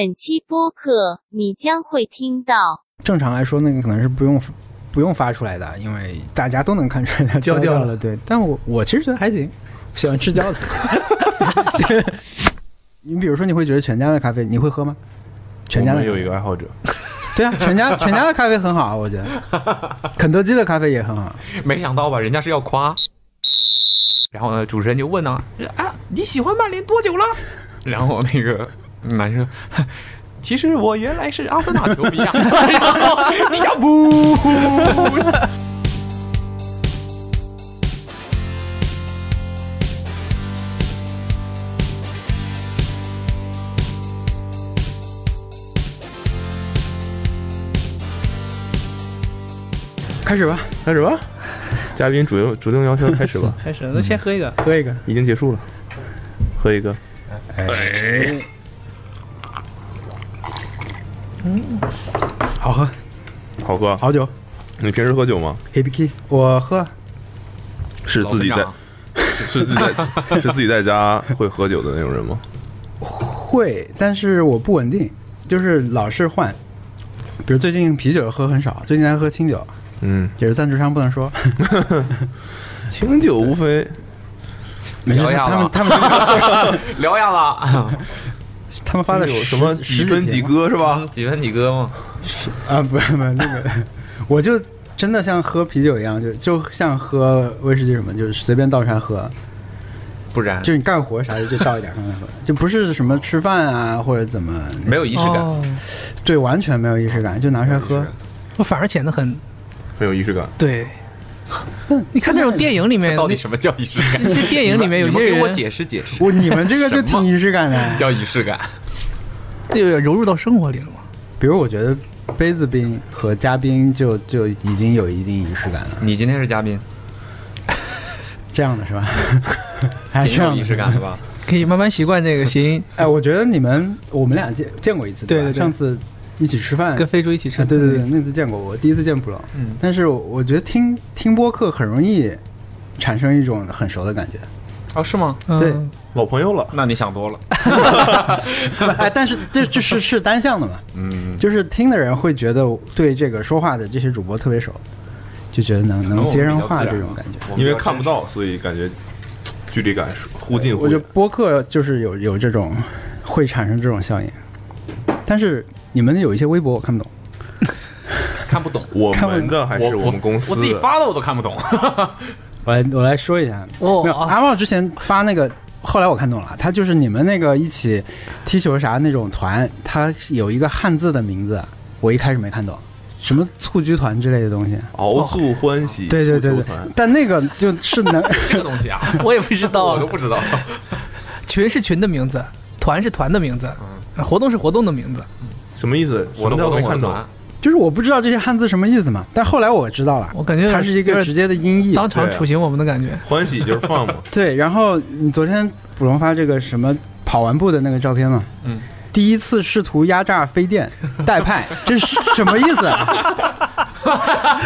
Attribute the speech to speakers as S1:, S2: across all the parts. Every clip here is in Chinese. S1: 本期播客你将会听到
S2: 正常来说，那个可能是不用不用发出来的，因为大家都能看出来它
S3: 焦
S2: 焦
S3: 掉
S2: 掉
S3: 了
S2: 了。对，但我我其实觉得还行，喜欢吃焦的。 你比如说，你会觉得全家的咖啡，你会喝吗？全家
S4: 我
S2: 的
S4: 们有一个爱好者，
S2: 对啊，全家全家的咖啡很好，我觉得， 肯德基的咖啡也很好。
S3: 没想到吧，人家是要夸。然后呢，主持人就问呢、啊，你喜欢曼联多久了？ 然后那个男生， 其实我原来是阿森纳球 迷啊。然后你要不？
S2: 开始吧，
S4: 开始吧。嘉宾主动主动要求开始吧，
S5: 开始，那先喝一个。
S2: 嗯喝一个。
S4: 已经结束了，喝一个。哎
S2: 哎嗯好喝，
S4: 好喝。啊
S2: 好酒
S4: 你平时喝酒吗？
S2: ，Happy Key，我喝。
S4: 是自己在
S3: 老
S4: 是自己 在是自己在家会喝酒的那种人吗？
S2: 会，但是我不稳定，就是老是换。比如最近啤酒喝很少，最近在喝清酒，
S4: 嗯，
S2: 也是赞助商不能说。
S4: 清酒无非
S2: 没事，
S3: 聊一下
S2: 他们
S3: 吧
S2: 他们
S3: 张聊呀吧，
S2: 他们发的
S4: 有
S2: 十
S4: 什么
S2: 十
S4: 几分几
S2: 几篇
S4: 歌是吧？
S3: 嗯几分几哥嘛？
S2: 啊？不不，那个我就真的像喝啤酒一样，就就像喝威士忌什么，就是随便倒出来喝，
S3: 不然
S2: 就是你干活啥的就倒一点上来喝， 就不是什么吃饭啊或者怎么那个
S3: 没有仪式感。
S5: 哦
S2: 对，完全没有仪式感，就拿出来喝。
S5: 我反而显得很
S4: 很有仪式感。
S5: 对。 你看那种电影里面，
S3: 到底
S5: 那
S3: 什么叫仪式感？
S5: 那些电影里面有
S3: 你
S5: 些
S3: 们
S5: 人
S3: 给我解释解释，
S2: 我你们这个就
S3: 什么
S2: 挺仪式感的。
S3: 叫仪式感。
S5: 那有点融入到生活里了嘛？
S2: 比如我觉得杯子冰和嘉宾就就已经有一定仪式感了，
S3: 你今天是嘉宾，
S2: 这样的是吧？ 还哎
S3: 挺
S2: 这
S3: 有
S2: 样
S3: 仪
S2: 的
S3: 式感的吧？
S5: 可以慢慢习惯这个谐音，
S2: 哎，我觉得你们我们俩见见过一次，吧
S5: 对对对
S2: 上次一起吃饭，
S5: 跟飞猪一起吃
S2: 啊，
S5: 饭。
S2: 对对对，那次见过，我第一次见布朗。
S3: 嗯，
S2: 但是我我觉得听听播客很容易产生一种很熟的感觉。
S3: 哦，是吗？
S5: 嗯
S2: 对
S4: 老朋友了，
S3: 那你想多了。
S2: 哎，但是这这是是单向的嘛，
S4: 嗯，
S2: 就是听的人会觉得对这个说话的这些主播特别熟，就觉得能
S3: 能
S2: 能接上话这种感觉。
S4: 因为看不到，所以感觉距离感是忽近忽
S2: 我觉
S4: 远
S2: 得。播客就是有有这种会产生这种效应，但是你们有一些微博我看不懂，
S3: 看不懂。
S4: 我
S2: 看不
S4: 们的还是
S3: 我
S4: 们公司
S3: 我自己
S4: 的？
S3: 发的我都看不懂。
S2: 我来我来说一下。
S5: 哦
S2: 没有，阿茂之前发那个，后来我看懂了，他就是你们那个一起踢球啥那种团，他有一个汉字的名字，我一开始没看懂，什么蹴鞠团之类的东西。
S4: 熬宿欢喜，
S2: 对对对
S4: 足球
S2: 对
S4: 团，
S2: 但那个就是能，
S3: 这个东西啊，
S5: 我也不知道
S3: 我
S5: 啊
S3: 都。不知道。
S5: 群是群的名字，团是团的名字，
S3: 嗯
S5: 呃活动是活动的名字。
S4: 什么意思？
S3: 我
S4: 什么
S3: 都
S4: 叫
S3: 不
S4: 没
S3: 懂我
S4: 看
S3: 的
S4: 懂
S3: 答。案。
S2: 就是我不知道这些汉字什么意思嘛。但后来我知道了，
S5: 我感觉有点
S2: 它是一个直接的音译。
S5: 当场处刑我们的感觉，
S4: 欢喜就是 放嘛，
S2: 对，然后你昨天捕龙发这个什么跑完步的那个照片嘛，
S3: 嗯，
S2: 第一次试图压榨飞电代派，这是什么 意思啊？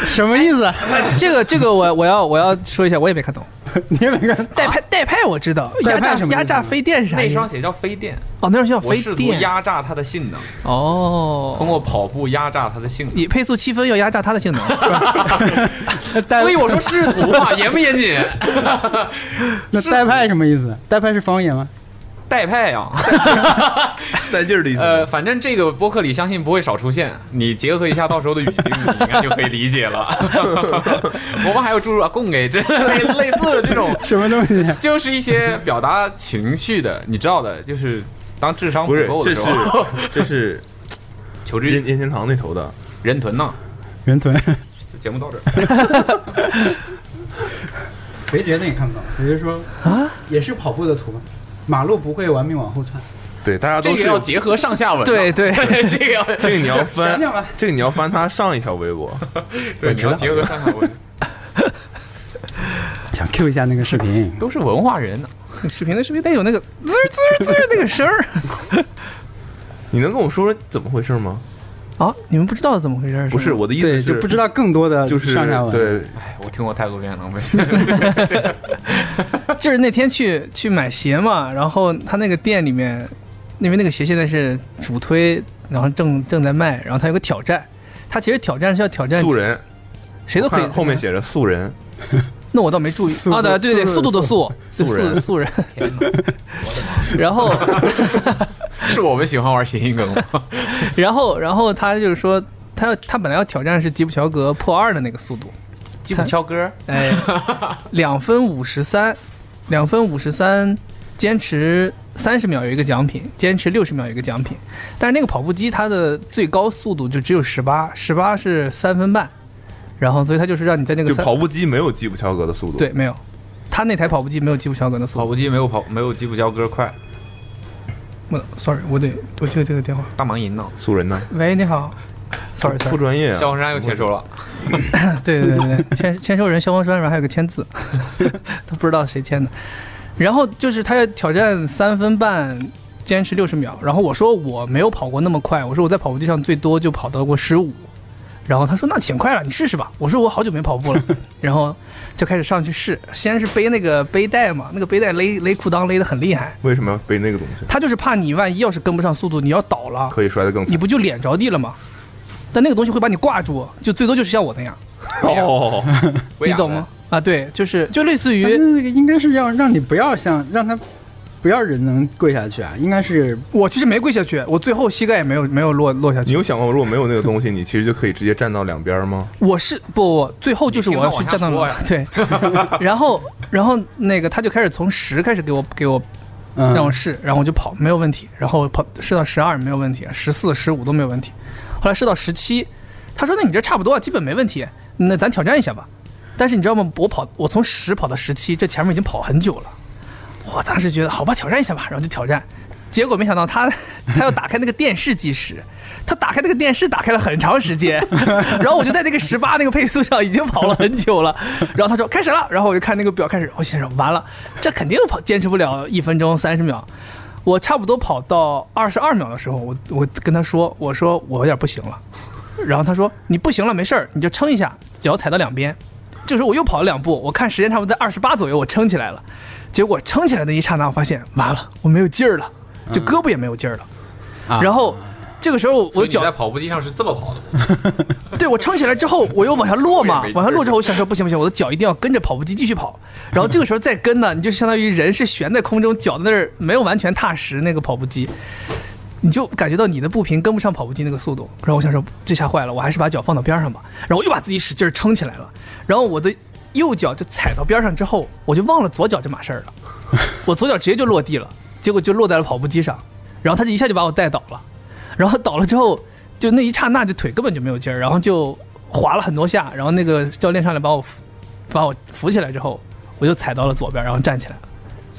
S2: 什么意思啊？
S5: 这个这个我我要我要说一下，我也没看懂。
S2: 你也没看，
S5: 代派代派我知道，
S2: 代
S5: 压
S2: 派
S5: 榨
S2: 什么意思
S5: 压榨飞电是啥
S3: 那
S5: 意思？
S3: 双鞋叫飞电，
S5: 哦，那双叫
S3: 我
S5: 飞
S3: 试图
S5: 电
S3: 压榨他的性能，通
S5: 哦。
S3: 过跑步压榨他的性能。
S5: 你配速七分要压榨它的性能，
S2: 代
S3: 所以我说试图 嘛，严不严谨？
S2: 那代派什么意思？代派是方言吗？
S3: 代派啊，
S4: 带劲儿的意思。
S3: 呃，反正这个播客里相信不会少出现，你结合一下到时候的语境，你应该就可以理解了。 我们还有诸如啊供给这类类似的这种，
S2: 什么东西？
S3: 就是一些表达情绪的，你知道的，就是当智商
S4: 不是，
S3: 够
S4: 这
S3: 的时候，
S4: 是这是
S3: 求知
S4: 任
S3: 欲
S4: 任天堂那头的，
S3: 人臀呢。
S2: 圆 臀。
S3: 就节目到这儿，
S2: 肥杰那也看不懂，肥杰说
S5: 啊，
S2: 也是跑步的图吗？马路不会玩命往后窜，
S4: 对，大家
S3: 这
S4: 都
S3: 个
S4: 是
S3: 要结合上下文。
S5: 对，对，
S3: 这个 要
S4: 这个你要翻
S2: 讲讲吧，
S4: 这个你要翻他上一条微博，
S3: 对，你要结合上下 文，
S2: 想 Q 一下那个视频。
S3: 都是文化人呢。
S5: 视频的视频得有那个滋儿滋儿滋儿那个声儿
S4: 你能跟我说怎么回事吗？
S5: 啊！你们不知道怎么回事儿？
S4: 不是，我的意思
S2: 对，
S4: 是
S2: 就不知道更多的
S4: 就是
S2: 上下文。，
S4: 对，
S3: 哎，我听过太多遍了，我们
S5: 就是那天去去买鞋嘛，然后他那个店里面因为那个鞋现在是主推，然后正正在卖，然后它有个挑战，它其实挑战是要挑战
S4: 素，人，
S5: 谁都可以
S4: 看后面。写着素人，
S5: 那我倒没注意
S2: 速度
S5: 啊，对对对，
S2: 速
S5: 速
S2: 度
S5: 度的速，对
S4: 速人
S5: 速速人。 然后，
S6: 是我们喜欢玩谐音梗 吗？
S5: 然后，然后他就是说，他要他本来要挑战是吉普乔格破二的那个速度，
S6: 基本敲歌，
S5: 哎，两分五十三，两分五十三，坚持三十秒有一个奖品，坚持六十秒有一个奖品。但是那个跑步机它的最高速度就只有十八，十八是三分半，然后所以它就是让你在那个
S4: 就
S5: 三
S4: 跑步机没有吉普乔格的速度。
S5: 对没有，它那台跑步机没有吉普乔格的速
S6: 跑
S5: 度。
S6: 步机没有跑，没有吉普敲歌快。
S5: 我 sorry，我得我接个这个电话。
S6: 大忙银呢？
S4: 素人呢？
S5: 喂，你好。sorry
S4: 不
S5: sorry，
S4: 专业啊！
S6: 消防栓又接收了，
S5: 对对对对，签签收人消防栓，然后还有个签字， 都不知道谁签的。然后就是他要挑战三分半，坚持六十秒。然后我说我没有跑过那么快，我说我在跑步机上最多就跑到过十五。然后他说那挺快了，你试试吧。我说我好久没跑步了， 然后就开始上去试。先是背那个背带嘛，那个背带勒勒裤裆勒得很厉害。
S4: 为什么要背那个东西？
S5: 他就是怕你万一要是跟不上速度，你要倒了，
S4: 可以摔得更
S5: 你
S4: 惨。
S5: 不就脸着地了吗？但那个东西会把你挂住，就最多就是像我那样。啊
S4: 哦，
S6: 威
S5: 你
S6: 亚
S5: 懂
S6: 的
S5: 吗？？啊，对，就是就类似
S2: 那
S5: 于
S2: 那个应该是要让你不要像让他不要人能跪下去啊，应该是
S5: 我其实没跪下去，我最后膝盖也没有没有落落下
S4: 你
S5: 去。
S4: 有想过如果没有那个东西，你其实就可以直接站到两边吗？
S5: 我是不不，不最后就是我要去站到
S6: 你听我往
S5: 了
S6: 下
S5: 对， 然后然后那个他就开始从十开始给我给我
S2: 嗯，
S5: 让我试，然后我就跑没有问题，然后跑试到十二没有问题，十四十五都没有问题，后来试到十七，他说那你这差不多，基本没问题，那咱挑战一下吧。但是你知道吗？我跑我从十跑到十七，这前面已经跑很久了，我当时觉得好吧，挑战一下吧，然后就挑战，结果没想到他他要打开那个电视计时。他打开那个电视，打开了很长时间，然后我就在那个十八那个配速上已经跑了很久了。然后他说开始了，然后我就看那个表开始，我心想完了，这肯定跑坚持不了一分钟三十秒。我差不多跑到二十二秒的时候，我我跟他说，我说我有点不行了，然后他说你不行了没事儿，你就撑一下，脚踩到两边。这时候我又跑了两步，我看时间差不多在二十八左右，我撑起来了。结果撑起来的一刹那，我发现完了，我没有劲儿了，就胳膊也没有劲儿了。
S2: 啊
S5: 然后这个时候
S6: 所
S5: 我
S6: 以你
S5: 脚
S6: 在跑步机上是这么跑的吗？
S5: 对我撑起来之后，我又往下落嘛
S6: 我也没劲儿，
S5: 往下落之后，我想说不行不行，我的脚一定要跟着跑步机继续跑。然后这个时候再跟呢，你就相当于人是悬在空中，脚在那儿没有完全踏实那个跑步机，你就感觉到你的步频跟不上跑步机那个速度。然后我想说这下坏了，我还是把脚放到边上吧。然后我又把自己使劲儿撑起来了，然后我的右脚就踩到边上之后，我就忘了左脚这码事儿了，我左脚直接就落地了，结果就落在了跑步机上，然后他就一下就把我带倒了。然后倒了之后，就那一刹那就腿根本就没有劲儿，然后就滑了很多下，然后那个教练上来把我扶，把我扶起来之后，我就踩到了左边，然后站起来了。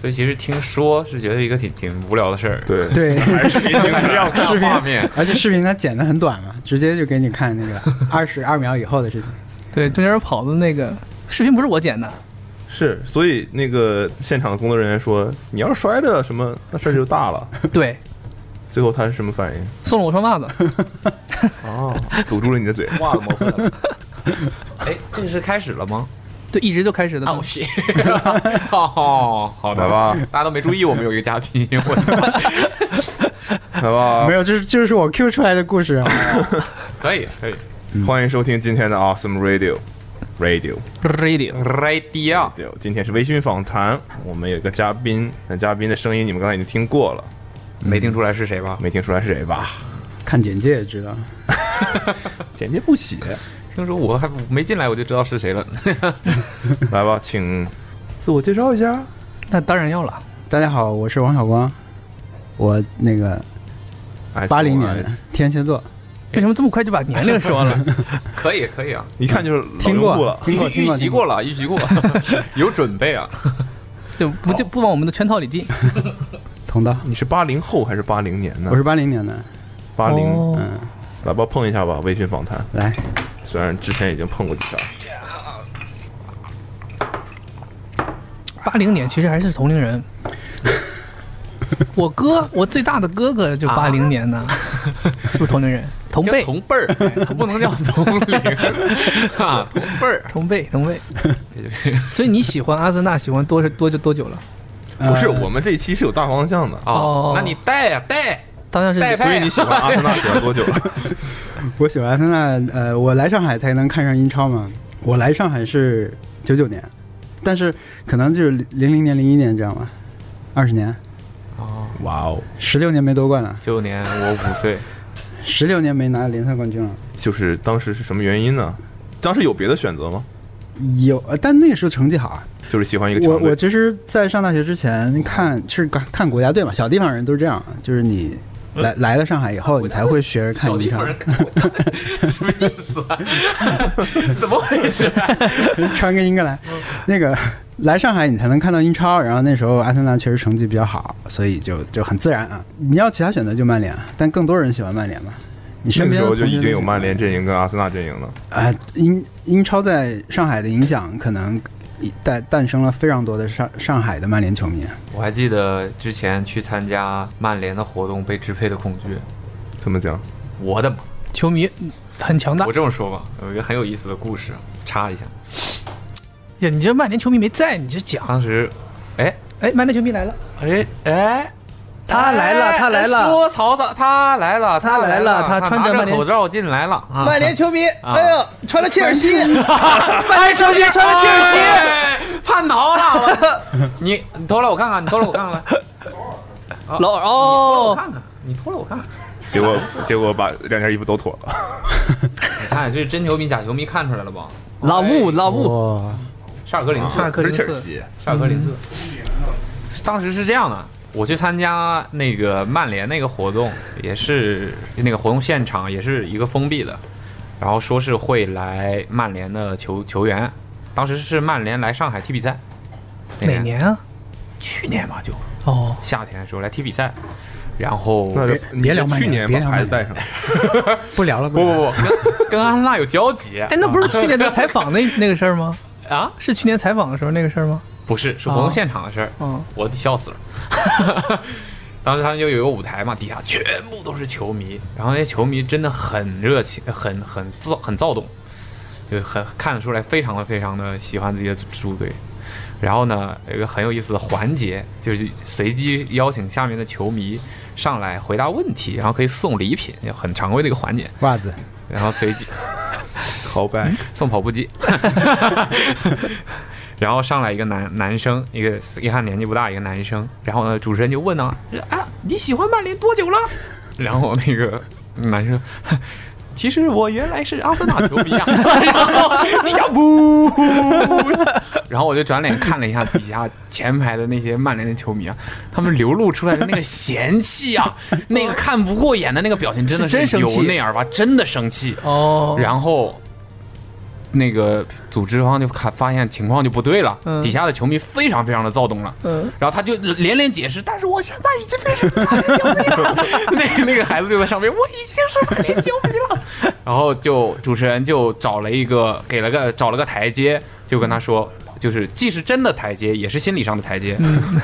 S6: 所以其实听说是觉得一个挺挺无聊的事儿，
S4: 对，
S2: 对，
S6: 还 是还是要看
S2: 视频
S6: 画 面。
S2: 而且视频它剪的很短嘛，直接就给你看那个二十二秒以后的事情。
S5: 对，中间跑的那个视频不是我 剪的，
S4: 是，所以那个现场的工作人员说，你要是摔着什么，那事儿就大了。
S5: 对，
S4: 最后他是什么反应？
S5: 送了我双袜子。
S4: 哦，堵住了你的嘴。
S6: 哇，模糊了。 哎，这是开始 了吗？
S5: 对，一直就开始的。
S6: 啊，我去！哦，好的
S4: 来吧，
S6: 大家都没注意，我们有一个嘉宾，我
S4: 来吧
S2: 没，有，这是这是我 Q 出来的故事啊。
S6: 可以可以。
S4: 欢迎收听今天的 Awesome Radio。Radio
S5: Radio，
S6: Radio，
S3: 啊
S4: 对，今天是微醺访谈，我们有一个嘉宾，那嘉宾的声音你们刚才已经听过了，
S6: 没听出来是谁吧？
S4: 没听出来是谁吧？
S2: 看简介也知道，
S4: 简介不写，
S6: 听说我还没进来我就知道是谁了。
S4: 来吧，请自我介绍一下。
S5: 那当然要了。
S2: 大家好，我是王小光，我那个
S4: 哎
S2: 八零年的
S4: SOS
S2: 天蝎座，
S5: 为什么这么快就把年龄说 了？
S6: 可以可以啊，
S4: 一看就是老
S2: 听
S4: 用户
S2: 过
S4: 了，，
S2: 嗯听 过，
S6: 预
S2: 听
S6: 预
S2: 过，
S6: 习
S2: 听
S6: 过。了，预习过，有准备啊。
S5: 就不就不往我们的圈套里进。
S2: 同道，
S4: 你是八零后还是八零年呢？
S2: 我是八零年的，
S4: 八零、
S5: 哦
S2: 嗯，
S4: 来吧，碰一下吧，微醺访谈。
S2: 来，
S4: 虽然之前已经碰过几下，
S5: 八零年其实还是同龄 人。我哥，我最大的哥哥就八零年的，是不是同龄人？同
S6: 叫
S5: 辈，
S6: 同辈儿，他不能 叫同龄啊，同辈儿。
S5: 同辈同辈。所以你喜欢阿森纳喜欢多多久多久了？
S4: 不是，我们这一期是有大方向的，
S5: 哦
S3: 哦，那你带呀带，
S5: 当然是
S3: 带派
S4: 所以你喜欢阿森纳喜欢多久了？
S2: 我喜欢阿森纳，呃，我来上海才能看上英超嘛。我来上海是九九年，但是可能就是零零年、零一年这样吧，二十年，
S3: 哦，
S4: 哇哦，
S2: 十六年没夺冠了，
S3: 九年我五岁，
S2: 十六年没拿联赛冠军了。
S4: 就是当时是什么原因呢？当时有别的选择吗？
S2: 有，呃但那个时候成绩好啊。
S4: 就是喜欢一个
S2: 我
S4: 强
S2: 我
S4: 队，
S2: 其实，在上大学之前看是看看国家队嘛，小地方人都是这样，就是你
S4: 嗯
S2: 来来了上海以后，你才会学着看
S3: 小
S2: 英
S3: 地
S2: 超
S3: 方，人看我， 什么意思啊？ 怎么回事啊？
S2: 穿个英格兰，
S4: 嗯
S2: 那个来上海你才能看到英超。然后那时候阿森纳确实成绩比较好，所以就就很自然啊。你要其他选择就曼联，啊但更多人喜欢曼联嘛。你
S4: 那
S2: 身
S4: 个
S2: 边
S4: 时
S2: 的
S4: 候就
S2: 同学
S4: 已经
S2: 都
S4: 有
S2: 喜欢
S4: 曼联阵营跟阿森纳阵营了。
S2: 啊、英英超在上海的影响可能诞诞生了非常多的上上海的曼联球迷。啊
S3: 我还记得之前去参加曼联的活动被支配的恐惧，
S4: 怎么讲？
S3: 我的妈！
S5: 球迷嗯很强大
S3: 我。这么说吧，有一个很有意思的故事，插一下。
S5: 呀，哎你这曼联球迷没在，你这讲。
S3: 当时，哎
S5: 哎，曼联球迷来了，
S3: 哎哎，
S5: 他来了，他来
S3: 哎
S5: 了，
S3: 说曹操，他来了，
S5: 他来
S3: 来
S5: 了他
S3: 他
S5: 穿着
S3: 拿
S5: 曼联
S3: 口罩进来了。啊
S5: 曼联球迷，
S3: 啊
S5: 哎呦，穿了切尔 西，曼联球迷 穿了切尔
S3: 哎，叛逃了！ 我你你脱了我看看，你脱了我看看来，
S5: 西，老
S3: 我
S5: 哦，
S3: 看看，你脱了我看看。
S4: 结果结果把两件衣服都脱了。
S3: 你看这是真球迷假球迷看出来了吧？
S5: 老穆，老穆，
S2: 哇，
S3: 沙尔克零四，
S5: 克
S4: 不
S5: 林
S4: 是切
S5: 斯
S4: 尔西，
S3: 沙尔克零四。嗯当时是这样的，我去参加那个曼联那个活动，也是那个活动现场也是一个封闭的，然后说是会来曼联的球球员，当时是曼联来上海踢比赛，那
S5: 哪？年啊？
S3: 去年吧，就
S5: 哦，
S3: 夏天的时候来踢比赛，然后
S4: 那 就
S2: 别
S4: 你
S2: 别
S4: 就
S2: 聊曼
S4: 去
S2: 联
S4: 年
S2: 别
S4: 把
S2: 聊
S4: 牌
S2: 曼
S4: 子带
S2: 联
S4: 上，
S2: 不聊了，不
S3: 不
S2: 聊了
S3: 不不，跟跟安娜有交集。
S5: 哎，那不是去年的采访那 那个事儿吗？
S3: 啊？
S5: 是去年采访的时候那个事儿吗？
S3: 不是，是活动现场的事儿。
S5: 嗯，
S3: 我得笑死了。 当时他们就有一个舞台嘛，底下全部都是球迷，然后那些球迷真的很热情，很很躁，很躁动，就很看得出来，非常的非常的喜欢自己的主队。然后呢，有一个很有意思的环节，就是随机邀请下面的球迷上来回答问题，然后可以送礼品，也很常规的一个环节。
S2: 袜子，
S3: 然后随机
S4: 好拜。
S2: 嗯
S3: 送跑步机，然后上来一个男男生，一个一看年纪不大一个男生，然后呢，主持人就问呢，啊，你喜欢曼联多久了？然后那个男生， 其实我原来是阿森纳球迷啊， 然后你要不，然后我就转脸看了一下底下前排的那些曼联的球迷啊，他们流露出来的那个嫌弃啊，那个看不过眼的那个表情，真的
S5: 是真生气
S3: 由内而发，真的生气。
S5: 哦，
S3: 然后那个组织方就看发现情况就不对了，
S5: 嗯
S3: 底下的球迷非常非常的躁动了。
S5: 嗯，
S3: 然后他就连连解释，但是我现在已经变成曼联球迷 了。那个那个孩子就在上面，我已经是曼联球迷了。然后就主持人就找了一个，给了个找了个台阶，就跟他说，就是既是真的台阶，也是心理上的台阶，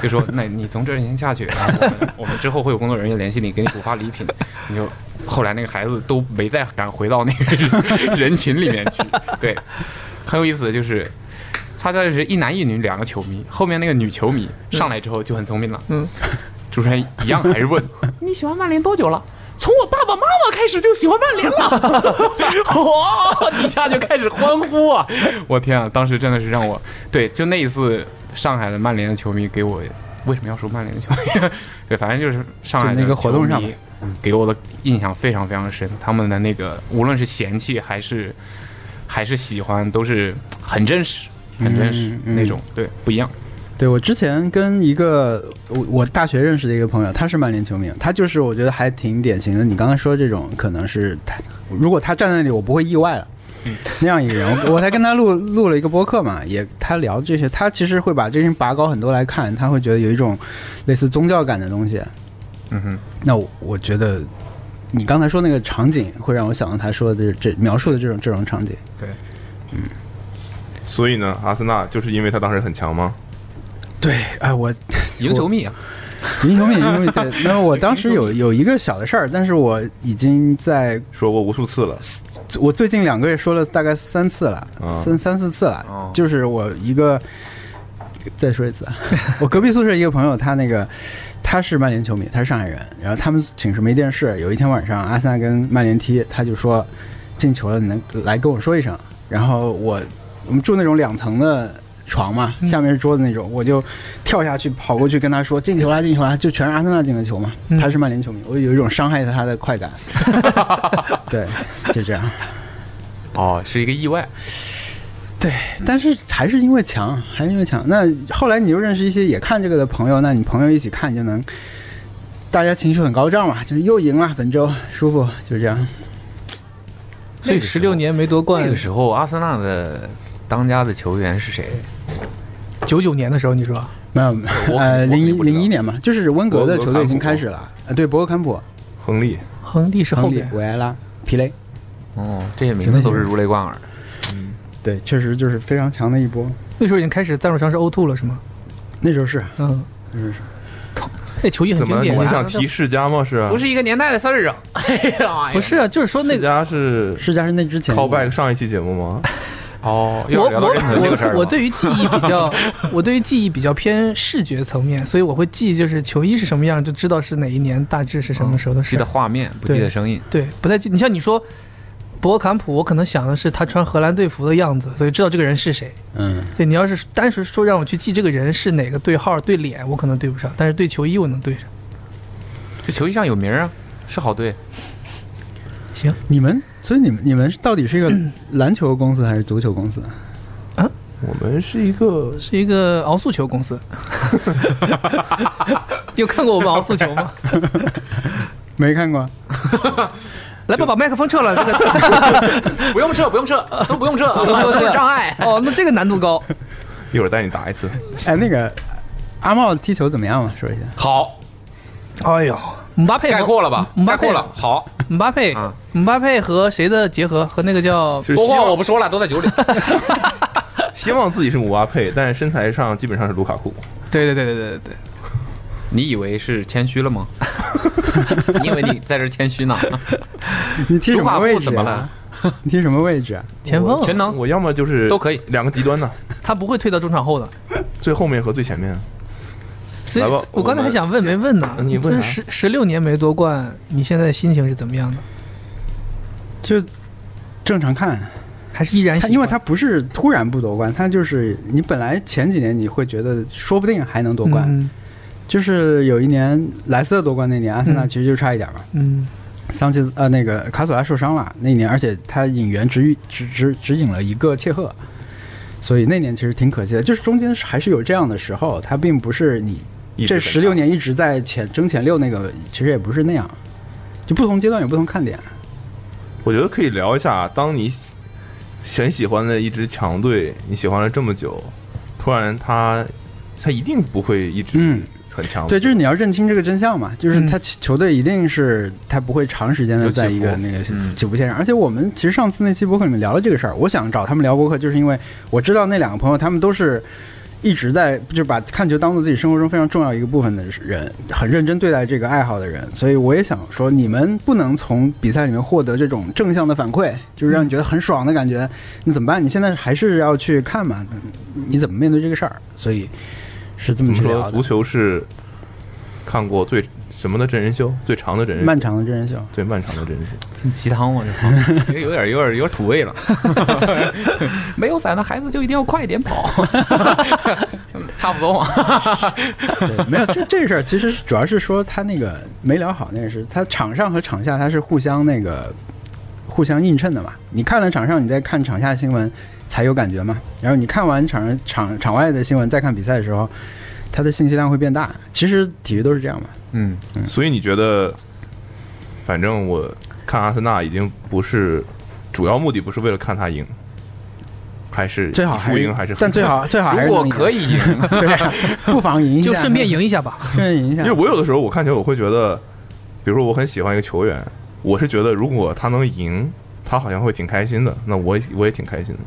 S3: 就说那你从这儿先下去，然后我们我们之后会有工作人员联系你，给你补发礼品，你就。后来那个孩子都没再敢回到那个 人人群里面去，对，很有意思的就是，他这是一男一女两个球迷，后面那个女球迷上来之后就很聪明了，
S5: 嗯，
S3: 主持人一样还是问你喜欢曼联多久了？从我爸爸妈妈开始就喜欢曼联了， 哇！底下就开始欢呼啊！我天啊，当时真的是让我对，就那一次上海的曼联的球迷给我为什么要说曼联的球迷？ 对，反正就是上海的
S2: 就那个活动上
S3: 球迷嗯给我的印象非常非常深，他们的那个无论是嫌弃还是还是喜欢，都是很真实、很真实、
S2: 嗯嗯
S3: 那种，对，不一样。
S2: 对我之前跟一个我我大学认识的一个朋友，他是曼联球迷，他就是我觉得还挺典型的。你刚才说这种，可能是他如果他站在那里，我不会意外了。那样一个人，我我才跟他录录了一个播客嘛，也他聊这些，他其实会把这些人拔高很多来看，他会觉得有一种类似宗教感的东西。
S3: 嗯哼，
S2: 那我我觉得你刚才说那个场景，会让我想到他说的这这描述的这种这种场景。
S4: 所以呢，阿森纳就是因为他当时很强吗？
S2: 对，哎，我
S3: 赢球迷啊，
S2: 英雄命，英雄命。对，那么我当时有有一个小的事儿，但是我已经在
S4: 说过无数次了，
S2: 我最近两个月说了大概三次了，
S4: 啊
S2: 三三四次了，
S3: 哦
S2: 就是我一个再说一次啊，我隔壁宿舍一个朋友，他那个他是曼联球迷，他是上海人，然后他们寝室没电视，有一天晚上阿森纳跟曼联踢，他就说进球了，你能来跟我说一声。然后我我们住那种两层的床嘛，下面是桌子那种，我就跳下去跑过去跟他说进球啦，进球啦，就全是阿森纳进的球嘛。
S5: 嗯
S2: 他是曼联球迷，我有一种伤害他的快感。对，就这样。
S6: 哦，是一个意外。
S2: 对，但是还是因为强，还是因为强。那后来你又认识一些也看这个的朋友，那你朋友一起看，你就能大家情绪很高涨嘛，就是又赢了，本周舒服，就是这样。
S5: 所以
S6: 那个时
S5: 十
S6: 候
S5: 六年没夺冠
S6: 那，个时候，阿森纳的当家的球员是谁？
S5: 九九年的时候你说
S2: 没有，
S6: 我
S2: 呃，
S6: 肯
S2: 零一
S6: 我肯定不知道
S2: 零一年嘛，就是温格的球队已经开始了。呃，对，博格坎普、
S4: 亨利，
S5: 亨利是后
S2: 亨利
S5: 面、，
S2: 维埃拉、皮雷，
S6: 哦，这些名字都是如雷贯耳。
S2: 对，确实就是非常强的一波。
S5: 那时候已经开始赞助商是 O2 了是吗？
S2: 那时候是，
S5: 嗯，
S2: 那时候是，
S5: 那球衣很
S4: 怎
S5: 经
S4: 么你
S5: 典啊。
S4: 想提世家吗？是
S6: 是一个年代的事儿啊！哎呀妈呀
S5: 不是啊，就是说那
S4: 世
S5: 个
S4: 家是
S2: 世家是那之前的
S4: callback 上一期节目吗？
S6: 哦，
S5: 我
S6: 要聊到任何这个事儿
S5: 我我
S6: 了
S5: 我对于记忆比 较，我对于记忆比较偏视觉层面，所以我会记就是球衣是什么样，就知道是哪一年，大致是什么时候的
S6: 哦记
S5: 事。
S6: 得画面，不记
S5: 对
S6: 得声音。
S5: 对，不太记。你像你说博格坎普，我可能想的是他穿荷兰队服的样子，所以知道这个人是谁。
S2: 嗯，
S5: 对你要是单纯说让我去记这个人是哪个队号、对脸，我可能对不上，但是对球衣我能对上。
S6: 这球衣上有名儿啊，是好队。
S5: 行，
S2: 你们，所以你们你们到底是一个篮球公司还是足球公司？
S4: 我们是一个
S5: 是一个熬速球公司。 你有看过我们熬速球吗？
S2: 没看过，
S5: 来吧，把麦克风撤了。这个
S6: 不用撤，不用撤，都不用撤，
S5: 都 是障
S6: 碍。
S5: 哦，那这个难度高。
S4: 一会儿带你打一次，
S2: 哎，那个阿茂踢球怎么样嘛？说一下。
S6: 好，
S5: 哎呦，姆巴佩
S6: 概括了吧？
S5: 姆
S6: 概
S5: 巴佩
S6: 括了。好，
S5: 姆巴佩
S6: 啊，
S5: 姆巴佩和谁的结合？和那个叫
S4: 就是
S6: 多
S4: 希
S6: 话
S4: 望
S6: 我不说了，都在酒里。
S4: 希望自己是姆巴佩，但身材上基本上是卢卡库。
S5: 对对对对对对对，
S6: 你以为是谦虚了吗？ 你以为你在这儿谦虚呢？
S2: 你踢什
S6: 卢卡
S2: 么位
S6: 库
S2: 置、啊？
S6: 怎么了？
S2: 你踢什么位置、啊？
S5: 前锋
S6: 全能
S4: 我要么就是
S6: 都可以
S4: 两个极端呢，
S5: 他不会退到中场后的。
S4: 最后面和最前面。
S5: 所以
S4: 来吧
S5: 我刚才
S4: 我们
S5: 还想问没问呢，
S4: 你问
S5: 就是
S4: 啥
S5: 十十六年没夺冠，你现在心情是怎么样的？
S2: 就正常看，
S5: 哎还是依然喜
S2: 他
S5: 欢
S2: 因为他不是突然不夺冠，他就是你本来前几年你会觉得说不定还能夺冠，
S5: 嗯
S2: 就是有一年莱斯特夺冠那年，阿森纳
S5: 嗯
S2: 其实就差一点嘛。
S5: 嗯，
S2: 桑切斯呃那个卡索拉受伤了那一年，而且他引援只只只只引了一个切赫，所以那年其实挺可惜的。就是中间是还是有这样的时候，他并不是你
S4: 一直
S2: 这
S4: 在
S2: 十六年一直在前争前六那个，其实也不是那样，就不同阶段有不同看点。
S4: 我觉得可以聊一下，当你很喜欢的一支强队，你喜欢了这么久，突然他他一定不会一直
S2: 嗯
S4: 很强。
S2: 对，就是你要认清这个真相嘛，就是
S5: 嗯
S2: 他球球队一定是他不会长时间的
S4: 有起
S2: 在一个
S4: 伏
S2: 那个
S4: 嗯
S2: 起伏线上，而且我们其实上次那期博客里面聊了这个事儿，我想找他们聊博客，就是因为我知道那两个朋友他们都是。一直在就是把看球当做自己生活中非常重要一个部分的人，很认真对待这个爱好的人，所以我也想说，你们不能从比赛里面获得这种正向的反馈，就是让你觉得很爽的感觉，你怎么办？你现在还是要去看嘛，嗯你怎么面对这个事儿？所以是这
S4: 怎
S2: 么
S4: 么
S2: 去
S4: 说
S2: 聊
S4: 足
S2: 的。
S4: 球是看过最什么的真人秀，最长的真人秀，
S2: 漫长的真人秀，
S4: 最漫长的真人秀。
S6: 这鸡汤吗？这话 有点有点有点土味了。没有伞的孩子就一定要快一点跑，差不多嘛。
S2: 对，没有这这事儿，其实主要是说他那个没聊好那个是，他场上和场下他是互相那个互相映衬的嘛。你看了场上，你再看场下新闻才有感觉嘛。然后你看完场上场场外的新闻，再看比赛的时候，它的信息量会变大。其实体育都是这样嘛。
S6: 嗯，
S4: 所以你觉得，反正我看阿森纳已经不是主要目的，不是为了看他赢，还是
S2: 最好
S4: 输赢还是
S2: 但最。好最好还是
S6: 如果
S2: 能赢
S6: 可，以赢，
S2: 对啊，不妨赢一下，
S5: 就顺便，赢一下吧。
S2: 顺便赢一下
S4: 因为。我有的时候我看球，我会觉得，比如说我很喜欢一个球员，我是觉得如果他能赢，他好像会挺开心的，那我也我也挺开心的。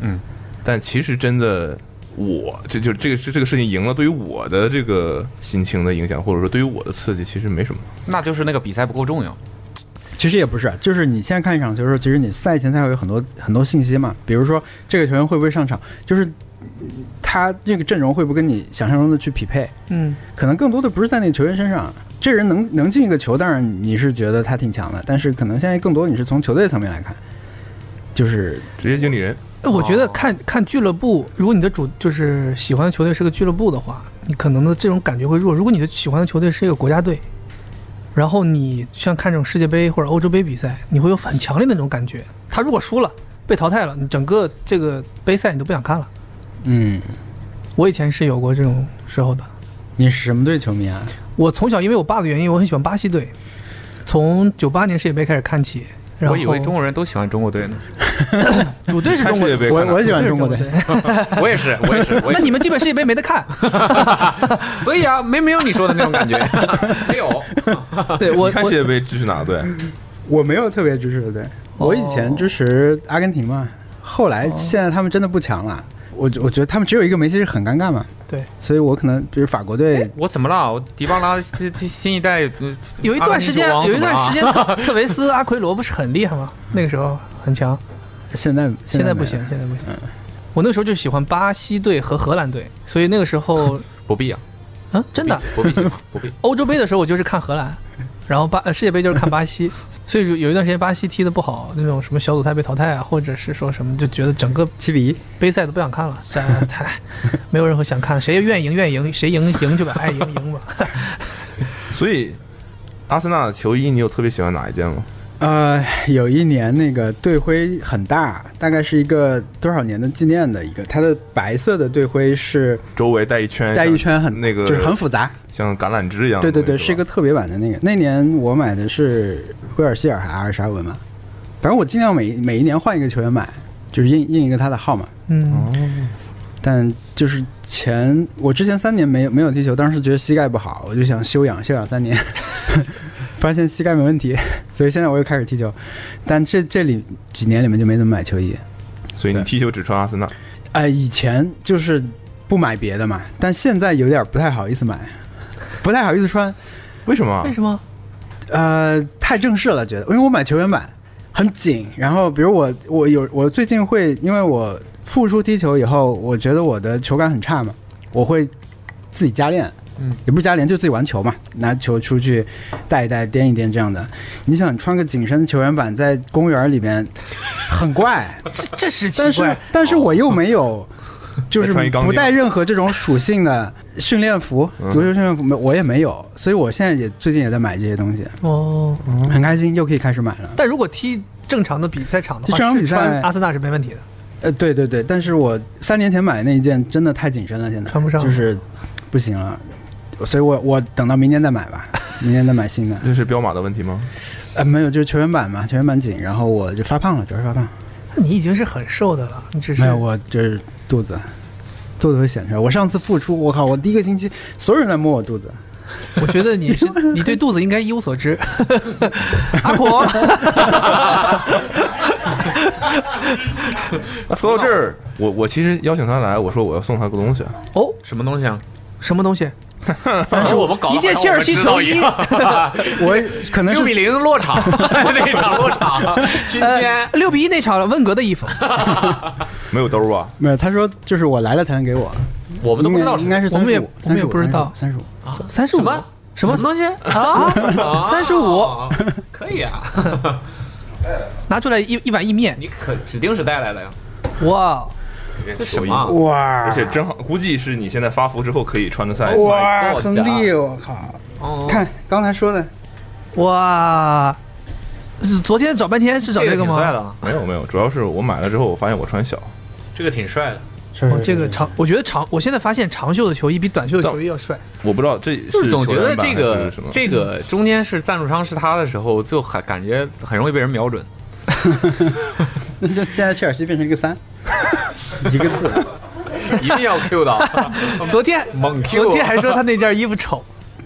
S6: 嗯，
S4: 但其实真的。我这就这个这这个事情赢了，对于我的这个心情的影响，或者说对于我的刺激，其实没什么。
S6: 那就是那个比赛不够重要。
S2: 其实也不是，就是你现在看一场球的时候，其实你赛前赛后有很多很多信息嘛，比如说这个球员会不会上场，就是他这个阵容会不会跟你想象中的去匹配？
S5: 嗯
S2: 可能更多的不是在那个球员身上，这人能能进一个球，当然你是觉得他挺强的，但是可能现在更多你是从球队层面来看，就是
S4: 职业经理人，
S5: 哎我觉得看看俱乐部，如果你的主就是喜欢的球队是个俱乐部的话，你可能的这种感觉会弱。如果你的喜欢的球队是一个国家队，然后你像看这种世界杯或者欧洲杯比赛，你会有很强烈的那种感觉。他如果输了，被淘汰了，你整个这个杯赛你都不想看了。
S2: 嗯，
S5: 我以前是有过这种时候的。
S2: 你是什么队球迷啊？
S5: 我从小因为我爸的原因，我很喜欢巴西队，从九八年世界杯开始看起。然后
S6: 我以为中国人都喜欢中国队呢。
S5: 主队是中
S4: 看
S5: 国
S4: 世界杯
S2: 我
S4: 看哪
S2: 我喜
S5: 主队
S2: 欢中
S5: 是中
S2: 国
S5: 国
S2: 队，
S5: 队。
S6: 我也是，我也是，我也
S5: 那
S6: 是。
S5: 你们基本世界杯没得看。
S6: 所以啊，没没有你说的那种感觉， 没有。
S5: 对我
S4: 你看世
S5: 我
S4: 界杯支持哪个队？啊
S2: 嗯我没有特别支持的队，我以
S5: 哦
S2: 前支持阿根廷嘛，后来现在他们真的不强了，我我觉得他们只有一个梅西是很尴尬嘛，
S5: 对，哎
S2: 所以我可能比如法国队，
S6: 我怎么了？我迪巴拉这这新一代呃
S5: 有一段时间
S6: 阿根廷球
S5: 有一段
S6: 王
S5: 时
S6: 怎么
S5: 间特特维斯、阿奎罗不是很厉害吗？那个时候很强，
S2: 现在
S5: 现
S2: 没
S5: 在不
S2: 了
S5: 行，现在不行。我那时候就喜欢巴西队和荷兰队，所以那个时候，
S6: 了不必啊，
S5: 嗯，真的，
S6: 不 必不必不必。
S5: 欧洲杯的时候我就是看荷兰，然后巴呃世界杯就是看巴西，所以有一段时间巴西踢的不好，那种什么小组赛被淘汰啊，或者是说什么就觉得整个
S2: 七比一，
S5: 杯赛都不想看了，这太没有任何想看，谁愿赢愿赢，谁赢赢去吧，哎爱赢赢吧。
S4: 所以阿森纳的球衣，你有特别喜欢哪一件吗？
S2: 呃，有一年那个队徽很大，大概是一个多少年的纪念的一个，它的白色的队徽是
S4: 周围带一圈，
S2: 带一圈很
S4: 像那个，啊
S2: 就是很复杂，
S4: 像橄榄枝一样的
S2: 对
S4: 东西。
S2: 对对，是一个
S4: 吧
S2: 特别版的那个。那年我买的是威尔希尔还是阿尔沙文嘛，反正我尽量每每一年换一个球员买，就是印印一个他的号码。
S5: 嗯，
S2: 但就是前我之前三年没有没有踢球，当时觉得膝盖不好，我就想休养休养三年， 发现膝盖没问题，所以现在我又开始踢球。但这这里几年里面就没怎么买球衣，
S4: 所以你
S2: 对
S4: 踢球只穿阿森纳。
S2: 呃，以前就是不买别的嘛，但现在有点不太好意思买，不太好意思穿，
S4: 为什么啊
S5: 为？什么？
S2: 呃，太正式了，觉得，因为我买球员版很紧，然后比如我我有我最近会，因为我复出踢球以后，我觉得我的球感很差嘛，我会自己加练，
S6: 嗯，
S2: 也不是加练，就自己玩球嘛，拿球出去带一带、颠一颠这样的。你想穿个紧身的球员版在公园里边，很怪，
S5: 这这是奇
S2: 但是
S5: 怪。
S2: 但是我又没有，就是
S4: 哦穿一钢
S2: 不
S4: 钉嗯
S2: 带任何这种属性的训练服，足球训练服没我也没有，所以我现在也最近也在买这些东西，
S5: 哦，
S2: 很开心，又可以开始买了。
S5: 但如果踢正常的比赛场的
S2: 踢
S5: 话，
S2: 正常比
S5: 是
S2: 赛
S5: 穿阿森纳是没问题的。
S2: 呃，对对对，但是我三年前买的那一件真的太紧身了，现在
S5: 穿不上
S2: 就是不行了，所以我我等到明年再买吧，明年再买新的。
S4: 这是彪马的问题吗？
S2: 呃，没有，就是球员版嘛，球员版紧，然后我就发胖了，主要是发胖。
S5: 那你已经是很瘦的了，你只是
S2: 没有，我就是肚子，肚子会显出来。我上次复出，我靠，我第一个星期所有人在摸我肚子，
S5: 我觉 得你是你对肚子应该一无所知。阿婆，
S4: 那说到这儿，我我其实邀请他来，我说我要送他个东西，
S5: 哦，
S6: 什么东西啊？
S5: 什么东西？
S6: 但是我们搞得
S5: 一届
S6: 好像
S5: 切尔
S6: 我们
S5: 西
S6: 知道
S5: 球
S6: 一
S5: 衣
S6: 样
S2: 我可能
S6: 六比
S2: 是
S6: 零落场， 那场落场， 今天
S5: 呃，六比一那场温格的衣服，
S4: 没有兜啊吧？
S2: 没有。他说就是我来了才能给我，
S6: 我们都不知道
S2: 应
S6: 是
S2: 该是
S5: 我们也
S2: 35
S5: 我们也不知道
S2: 35 35
S5: 三十五
S6: 什么
S5: 什么
S6: 什么东西
S5: 啊？ 三十五，
S6: 哦，可以啊，
S5: 拿出来一一碗意面，
S6: 你可指定是带来的呀，
S5: 哇，
S4: 这
S6: 什么啊？
S2: 哇，
S4: 而且真好，估计是你现在发福之后可以穿的 size。
S2: 哎哇，
S6: God
S2: 亨利，我靠，
S6: 哦
S2: 看刚才说的。
S5: 哇，是昨天找半天是找
S6: 这
S5: 这
S6: 个
S5: 个
S6: 挺帅的
S5: 吗？
S6: 啊，
S4: 没有没有，主要是我买了之后，我发现我穿小，
S6: 这个挺帅的，
S2: 是
S5: 哦，这个长，我觉得长，我现在发现长袖的球衣比短袖的球衣要帅。
S4: 我不知道这
S6: 就是总觉
S4: 球
S6: 得
S4: 员版
S6: 这
S4: 还
S6: 个
S4: 是什么。
S6: 这个中间是赞助商是他的时候，就很感觉很容易被人瞄准。
S2: 那就现在切尔西变成一个三， 一个字。
S6: 一定要 Q 到。
S5: 昨天
S4: 嗯
S6: 猛 Q
S5: 昨天还说他那件衣服丑，。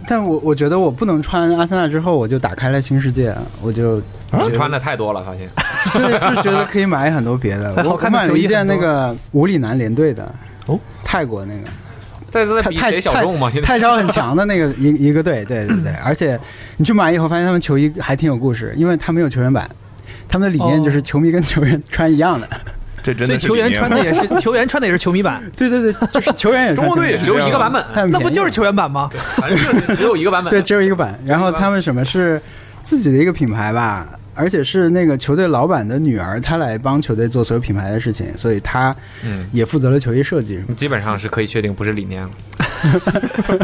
S2: 但我我觉得我不能穿阿森纳之后，我就打开了新世界，我就
S6: 你穿的太多了，发现
S2: 对，就觉得可以买很多别的
S5: 好
S2: 我我
S5: 看的
S2: 买了
S5: 球衣
S2: 一件
S5: 很
S2: 那
S5: 多
S2: 个无里南联队的
S5: 哦，
S2: 泰国那个，
S6: 在在
S2: 泰
S6: 比
S2: 泰
S6: 谁小众嘛？
S2: 泰
S6: 现在
S2: 泰超很强的那个一一个队，对对对。而且你去买以后，发现他们球衣还挺有故事，因为他没有球员版，他们的理念就是
S5: 哦
S2: 球迷跟球员穿一样的。
S4: 这真
S5: 所
S4: 的
S5: 以
S4: 是
S5: 球员
S4: 理念
S5: 穿
S4: 吗
S5: 的也是球员穿的也是球迷版，
S2: 对对对，就是球员也
S4: 中国队也是
S6: 只有一个版本，
S2: 本
S5: 那不就是球员版吗？
S6: 反正就是只有一个版本。
S2: 对，只有一个版。然后他们什么是自己的一个品牌吧，而且是那个球队老板的女儿，她来帮球队做所有品牌的事情，所以她
S6: 嗯
S2: 也负责了球衣设计。
S6: 基本上是可以确定不是理念了，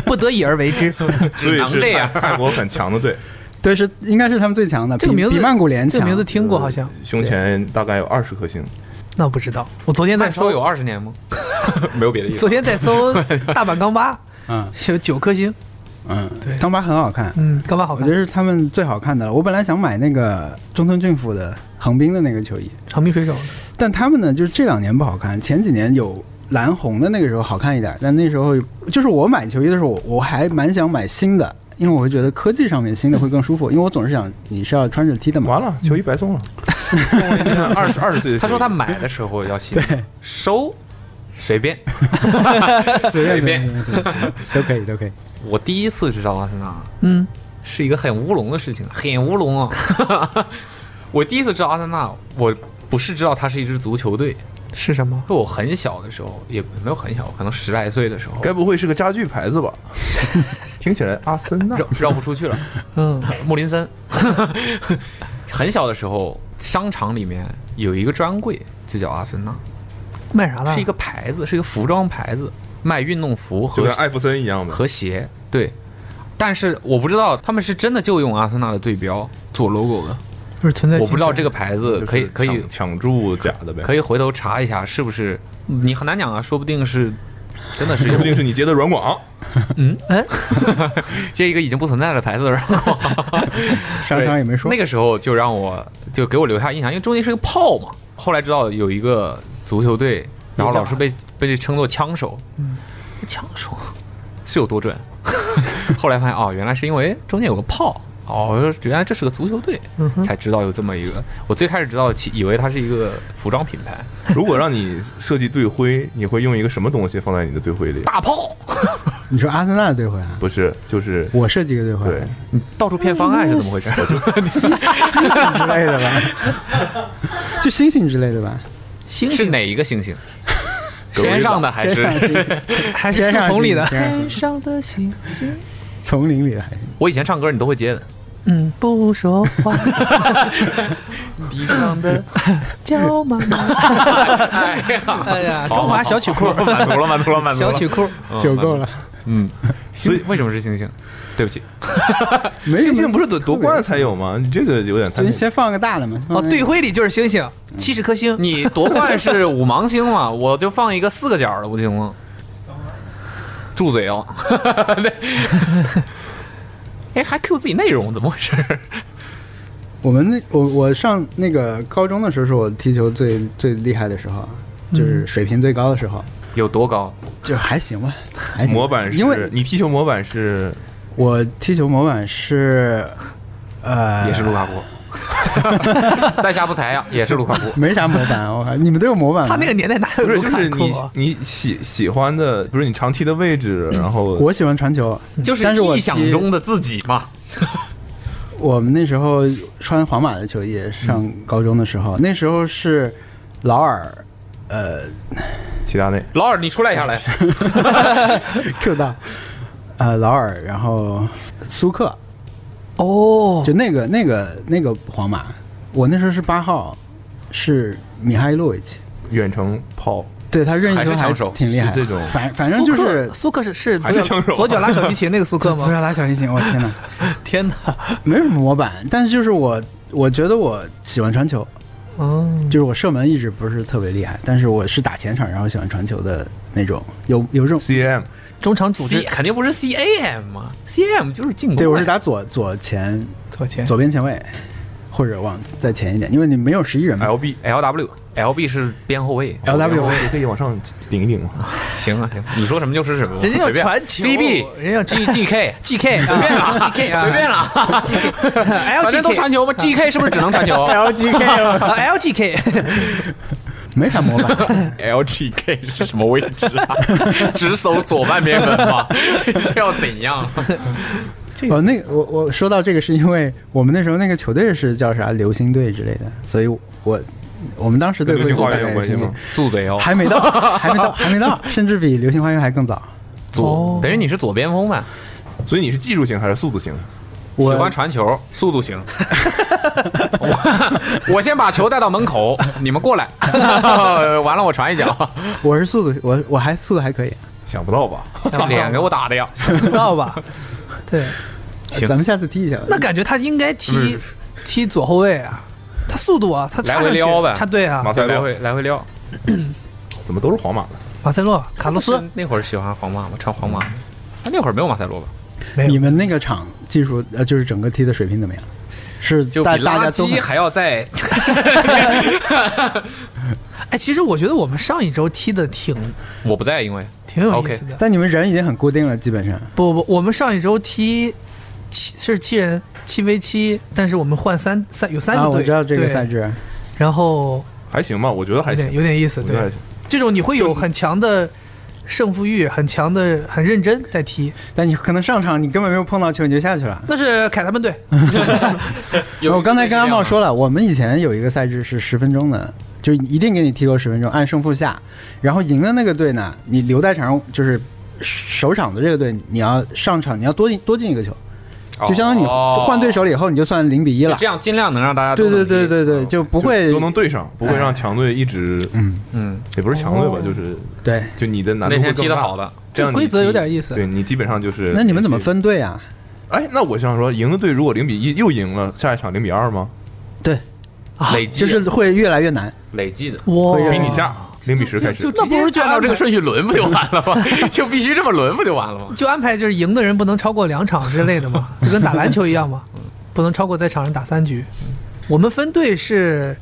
S5: 不得已而为之。
S4: 所以
S6: 能
S4: 是
S6: 这样
S4: 泰泰国很强的队，
S2: 对，是应该是他们最强的，
S5: 这个
S2: 比
S5: 名字
S2: 比曼谷联
S5: 这
S2: 强。
S5: 个名字听过好像，
S4: 胸前大概有二十颗星。
S5: 那我不知道。我昨天在
S6: 那时候有
S5: 搜，
S6: 二十年吗？没有别的意思
S5: 昨。天在搜大阪钢巴，
S2: 嗯
S5: 有九颗星。
S2: 嗯，
S5: 对
S2: 钢巴很好看，
S5: 嗯，钢巴好
S2: 我觉得
S5: 看。
S2: 是他们最好看的了。我本来想买那个中村俊辅的横滨的那个球衣，
S5: 长滨水手，
S2: 但他们呢，就是这两年不好看，前几年有蓝红的那个时候好看一点，但那时候就是我买球衣的时候，我我还蛮想买新的，因为我会觉得科技上面新的会更舒服，因为我总是想你是要穿着踢的嘛。
S4: 完了，球衣白 送了，送了一件二十二十岁的球衣。
S6: 他说他买的时候要新，收 随便。
S2: 随
S6: 随便
S2: 随随便都可以都可以。
S6: 我第一次知道阿森纳
S5: 嗯，
S6: 是一个很乌龙的事情，很乌龙啊！ 我第一次知道阿森纳，我不是知道它是一支足球队，
S5: 是什么？
S6: 是我很小的时候，也没有很小，可能十来岁的时候，
S4: 该不会是个家具牌子吧？ 听起来阿森纳
S6: 绕绕不出去了。
S5: 嗯，
S6: 莫林森， 很小的时候，商场里面有一个专柜，就叫阿森纳，
S5: 卖
S4: 啊
S5: 啥了？
S6: 是一个牌子，是一个服装牌子，卖运动服
S4: 就
S6: 和
S4: 跟艾弗森一样的，
S6: 和鞋，对。但是我不知道他们是真的就用阿森纳的队标做 logo 的，
S5: 就是存在。
S6: 我不知道这个。牌
S4: 就
S6: 子
S4: 是
S6: 可以可以
S4: 抢抢注假的呗，
S6: 可
S4: 以，
S6: 以回头查一下是不是，你很难讲啊，说不定是 真的是
S4: 说不定
S6: 用
S4: 是你接的软广，
S5: 哎，
S6: 接一个已经不存在的牌子，然 后
S2: 商场也没说
S6: 那个时候就让我就给我留下印象，因为中间是个炮嘛。后来知道有一个足球队，然后老是被被称作枪手，枪手是有多准？ 后来发现哦，原来是因为中间有个炮。哦，原来这是个足球队，才知道有这么一个。我最开始知道，其以为它是一个服装品牌，
S4: 如果让你设计队徽，你会用一个什么东西放在你的队徽里？
S6: 大炮，
S2: 你说阿森纳的队徽啊，
S4: 不是，就是
S2: 我设计个队徽
S4: 对，哎
S6: 到处骗方案是怎么回事？
S2: 之类的 吧，就星星之类的吧，
S5: 星
S6: 是
S5: 星
S6: 哪一个星星？天上的还
S2: 天上
S6: 是？
S2: 星
S5: 还是
S2: 天
S5: 树
S2: 上
S5: 丛里的
S2: 星。天上星
S7: 上的星星。
S2: 丛林里的还行。
S6: 我以前唱歌你都会接 的，
S5: 嗯，
S7: 不说话，低唱的叫妈妈。
S6: 哎呀，
S5: 哎呀，中华小曲库，
S6: 满足了，满足了，满足
S5: 小
S6: 了。
S5: 曲库，
S2: 酒够了，
S6: 嗯，
S4: 所
S6: 所
S4: 以
S6: 以为什么是星星？对不起，
S2: 没什
S4: 星
S2: 么
S4: 星不是夺夺冠才有吗？你这个有点太
S2: 先先放个大的嘛。
S5: 哦，
S2: 放那个
S5: 队徽里就是星星，七十颗 星。
S6: 你夺冠是五芒星嘛， 我就放一个四个角的不行吗？住嘴哦！ 对哎，还 Q 自己内容，怎么回事？
S2: 我们那我我上那个高中的时候，是我踢球最最厉害的时候，啊就是水平最高的时候，
S6: 有多高？
S2: 就还行吧，还行。
S4: 模板是，
S2: 因为
S4: 你踢球模板是
S2: 我踢球模板是，呃，
S6: 也是卢卡库，在下不才 呀，也是卢卡库。
S2: 没啥模板，我靠，你们都有模板吗？
S5: 他那个年代哪有
S4: 不是
S5: 卢
S4: 就
S5: 卡
S4: 是
S5: 库
S4: 你
S5: 啊？
S4: 你喜喜欢的，不是你常踢的位置，然后
S2: 我喜欢传球，
S6: 就是
S2: 但是我
S6: 臆想
S2: 踢
S6: 中的自己嘛，
S2: 我们那时候穿皇马的球衣上高中的时候，那时候是劳尔，呃
S4: 齐达内。
S6: 劳尔，你出来一下 来。
S2: ，Q 到，呃，劳尔，然后苏克，
S5: 哦，
S2: 就那个那个那个皇马，我那时候是八号，是米哈伊洛维奇，
S4: 远程炮，
S2: 对他任意
S6: 还是
S2: 球还
S6: 抢手
S2: 挺厉害的，
S4: 是这种
S2: 反反正就是
S5: 苏克苏克是是
S4: 还是
S5: 左
S4: 枪手
S5: 脚左脚拉小提琴那个苏克
S2: 足球
S5: 吗？
S2: 拉小提琴，我天哪，
S5: 天哪！
S2: 没什么模板，但是就是我我觉得我喜欢传球，
S5: 嗯，
S2: 就是我射门一直不是特别厉害，但是我是打前场，然后喜欢传球的那种，有有这种。
S4: CM
S5: 中场组
S6: C
S5: 织
S6: 肯定不是 C A M 嘛，C A M 就是进攻。
S2: 对，我是打左左前
S5: 左前
S2: 左边前卫，或者往再前一点，因为你没有十一人
S6: 哎
S2: 嘛。
S4: LB
S6: L W L B 是边后卫。
S2: L W
S5: 啊
S4: 也可以往上顶一顶嘛。
S6: 行啊行，你说什么就是什么，
S5: 人家要
S6: 随便啊
S5: 传球
S6: C B
S5: 人家要
S6: G G K。
S5: G K
S6: 随便了
S5: ，G K 啊，
S6: 随便了，
S5: ，L
S6: 反
S5: G
S6: 正都传
S5: K
S6: 球嘛。G K 是不是只 能传球
S5: G K 了，L G K
S2: 没啥模板，
S6: ？L G K 是什么位置啊？只守左半边门吗？这要怎样？
S2: 哦，那个我我说到这个是因为我们那时候那个球队是叫啥流星队之类的，所以我我们当时对
S4: 跟流
S2: 贵
S4: 星
S2: 族
S4: 花
S2: 大
S4: 园有
S2: 概
S4: 关系
S2: 心里
S4: 吗？
S6: 住嘴哦，
S2: 还没到，还没到，还没到，甚至比《流星花园》还更早。
S6: 左，等于你是左边锋嘛，
S4: 所以你是技术型还是速度型？
S6: 喜
S2: 我
S6: 欢传球，速度型。我我先把球带到门口，你们过来，完了我传一脚，
S2: 我是速度，我我还速度还可以。
S4: 想不到吧？
S6: 脸给我打的呀！
S5: 知道吧？对，
S2: 咱们下次踢一下吧。
S5: 那感觉他应该踢踢左后卫啊，他速度啊，他插
S6: 来回
S5: 上去
S6: 撩呗
S5: 插队啊，
S4: 马塞
S6: 来
S4: 洛
S6: 回来回撩。
S4: 怎么都是皇马的？
S5: 马塞洛、卡洛斯，
S6: 那会儿喜欢皇马嘛，穿皇马。他那会儿没有马塞洛吧？
S5: 没有
S2: 你们那个场技术呃，就是整个踢的水平怎么样？是
S6: 就比
S2: 大啊大
S6: 垃
S2: 家都
S6: 圾
S2: 很
S6: 还要在
S5: 哎，其实我觉得我们上一周踢的挺
S6: 我不在，因为
S5: 挺有意思的。
S2: 但你们人已经很固定了，基本上
S5: 不不，我们上一周踢七是七人七 v 七，但是我们换三三有三个
S2: 啊，
S5: 队，
S2: 我知道这个
S5: 对
S2: 赛，制，
S5: 然后
S4: 还行吧，我觉得还
S5: 有
S4: 行
S5: 点，有点意思，
S4: 我觉得还
S5: 对，
S4: 行。
S5: 这种你会有很强的胜负欲，很强的很认真在踢，
S2: 但你可能上场你根本没有碰到球你就下去了。
S5: 那是凯他们队，
S2: 嗯我刚才跟阿茂说了，我们以前有一个赛制是十分钟的，就一定给你踢够十分钟，按胜负下。然后赢的那个队呢，你留在场上就是首场的这个队，你要上场，你要多进多进一个球，就相当于你换对手了以后，你就算零比一
S6: 就
S2: 了
S6: 这。样尽量能让大家都
S2: 对对
S6: 能嗯
S2: 对
S6: 踢
S2: 对对，就不会哎
S4: 就都能对上，不会让强队一直
S2: 嗯
S6: 嗯，
S4: 也不是强队吧，就是
S2: 对。
S4: 就你的难
S6: 那
S4: 度会
S6: 天踢
S4: 更
S6: 得
S4: 大
S6: 好。的，
S4: 这样你
S5: 这规则有点意思
S4: 对你基本上就是
S2: 那你们怎么？分队啊？
S4: 哎，那我想说，赢的队如果零比一又赢了，下一场零比二吗？
S2: 对，
S6: 累
S2: 就
S6: 积的
S2: 是会越来越难。
S6: 累计的。
S5: 哇
S2: 会有
S4: 比你下零比十开始
S6: 就，不如就按照这个顺序轮不就完了吗？ 就必须这么轮不就完了吗？
S5: 就安排就是赢的人不能超过两场之类的嘛，就跟打篮球一样嘛，不能超过在场上打三局。我们分队是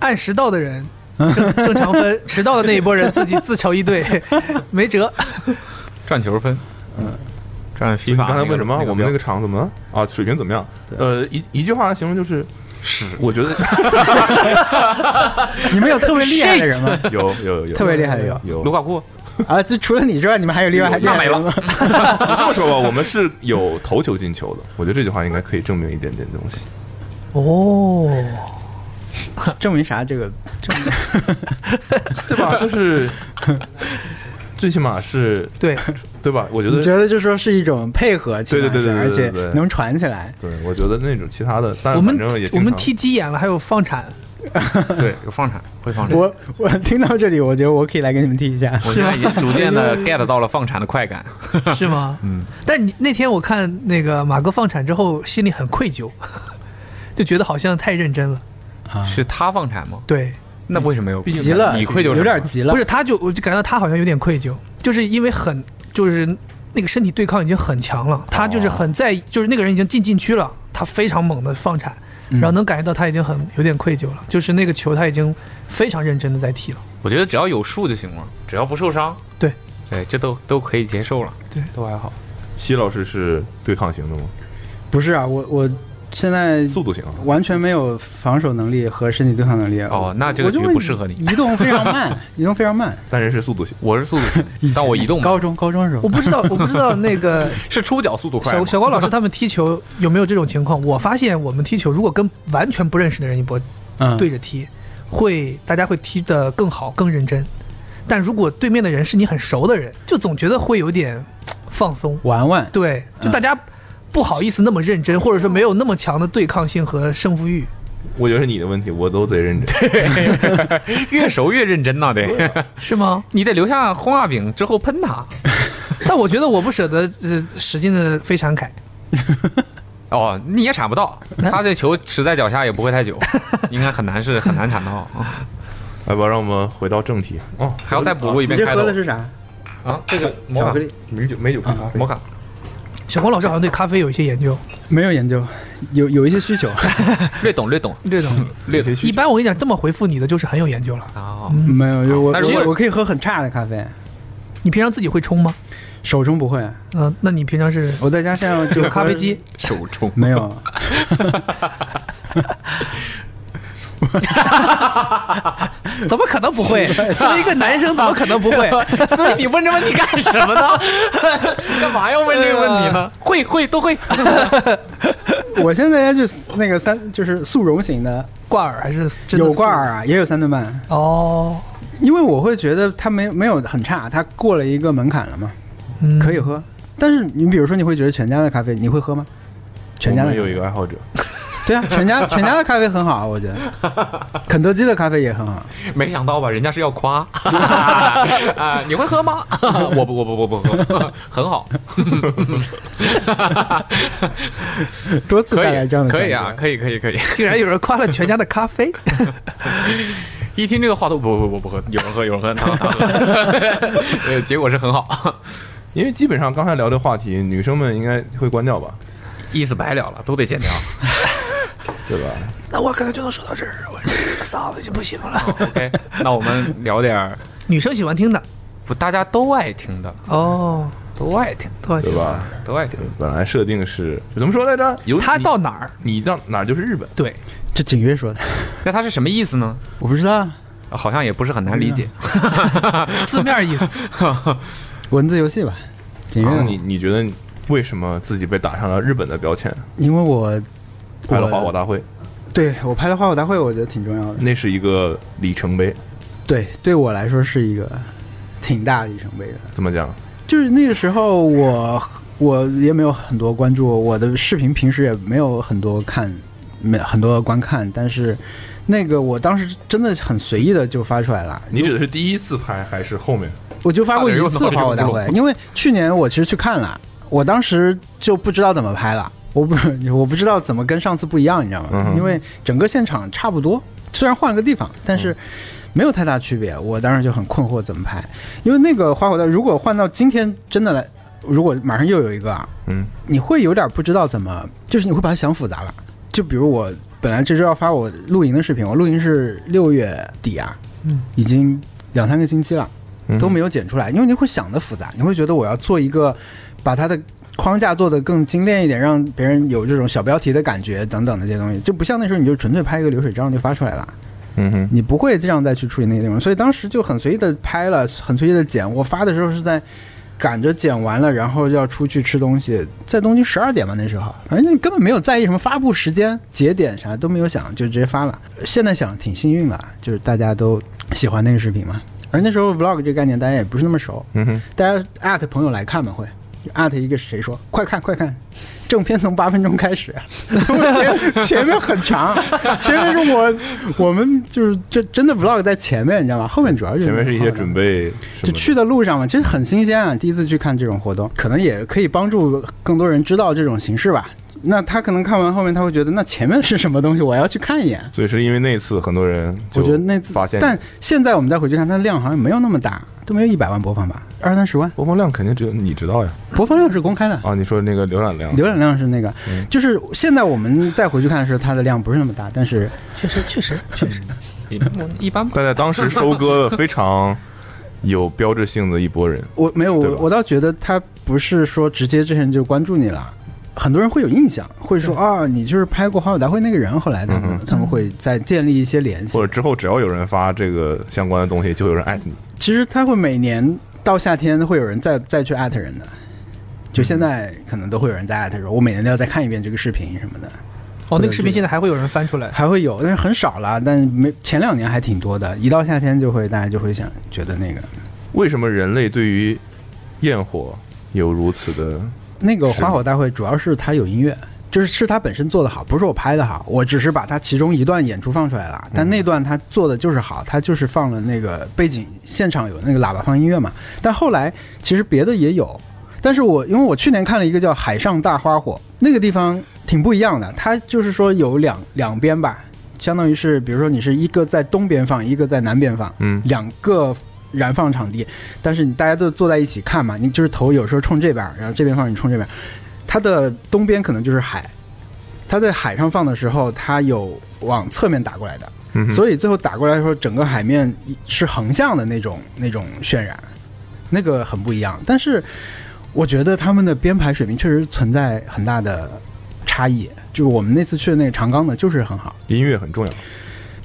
S5: 按时到的人正正常分，迟到的那一波人自己自成一队，没辙。
S6: 赚球分，嗯，赚
S4: 你
S6: FIFA
S4: 刚才问什么？
S6: 那个
S4: 我们那个场怎么了啊？水平怎么样？呃，一一句话来形容就是屎。我 觉得
S2: 你们有特别厉害的人吗？
S4: 有有有有
S2: 特别厉害的有
S4: 有
S6: 卢。卡库
S2: 啊，就除了你之外，你们还有另外还厉害的人吗？
S4: 你这么 说吧，我们是有头球进球的。我觉得这句话应该可以证明一点点东西。
S5: 哦，
S2: 证明啥？这个
S4: 对吧？就是 最起码是
S5: 对，
S4: 对吧？我觉
S2: 你
S4: 得
S2: 觉得就是说是一种配合起来，
S4: 对对对对对对
S2: 而
S4: 对
S2: 且能传起来。
S4: 对，我觉得那种其他的，但
S5: 我
S4: 反
S5: 们
S4: 正也
S5: 我
S4: 经
S5: 们
S4: 常
S5: 踢急眼了，还有 放铲，
S6: 对有放铲，会放铲。
S2: 我我听到这里，我觉得我可以来给你们踢一下。
S6: 我现在已经逐 渐的 get 到了放铲的快感。
S5: 是吗？
S6: 嗯，
S5: 但你那天我看那个马哥放铲之后，心里很愧疚， 就觉得好像太认真了。
S2: 啊，
S6: 是他放铲吗？
S5: 对，
S6: 那为什么有？
S2: 急了，
S6: 你愧疚
S2: 有
S6: 什么
S2: 点急了。
S5: 不是，他就我就感到他好像有点愧疚，就是因为很就是那个身体对抗已经很强了，他就是
S4: 哦
S5: 很在意，就是那个人已经进禁区了，他非常猛的放铲，
S4: 嗯
S5: 然后能感觉到他已经很有点愧疚了，就是那个球他已经非常认真的在踢了。
S6: 我觉得只要有数就行了，只要不受伤。
S5: 对，
S6: 对，哎这都都可以接受了。
S5: 对
S6: 都还好。
S4: 西老师是对抗型的吗？
S2: 不是啊，我我现在
S4: 速度型啊，
S2: 完全没有防守能力和身体对抗能力。
S6: 哦那这个
S2: 我就
S6: 局
S2: 会
S6: 不适合你
S2: 移动非常 慢，移动非常慢。
S4: 但是是速度型。
S6: 我 是速度型，但我移动哦慢
S2: 高中高中的时候
S5: 我，不知道，我不知道那个
S6: 是出脚速度快吗
S5: 小。小光老师他们踢 球有没有这种情况？我发现我们踢球，如果跟完全不认识的人一波
S2: 嗯，
S5: 对着踢，会大家会踢得更好、更认真。但如果对面的人是你很熟的人，就总觉得会有点嘖放松，
S2: 玩玩。
S5: 对，就
S6: 嗯
S5: 大家不好意思那么认真，或者说没有那么强的对抗性和胜负欲。
S4: 我觉得是你的问题，我都贼认真。
S6: 越熟越认真呐，得
S5: 是吗？
S6: 你得留下轰蜡饼之后喷他。
S5: 但我觉得我不舍得，呃，使劲的飞铲凯，
S6: 哦，你也铲不 到，他这球持在脚下也不会太久， 应该很难是很难铲到。啊
S4: 来吧，让我们回到正题。哦，
S6: 还要再补录一
S2: 你
S6: 遍
S2: 这
S6: 开
S2: 喝
S6: 头
S2: 的是啥？
S6: 啊，这个摩
S2: 巧
S6: 卡
S2: 克力？
S4: 美酒美酒配咖啡
S6: 摩卡，
S5: 小黄老师好像对咖啡有一些研究，
S2: 没有研究，有有一些需求。
S6: 略懂略懂
S5: 这种
S4: 略推
S5: 一般我跟你讲，这么回复你的就是很有研究了。
S6: 啊。
S2: 没有，就我
S6: 但是
S2: 我
S6: 我
S2: 我可以喝很差的咖啡，
S5: 你平常自己会冲吗？
S2: 手冲不会。
S5: 嗯、那你平常是
S2: 我在家现在就
S5: 有
S2: 喝
S5: 咖啡机，
S6: 手冲
S2: 没有，
S5: 怎么可能不会？ 作为一个男生，怎么可能不会？
S6: 所以你问这问题干什 么呢？干嘛要问这个问题
S5: 呃
S6: 呢？会会都会。
S2: 我现在就那个三就是速溶型的
S5: 挂耳还是真的
S2: 有挂
S5: 四
S2: 耳啊，也有三顿半，
S5: 哦，
S2: 因为我会觉得它没没有很差，它过了一个门槛了嘛，
S5: 嗯
S2: 可以喝。但是你比如说，你会觉得全家的咖啡你会喝吗？全家
S4: 我
S2: 的
S4: 们有一个爱好者，
S2: 对啊，全家全家的咖啡很好啊，我觉得，肯德基的咖啡也很好。
S6: 没想到吧，人家是要夸 啊！你会喝吗？我不，我不，我不喝， 很好，
S2: 多次
S6: 可
S2: 带来
S6: 以
S2: 这样，的
S6: 可以
S2: 感觉
S6: 啊，，可以，可以，可以。
S5: 竟然有人夸了全家的咖啡，
S6: 一听这个话头，不不不不喝，有人喝，有人喝，他他 喝，呃，结果是很好，
S4: 因为基本上刚才聊这话题，女生们应该会关掉吧，
S6: 意思白了了，都得剪掉。
S4: 对吧？
S5: 那我可能就能说到这儿，我 这嗓子已经不行了。
S6: OK，那我们聊点儿
S5: 女生喜欢听的
S6: 不大家都爱听的，
S5: 哦，
S6: 都爱听，
S5: 对
S4: 对？吧？
S6: 都爱听的。
S4: 本来设定是怎么说来着？有
S5: 他
S4: 你
S5: 到哪儿？
S4: 你到哪儿就是日本，
S5: 对，
S2: 这景月说的，
S6: 那它是什么意思呢？
S2: 我不知道啊，
S6: 好像也不是很难理解。
S2: 嗯
S5: 字面意思。
S2: 文字游戏吧。景
S4: 然后
S2: 月，
S4: 你你觉得为什么自己被打上了日本的标签？
S2: 因为我
S4: 拍了花火大会，
S2: 对我拍了花火大会，我觉得挺重要的。
S4: 那是一个里程碑，
S2: 对，对我来说是一个挺大的里程碑的。
S4: 怎么讲？
S2: 就是那个时候我我也没有很多关注，我的视频平时也没有很多看，没很多观看，但是那个我当时真的很随意的就发出来了，
S4: 你指的是第一次拍还是后面？
S2: 我就发过一次
S6: 差点
S2: 花
S6: 又
S2: 火
S6: 闹
S2: 大
S6: 这个
S2: 会，因为去年我其实去看了，我当时就不知道怎么拍了，我不 我不知道怎么跟上次不一样，你知道
S4: 嗯
S2: 吗？
S4: 哼
S2: 因为整个现场差不多，虽然换了个地方，但是没有太大区别。我当时就很困惑怎么拍，因为那个花火大，如果换到今天真的来，如果马上又有一个啊，
S4: 嗯，
S2: 你会有点不知道怎么，就是你会把它想复杂了。就比如我本来这周要发我露营的视频，我露营是六月底啊，
S5: 嗯，
S2: 已经两三个星期了。
S4: 嗯
S2: 都没有剪出来，因为你会想的复杂，你会觉得我要做一个把它的框架做得更精炼一点，让别人有这种小标题的感觉等等的这些东西，就不像那时候你就纯粹拍一个流水账就发出来了，
S4: 嗯哼，
S2: 你不会这样再去处理那些内容，所以当时就很随意的拍了，很随意的剪。我发的时候是在赶着剪完了，然后要出去吃东西，在东京十二点吧那时候，反正你根本没有在意什么发布时间、节点啥都没有想，就直接发了。现在想挺幸运的，就是大家都喜欢那个视频嘛。而那时候 vlog 这个概念大家也不是那么熟，
S4: 嗯哼，
S2: 大家艾特朋友来看嘛会。就艾特一个谁说快看快看，正片从八分钟开始， 前前面很长，前面是我我们就是这真的 vlog 在前面，你知道吗？后面主要就是
S4: 前面是一些准备什么
S2: 就
S4: 的，
S2: 去的路上嘛，其实很新鲜啊，第一次去看这种活动，可能也可以帮助更多人知道这种形式吧。那他可能看完后面他会觉得那前面是什么东西，我要去看一眼。
S4: 所以是因为那次很多人就
S2: 我觉得那次
S4: 发现，
S2: 但现在我们再回去看，它量好像没有那么大，都没有一百万播放吧，二三十万
S4: 播放量肯定只有你知道呀。
S2: 播放量是公开的，
S4: 啊，你说那个浏览量，
S2: 浏览量是那个，就是现在我们再回去看的时候，它的量不是那么大，但是
S5: 确实，确实，确实，
S6: 一般
S4: 但在当时收割了非常有标志性的一波人。
S2: 我没有
S4: 对
S2: 我
S4: 吧
S2: 我倒觉得它不是说直接这些人就关注你了。很多人会有印象，会说啊，你就是拍过花火大会那个人。后来他们、
S4: 嗯
S2: 他们会再建立一些联系
S4: 或。者之后只要有人发这个相关的东西，就有人艾特你。
S2: 其实他会每年到夏天会有人再再去艾特人的，就现在
S4: 嗯
S2: 可能都会有人在艾特说，我每年都要再看一遍这个视频什么的，
S5: 哦，那个视频现在还会有人翻出来。
S2: 还会有，但是很少了。但没前两年还挺多的，一到夏天就会大家就会想觉得那个
S4: 为什么人类对于焰火有如此的？
S2: 那个花火大会主要是它有音乐，就是是它本身做的好，不是我拍的好，我只是把它其中一段演出放出来了。但那段它做的就是好，它就是放了那个背景，现场有那个喇叭放音乐嘛。但后来其实别的也有，但是我因为我去年看了一个叫海上大花火，那个地方挺不一样的，它就是说有两两边吧，相当于是比如说你是一个在东边放，一个在南边放，
S4: 嗯
S2: 两个燃放场地，但是你大家都坐在一起看嘛，你就是头有时候冲这边，然后这边放你冲这边。它的东边可能就是海，它在海上放的时候，它有往侧面打过来的，
S4: 嗯哼，
S2: 所以最后打过来的时候，整个海面是横向的那种那种渲染，那个很不一样。但是我觉得他们的编排水平确实存在很大的差异。就是我们那次去的那个长冈的，就是很好。
S4: 音乐很重要。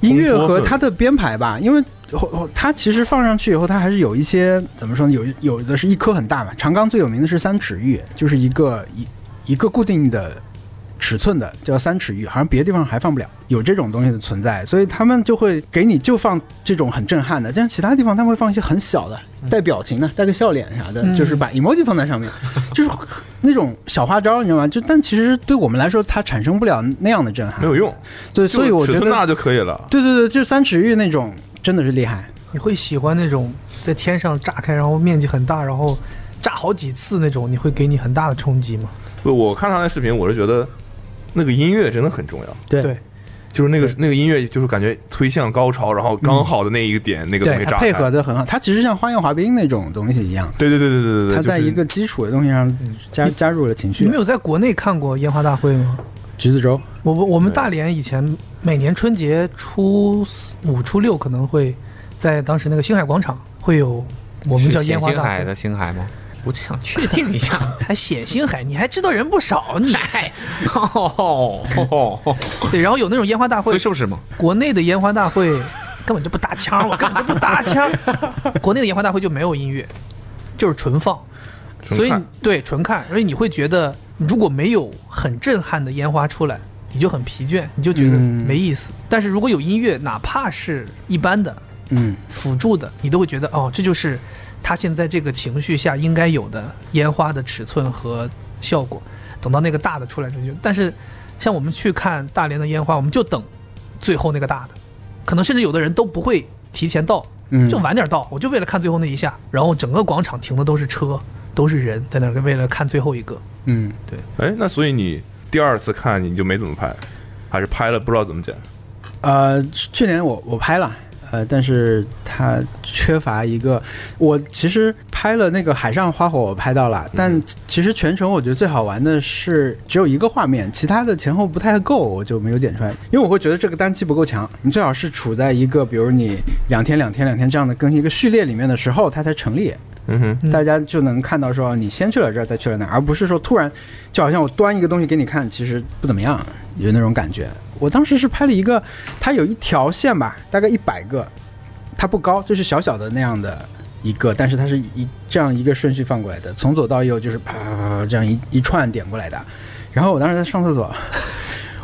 S2: 音乐和它的编排吧，因为后后它其实放上去以后，它还是有一些怎么说呢？有有的是一颗很大嘛，长冈最有名的是三尺玉，就是一个一一个固定的尺寸的，叫三尺玉，好像别的地方还放不了，有这种东西的存在，所以他们就会给你就放这种很震撼的，但其他地方他们会放一些很小的，
S4: 嗯
S2: 带表情的，带个笑脸啥的，就是把 emoji 放在上面，就是那种小花招，你知道吗？就但其实对我们来说，它产生不了那样的震撼
S4: 没，有用，
S2: 对，所以我
S4: 就
S2: 觉
S4: 尺寸大
S2: 得，
S4: 就可以了。
S2: 对对对，就三尺玉那种真的是厉害，
S5: 你会喜欢那种在天上炸开，然后面积很大，然后炸好几次那种，你会给你很大的冲击吗？
S4: 不我看他那视频，我是觉得那个音乐真的很重要，
S2: 对
S5: 对
S4: 就是那个那个音乐，就是感觉推向高潮，然后刚好的那一个点，那个东西
S5: 对
S4: 炸
S2: 它
S4: 开
S2: 配合的很好，它其实像花样滑冰那种东西一样。
S4: 对对对对对对对，
S2: 它在
S4: 就是
S2: 一个基础的东西上加加入了情绪
S5: 你。们有在国内看过烟花大会吗？
S2: 橘子洲，
S5: 我们我们
S4: 对
S5: 大连以前每年春节初四五、初六可能会在当时那个星海广场会有我们叫
S6: 是
S5: 烟花
S6: 咸
S5: 大
S6: 星海
S5: 会，
S6: 的星海吗？我就想确定一下。
S5: 还显星海，你还知道人不少你。
S6: 哦，
S5: 对，然后有那种烟花大
S6: 所
S5: 会
S6: 以，是不是嘛？
S5: 国内的烟花大会根本就不搭腔，我根本就不搭腔。国内的烟花大会就没有音乐，就是纯放，
S4: 纯看
S5: 所以你对纯看，所以你会觉得如果没有很震撼的烟花出来，你就很疲倦，你就觉得
S2: 嗯
S5: 没意思。但是如果有音乐，哪怕是一般的
S2: 嗯，
S5: 辅助的，你都会觉得哦，这就是他现在这个情绪下应该有的烟花的尺寸和效果。等到那个大的出来，就觉得但是像我们去看大连的烟花，我们就等最后那个大的，可能甚至有的人都不会提前到，
S2: 嗯
S5: 就晚点到，我就为了看最后那一下，然后整个广场停的都是车，都是人在那儿为了看最后一个。
S2: 嗯，
S4: 哎，那所以你第二次看你就没怎么拍，还是拍了不知道怎么剪？
S2: 呃，去年我我拍了。呃，但是它缺乏一个，我其实拍了那个海上花火，我拍到了，但其实全程我觉得最好玩的是只有一个画面，其他的前后不太够，我就没有剪出来，因为我会觉得这个单机不够强，你最好是处在一个比如你两天两天两天这样的更新一个序列里面的时候，它才成立。
S4: 嗯哼，
S5: 嗯
S2: 大家就能看到说你先去了这儿，再去了那儿，而不是说突然就好像我端一个东西给你看，其实不怎么样，有那种感觉。我当时是拍了一个，它有一条线吧，大概一百个，它不高，就是小小的那样的一个，但是它是一这样一个顺序放过来的，从左到右就是啪啪啪啪啪这样一一串点过来的。然后我当时在上厕所，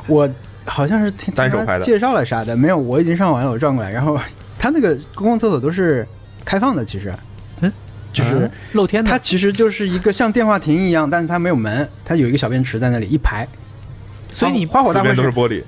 S2: 我好像是 听
S4: 单手
S2: 听他
S4: 拍的
S2: 介绍了啥的，没有，我已经上完了，我转过来，然后他那个公共厕所都是开放的，其实，
S5: 嗯，
S2: 就是。
S5: 露天
S2: 它
S5: 的，
S2: 其实就是一个像电话亭一样，但是它没有门，它有一个小便池在那里一排，
S5: 所以你
S2: 花火
S4: 四
S2: 大会
S4: 边都是
S2: 是
S4: 玻璃，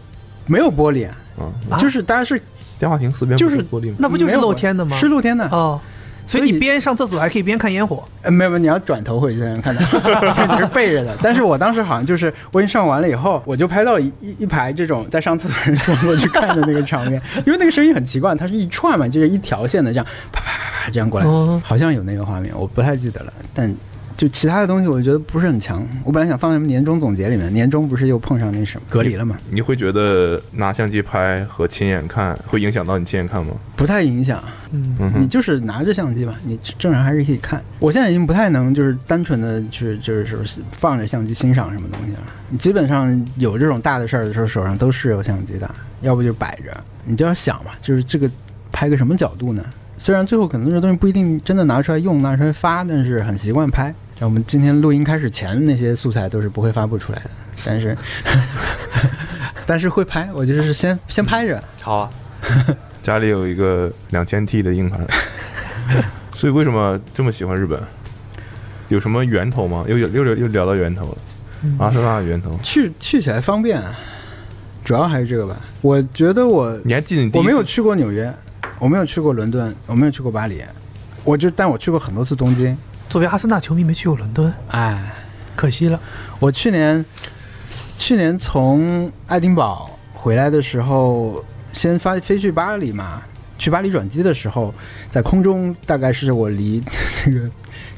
S2: 没有玻璃，
S4: 嗯，
S5: 啊
S2: 就是当然是
S4: 电话亭四边
S2: 就是
S4: 不玻璃吗？
S5: 那不就
S2: 没
S5: 是
S2: 有
S5: 露天的吗？
S2: 是露天的，
S5: 哦，所以
S2: 所以
S5: 你边上厕所还可以边看烟火。
S2: 呃，没有，没有你要转头回去才能 看到，你是背着的。但是我当时好像就是我已经上完了以后，我就拍到了一一一排这种在上厕所的人转过去看的那个场面，因为那个声音很奇怪，它是一串嘛，就是一条线的这样啪啪啪啪这样过来，
S5: 哦
S2: 好像有那个画面，我不太记得了，但。就其他的东西，我觉得不是很强。我本来想放在年终总结里面，年终不是又碰上那什么隔离了嘛，
S4: 你会觉得拿相机拍和亲眼看会影响到你亲眼看吗？
S2: 不太影响。
S5: 嗯，
S4: 嗯
S2: 你
S4: 哼，
S2: 就是拿着相机吧，你正常还是可以看。我现在已经不太能就是单纯的去就是说放着相机欣赏什么东西了。你基本上有这种大的事儿的时候，手上都是有相机的，要不就摆着。你就要想嘛，就是这个拍个什么角度呢？虽然最后可能这东西不一定真的拿出来用、拿出来发，但是很习惯拍。像我们今天录音开始前那些素材都是不会发布出来的，但是 但是会拍，我就是先先拍着。
S6: 好啊，
S4: 家里有一个两千 T 的硬 盘，所以为什么这么喜欢日本？有什么源头吗？又又又又聊到源头了，
S2: 嗯
S4: 阿森纳的源头。
S2: 去去起来方便，啊主要还是这个吧。我觉得我
S4: 你还记得你第一
S2: 我
S4: 次
S2: 没有去过纽约，我没有去过伦敦，我没有去过巴黎，我就但我去过很多次东京。
S5: 作为阿森纳球迷没去过伦敦，
S2: 哎，
S5: 可惜了。
S2: 我去年去年从爱丁堡回来的时候，先发飞去巴黎嘛。去巴黎转机的时候，在空中大概是我离 这个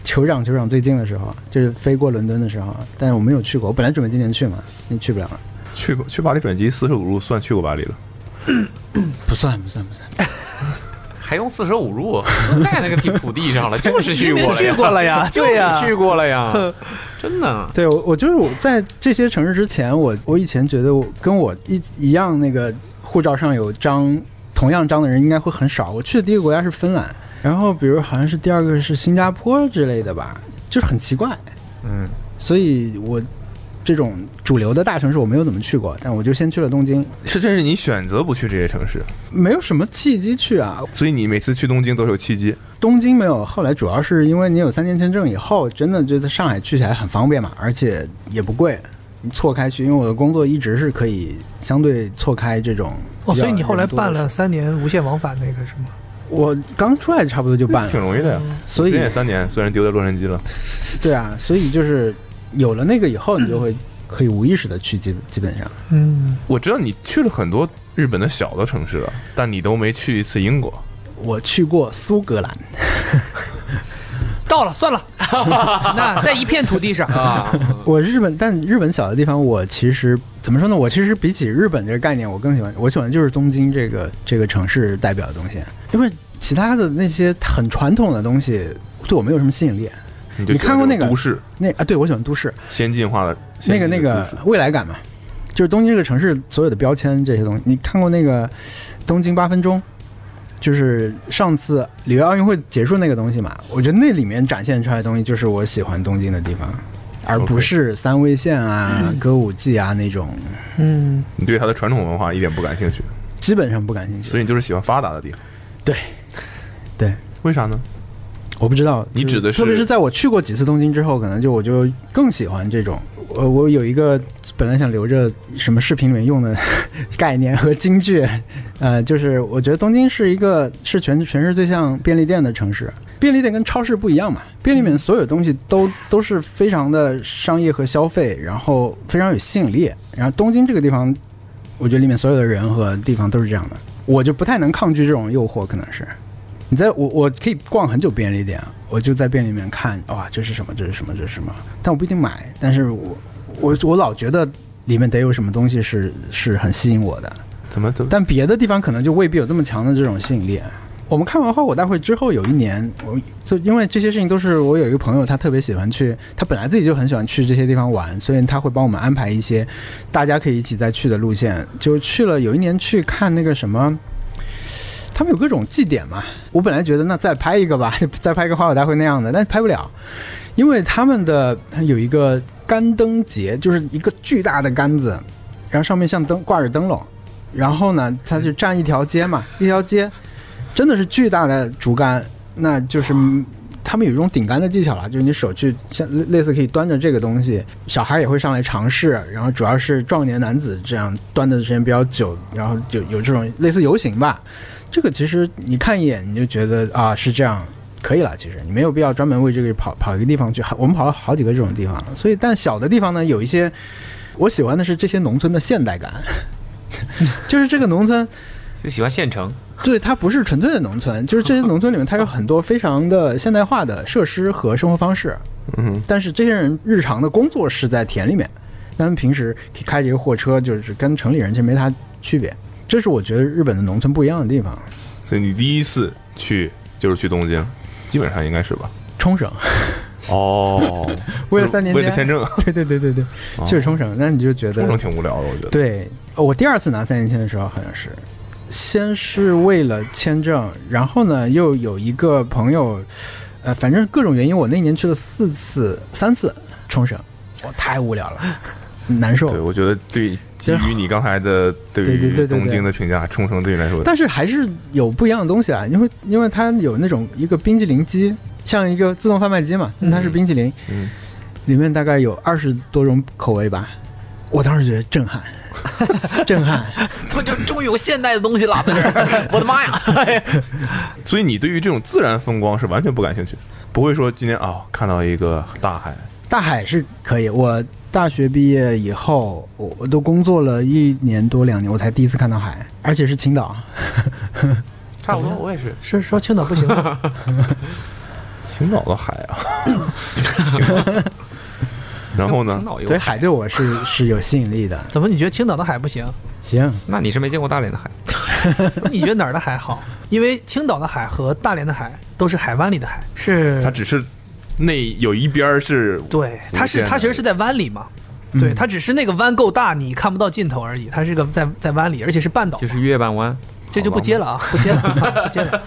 S2: 酋长酋长最近的时候，就是飞过伦敦的时候，但是我没有去过。我本来准备今年去嘛，那去不了了。
S4: 去过去巴黎转机四舍五入算去过巴黎了，
S2: 不算不算不算。
S6: 还用四舍五入？ 我在那个地土地 上了，就是去过
S5: 明明
S6: 了
S5: 去过了呀
S6: 呀，就
S5: 对呀
S6: 是去过了 呀，真的。啊
S2: 对，我我就是我在这些城市之前，我我以前觉得我跟我一一样那个护照上有章同样章的人应该会很少。我去的第一个国家是芬兰，然后比如好像是第二个是新加坡之类的吧，就是很奇怪。
S6: 嗯，
S2: 所以我这种主流的大城市我没有怎么去过，但我就先去了东京，
S4: 是这是你选择不去这些城市，
S2: 没有什么契机去啊。
S4: 所以你每次去东京都是有契机。
S2: 东京没有，后来主要是因为你有三年签证以后，真的就在上海去起来很方便嘛，而且也不贵。你错开去，因为我的工作一直是可以相对错开这种比较人多的
S5: 哦，
S2: 时候。
S5: 所以你后来办了三年无限往返那个是吗？
S2: 我刚出来差不多就办
S4: 嗯
S2: 嗯
S4: 挺
S2: 了，
S4: 容易的呀。
S2: 所
S4: 之
S2: 以
S4: 前也三年，虽然丢在洛杉矶了，
S2: 对啊，所以就是有了那个以后，你就会可以无意识的去基基本上。
S5: 嗯，
S4: 我知道你去了很多日本的小的城市了，但你都没去一次英国。
S2: 我去过苏格兰，
S5: 到了，算了，那在一片土地上，
S6: 啊，
S2: 我日本，但日本小的地方，我其实怎么说呢？我其实比起日本这个概念，我更喜欢，我喜欢就是东京这个这个城市代表的东西，因为其他的那些很传统的东西对我没有什么吸引力。
S4: 你就
S2: 你看过那个
S4: 喜欢这种都市
S2: 那啊，对我喜欢都市，
S4: 先进化的
S2: 那个那个未来感嘛，就是东京这个城市所有的标签这些东西。你看过那个《东京八分钟》，就是上次里约奥运会结束那个东西嘛？我觉得那里面展现出来的东西就是我喜欢东京的地方，而不
S4: OK
S2: 是三味线啊、歌舞伎啊那种，
S5: 嗯，
S4: 你对它的传统文化一点不感兴趣，
S2: 基本上不感兴趣。
S4: 所以你就是喜欢发达的地方。
S2: 对，对，
S4: 为啥呢？
S2: 我不知道
S4: 你
S2: 就
S4: 指的是
S2: 特别是在我去过几次东京之后，可能就我就更喜欢这种。呃，我有一个本来想留着什么视频里面用的 概念和金句，呃，就是我觉得东京是一个是全全市最像便利店的城市。便利店跟超市不一样嘛，便利店所有东西都都是非常的商业和消费，然后非常有吸引力。然后东京这个地方，我觉得里面所有的人和地方都是这样的，我就不太能抗拒这种诱惑，可能是。你在我我可以逛很久便利店，我就在便利店看，哇，这是什么？这是什么？这是什么？但我不一定买，但是我我我老觉得里面得有什么东西是是很吸引我的，
S4: 怎么怎么？
S2: 但别的地方可能就未必有这么强的这种吸引力。我们看完花火大会之后，有一年，我就因为这些事情都是我有一个朋友，他特别喜欢去，他本来自己就很喜欢去这些地方玩，所以他会帮我们安排一些大家可以一起再去的路线。就去了有一年去看那个什么，他们有各种祭典嘛。我本来觉得那再拍一个吧，再拍一个花火大会那样的，但是拍不了，因为他们的有一个干灯节，就是一个巨大的杆子，然后上面像灯挂着灯笼。然后呢，它就占一条街嘛，一条街真的是巨大的竹竿，那就是嗯他们有一种顶杆的技巧啦，就是你手去像类类似可以端着这个东西，小孩也会上来尝试，然后主要是壮年男子这样端的时间比较久，然后有有这种类似游行吧，这个其实你看一眼你就觉得啊是这样。可以了，其实你没有必要专门为这个跑跑一个地方去，好我们跑了好几个这种地方，所以但小的地方呢，有一些我喜欢的是这些农村的现代感， 就是这个农村，
S6: 就喜欢县城，
S2: 对它不是纯粹的农村，就是这些农村里面，它有很多非常的现代化的设施和生活方式。
S4: 嗯，
S2: 但是这些人日常的工作是在田里面，他们平时开着一个货车，就是跟城里人其实没啥区别。这是我觉得日本的农村不一样的地方。
S4: 所以你第一次去就是去东京，基本上应该是吧？
S2: 冲绳，
S4: 哦，
S2: 为了三年
S4: 为了
S2: 签
S4: 签证，
S2: 对对对对对，就是冲绳。那你就 觉得
S4: 冲绳挺无聊的，我觉得。
S2: 对，呃我第二次拿三年签的时候好像是，先是为了签证，然后呢又有一个朋友，呃，反正各种原因，我那年去了四次、三次冲绳，我太无聊了，难
S4: 对，
S2: 受。
S4: 我觉得对，基于你刚才的
S2: 哦对
S4: 对
S2: 对对
S4: 于
S2: 对对
S4: 东京的评价，冲绳对你来说，
S2: 但是还是有不一样的东西啊，因为因为它有那种一个冰淇淋机，像一个自动贩卖机嘛，但它是冰淇淋，
S4: 嗯
S2: 里面大概有二十多种口味吧，我当时觉得震撼， 震撼。
S6: 我这终于有现代的东西了，在这儿， 我的 妈呀！
S4: 所以你对于这种自然风光是完全不感兴趣，不会说今天啊、看到一个大海，
S2: 大海是可以。我大学毕业以后，我我都工作了一年多两年，我才第一次看到海，而且是青岛。
S6: 差不多，我也是。
S5: 是说青岛不行，
S4: 青岛的海 啊，然后呢
S6: 青，岛有
S2: 所以海对我是是有吸引力的。
S5: 怎么你觉得青岛的海不行？
S2: 行，
S6: 那你是没见过大连的海，
S5: 你觉得哪儿的海好？因为青岛的海和大连的海都是海湾里的海，是
S4: 它只是那有一边儿是
S5: 对，它是它其实是在湾里嘛。对，它只是那个湾够大，你看不到尽头而已。它是个在在湾里，而且是半岛，
S6: 就是月半湾，
S5: 这就不接了啊，不接了， 不接了。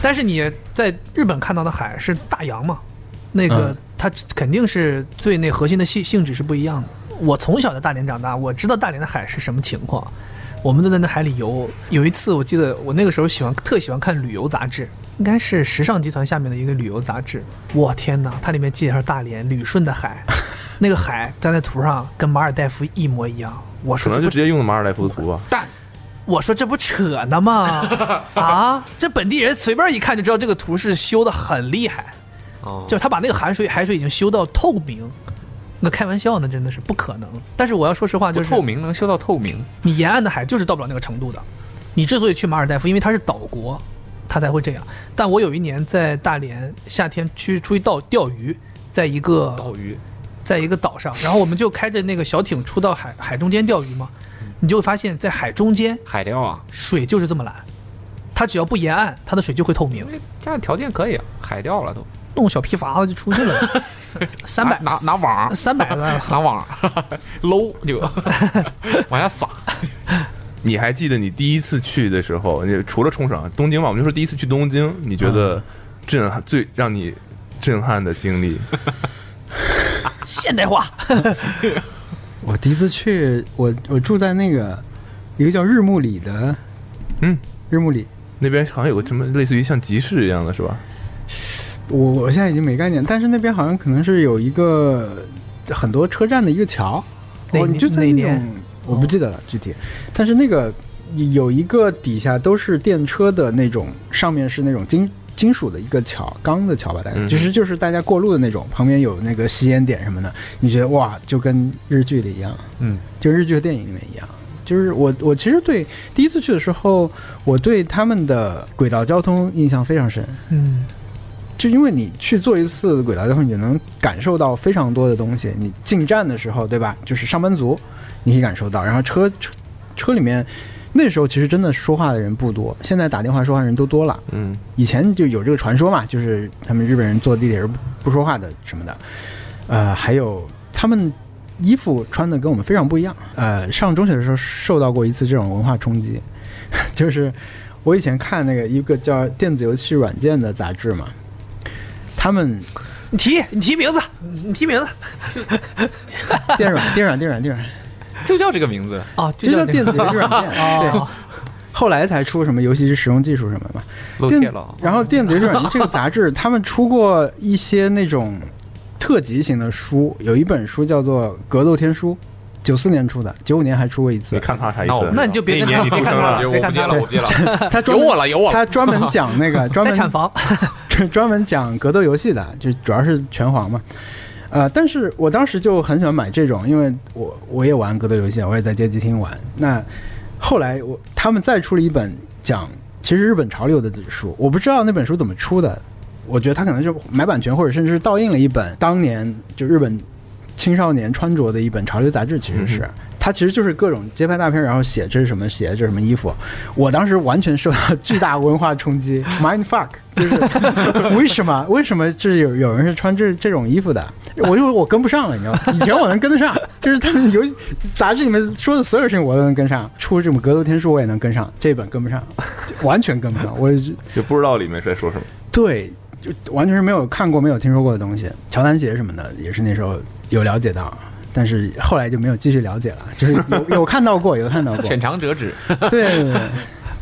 S5: 但是你在日本看到的海是大洋嘛？那个
S2: 嗯
S5: 它肯定是最那核心的性性质是不一样的。我从小在大连长大，我知道大连的海是什么情况。我们都在那海里游。有一次，我记得我那个时候喜欢特喜欢看旅游杂志，应该是时尚集团下面的一个旅游杂志。我天哪，它里面介绍大连旅顺 的海，那个海在那图上跟马尔代夫一模一样。我
S4: 可
S5: 说这
S4: 能
S5: 不
S4: 就直接用的马尔代夫的啊图吧。
S6: 但
S5: 我说这不扯呢吗？ 啊，这本地人随便一看就知道这个图是修的很厉害，
S6: 哦
S5: 就是他把那个海水海水已经修到透明。那开玩笑呢，真的是不可能。但是我要说实话，
S6: 不
S5: 就是
S6: 透明能修到透明，
S5: 你沿岸的海就是到不了那个程度的。你之所以去马尔代夫，因为它是岛国，它才会这样。但我有一年在大连夏天去出去钓钓鱼，在一个
S6: 岛鱼
S5: 在一个岛上，然后我们就开着那个小艇出到海海中间钓鱼嘛，你就会发现，在海中间
S6: 海钓啊，
S5: 水就是这么蓝，它只要不沿岸，它的水就会透明
S6: 因。为家里条件可以啊，海钓了都，
S5: 弄个小皮筏子就出去 了，三百
S6: 拿拿网
S5: 三百的
S6: 拿网搂就往下撒，
S4: 你还记得你第一次去的时候，你除了冲绳、东京嘛，我们就说第一次去东京，你觉
S2: 嗯
S4: 得震撼最让你震撼的经历？
S5: 现代化，
S2: 我第一次去，我我住在那个一个叫日暮里的，
S4: 嗯，
S2: 日暮里，
S4: 那边好像有个什么类似于像集市一样的是吧？
S2: 我我现在已经没概念，但是那边好像可能是有一个很多车站的一个桥，
S5: 哪
S2: 哦，你就在
S5: 哪哦
S2: 那
S5: 年
S2: 种我不记得了具体，啊但是那个有一个底下都是电车的那种，上面是那种金金属的一个桥，钢的桥吧，大概、
S4: 嗯
S2: 其实就是大家过路的那种，旁边有那个吸烟点什么的，你觉得哇，就跟日剧里一样，
S6: 嗯，
S2: 就日剧和电影里面一样。就是我，我其实对第一次去的时候，我对他们的轨道交通印象非常深。
S5: 嗯，
S2: 就因为你去做一次轨道交通，你就能感受到非常多的东西。你进站的时候，对吧？就是上班族，你可以感受到。然后车车车里面，那时候其实真的说话的人不多，现在打电话说话的人都多了。
S4: 嗯，
S2: 以前就有这个传说嘛，就是他们日本人坐地铁是不不说话的什么的。呃，还有他们衣服穿的跟我们非常不一样。呃，上中学的时候受到过一次这种文化冲击， 就是我以前看那个一个叫《电子游戏软件》的杂志嘛，他 们
S5: 你提你提名字，你提名字
S2: 电软电软电软电软，
S6: 就叫这个名字，
S5: 啊，
S2: 这
S5: 就
S2: 叫
S5: 叫 哦
S2: 电子游戏软件。 哦
S5: 啊
S2: 对，后来才出什么游戏使用技术什么的嘛。
S6: 露
S2: 电
S6: 怯了啊。
S2: 然后《电子游戏软件》这个杂志，他们出过一些那种特级型的书，有一本书叫做《格斗天书》，九四年出的，九五年还出过一次
S4: 你。看他啥意
S6: 那我
S4: 思
S6: 们？
S5: 那你就别
S4: 那
S5: 跟
S4: 一年你
S5: 他
S4: 出生
S5: 别看他
S4: 了
S5: 了，
S6: 我
S5: 别
S6: 不
S5: 看
S6: 接
S5: 他
S6: 了，我不
S5: 了，
S6: 接了，
S2: 他专
S6: 有
S2: 门
S6: 我了，有我了。
S2: 他专门讲那 个专
S5: 在
S2: 门
S5: 产房，
S2: 专门讲格斗游戏的，就主要是拳皇嘛。呃，但是我当时就很喜欢买这种，因为我我也玩格斗游戏，啊我也在街机厅玩。那后来我他们再出了一本讲其实日本潮流的书，我不知道那本书怎么出的，我觉得他可能是买版权，或者甚至是盗印了一本当年就日本青少年穿着的一本潮流杂志，其实是。它其实就是各种街拍大片，然后写这是什么鞋，这是什么衣服。我当时完全受到巨大文化冲击 ，mind fuck，就是为什么为什么这有有人是穿这这种衣服的？我就我跟不上了，你知道吗？以前我能跟得上，就是他们游戏杂志里面说的所有事情我都能跟上，出这种格斗天书我也能跟上，这本跟不上，就完全跟不上。我就
S4: 就不知道里面是在说什么。
S2: 对，就完全是没有看过、没有听说过的东西。乔丹鞋什么的也是那时候有了解到，但是后来就没有继续了解了。就是 有有看到过，有看到过。
S6: 浅尝辄止，
S2: 对对对，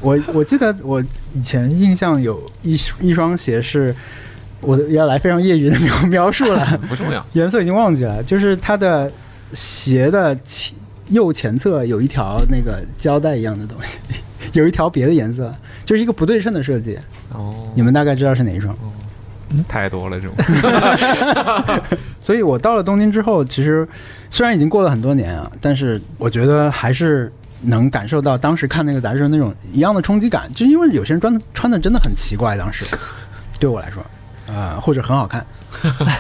S2: 我我记得我以前印象有一一双鞋是，我要来非常业余的描描述了，
S6: 不重要。
S2: 颜色已经忘记了，就是它的鞋的前右前侧有一条那个胶带一样的东西， 有一条别的颜色，就是一个不对称的设计。
S6: 哦，
S2: 你们大概知道是哪一双？
S6: 太多了这种。
S2: 所以我到了东京之后，其实虽然已经过了很多年啊，但是我觉得还是能感受到当时看那个杂志的那种一样的冲击感，就因为有些人穿的穿的真的很奇怪，当时对我来说，呃，或者很好看，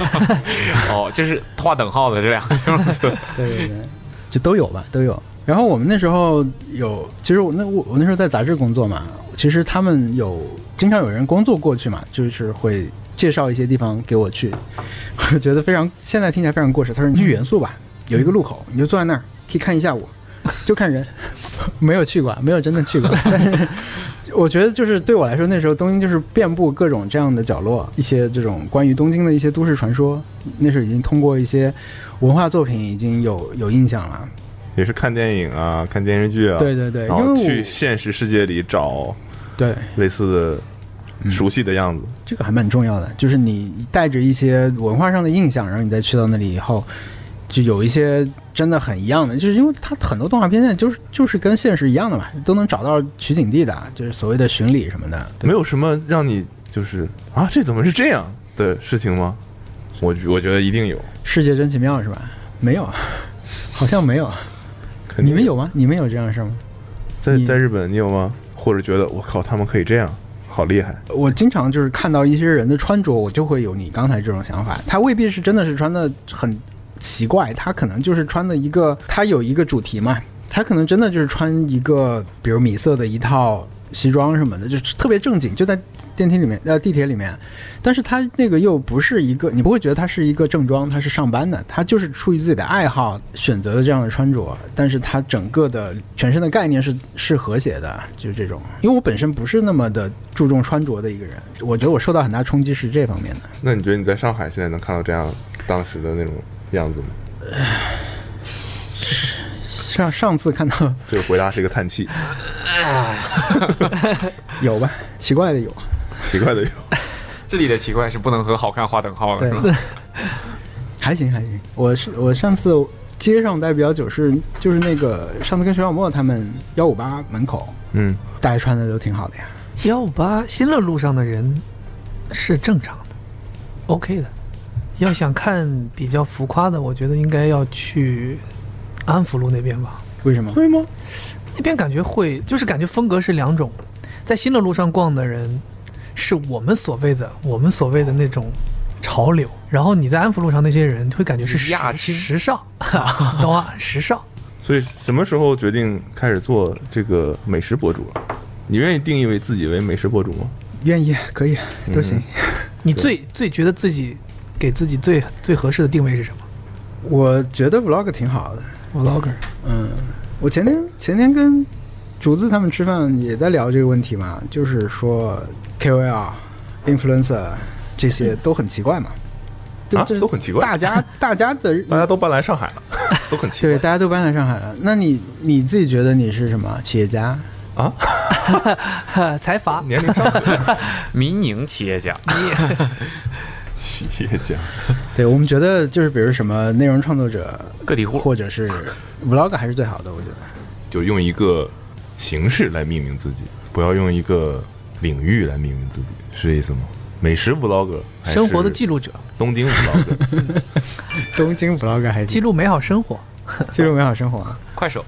S6: 哦，这是画等号的这两个形容 词。
S2: 对对对，就都有吧，都有。然后我们那时候有，其实我那我我那时候在杂志工作嘛，其实他们有经常有人工作过去嘛，就是会介绍一些地方给我去， 我觉得非常现在听起来非常过时。他说你去元素吧，有一个路口，你就坐在那 啊 儿可以看一下午，就看人，没有去过，没有真的去过，但是我我觉得就是对我来说，那时候东京就是遍布各种这样的角落，一些这种关于东京的一些都市传说，那时候已经通过一些文化作品已经有有印象了。
S4: 也是看电影啊，看电视剧啊，
S2: 对对对，
S4: 然
S2: 因
S4: 后
S2: 为
S4: 去
S2: 我
S4: 现实世界里找
S2: 对
S4: 类似的、熟悉的样子。
S2: 这个还蛮重要的，就是你带着一些文化上的印象，然后你再去到那里以后，就有一些真的很一样的，就是因为它很多动画片现在就是就是跟现实一样的嘛，都能找到取景地的，就是所谓的巡礼什么的。对
S4: 没有什么让你就是啊，这怎么是这样的事情吗？我我觉得一定有，
S2: 世界真奇妙是吧？没有，好像没有。
S4: 肯定
S2: 你们有吗？你们有这样的事儿吗？
S4: 在
S2: 你
S4: 在日本你有吗？或者觉得我靠，他们可以这样，好厉害，
S2: 我经常就是看到一些人的穿着，我就会有你刚才这种想法。他未必是真的是穿的很奇怪，他可能就是穿的一个，他有一个主题嘛，他可能真的就是穿一个，比如米色的一套西装什么的，就是特别正经，就在电梯里面，呃，地铁里面。但是他那个又不是一个，你不会觉得他是一个正装，他是上班的，他就是出于自己的爱好选择的这样的穿着，但是他整个的全身的概念是是和谐的，就是这种。因为我本身不是那么的注重穿着的一个人，我觉得我受到很大冲击是这方面的。
S4: 那你觉得你在上海现在能看到这样当时的那种样子吗？
S2: 上上次看到
S4: 这个回答是一个叹 气，
S2: 有吧，奇怪的有，
S4: 奇怪的有。
S6: 这里的奇怪是不能和好看划等号的，
S2: 对
S6: 是 吧？
S2: 还行还行。我是我上次街上代表酒是就是那个上次跟徐小沫他们幺五八门口，
S4: 嗯，
S2: 大家穿的都挺好的呀。
S5: 幺五八新乐路上的人是正常的，OK 的。要想看比较浮夸的，我觉得应该要去安福路那边吧，
S2: 为什么？
S4: 会吗？
S5: 那边感觉会就是感觉风格是两种，在新乐路上逛的人是我们所谓的我们所谓的那种潮流，然后你在安福路上那些人会感觉是时
S6: 亚青
S5: 时尚，懂吗？时尚。
S4: 所以什么时候决定开始做这个美食博主了？你愿意定义为自己为美食博主吗？
S2: 愿意可以
S4: 嗯
S2: 都行。
S5: 你最最觉得自己给自己最最合适的定位是什么
S2: 我觉得 vlog 挺好的。
S5: ？vlogger。
S2: 嗯，我前天前天跟竹子他们吃饭也在聊这个问题嘛，就是说 KOL、influencer 这些都很奇怪嘛，
S4: 啊
S2: 这这
S4: 都很奇怪
S2: 大家大家的
S4: 大家都搬来上海了， 都很奇
S2: 对，
S4: 怪
S2: 大家都搬来上海了。那你你自己觉得你是什么企业家？
S4: 啊！
S5: 呃， 财阀，
S4: 年龄上
S6: 民营企业家，
S4: 企业家，
S2: 对我们觉得就是比如什么内容创作者，
S6: 个体户，
S2: 或者是 vlog 还是最好的，我觉得。
S4: 就用一个形式来命名自己，不要用一个领域来命名自己，是这意思吗？美食 vlog，
S5: 生活的记，录者，
S4: 东京 vlog，
S2: 东京 vlog 还
S5: 记
S2: 记
S5: 录美好生活。
S2: 记录美好生活啊。
S6: 快手，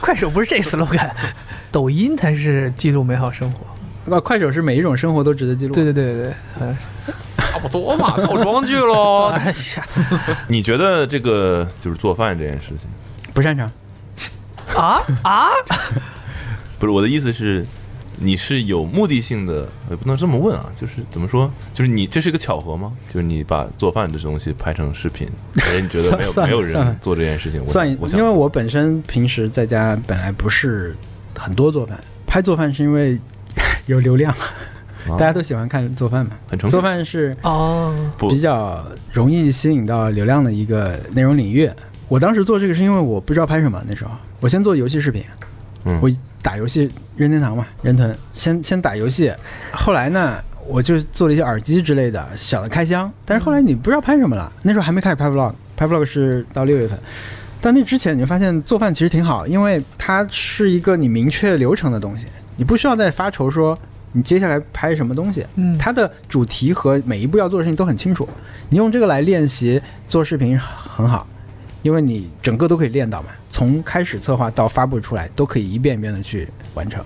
S5: 快手不是这 slogan，抖音才是记录美好生活。
S2: 那快手是每一种生活都值得记录。
S5: 对对对对对，呃
S6: 差不多嘛，倒装句 喽。
S5: 哎呀
S4: 你觉得这个就是做饭这件事情？
S2: 不擅长。
S5: 啊啊！
S4: 不是我的意思是，你是有目的性的，也不能这么问啊，就是怎么说，就是你这是一个巧合吗？就是你把做饭这东西拍成视频，哎，你觉得没有
S2: 算
S4: 没有
S2: 算
S4: 人做这件事情？我
S2: 算一
S4: 我，想
S2: 因为我本身平时在家本来不是很多做饭，拍做饭是因为 有流量，
S4: 啊
S2: 大家都喜欢看做饭嘛。
S4: 很成熟
S2: 做饭是
S5: 哦，
S4: 不
S2: 比较容易吸引到流量的一个内容领域。我当时做这个是因为我不知道拍什么，那时候我先做游戏视频，
S4: 嗯
S2: 我打游戏任天堂嘛，任腾先先打游戏，后来呢我就做了一些耳机之类的小的开箱，但是后来你不知道拍什么了，那时候还没开始拍 vlog，拍 vlog 是到六月份。但那之前你就发现做饭其实挺好，因为它是一个你明确流程的东西，你不需要再发愁说你接下来拍什么东西，
S5: 嗯
S2: 它的主题和每一步要做的事情都很清楚。你用这个来练习做视频很好，因为你整个都可以练到嘛，从开始策划到发布出来都可以一遍一遍的去完成。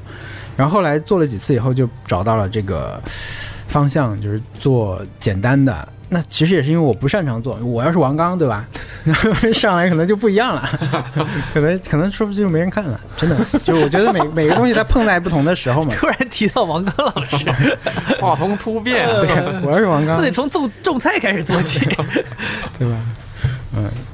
S2: 然后后来做了几次以后，就找到了这个方向，就是做简单的。那其实也是因为我不擅长做，我要是王刚，对吧？ 上来可能就不一样了，可能可能说不定就没人看了。真的，就是我觉得每每个东西它碰在不同的时候嘛。
S5: 突然提到王刚老师，
S6: 画风突变，
S2: 对，啊我要是王刚
S5: 那，得从种种菜开始做 起。嗯
S2: 对吧？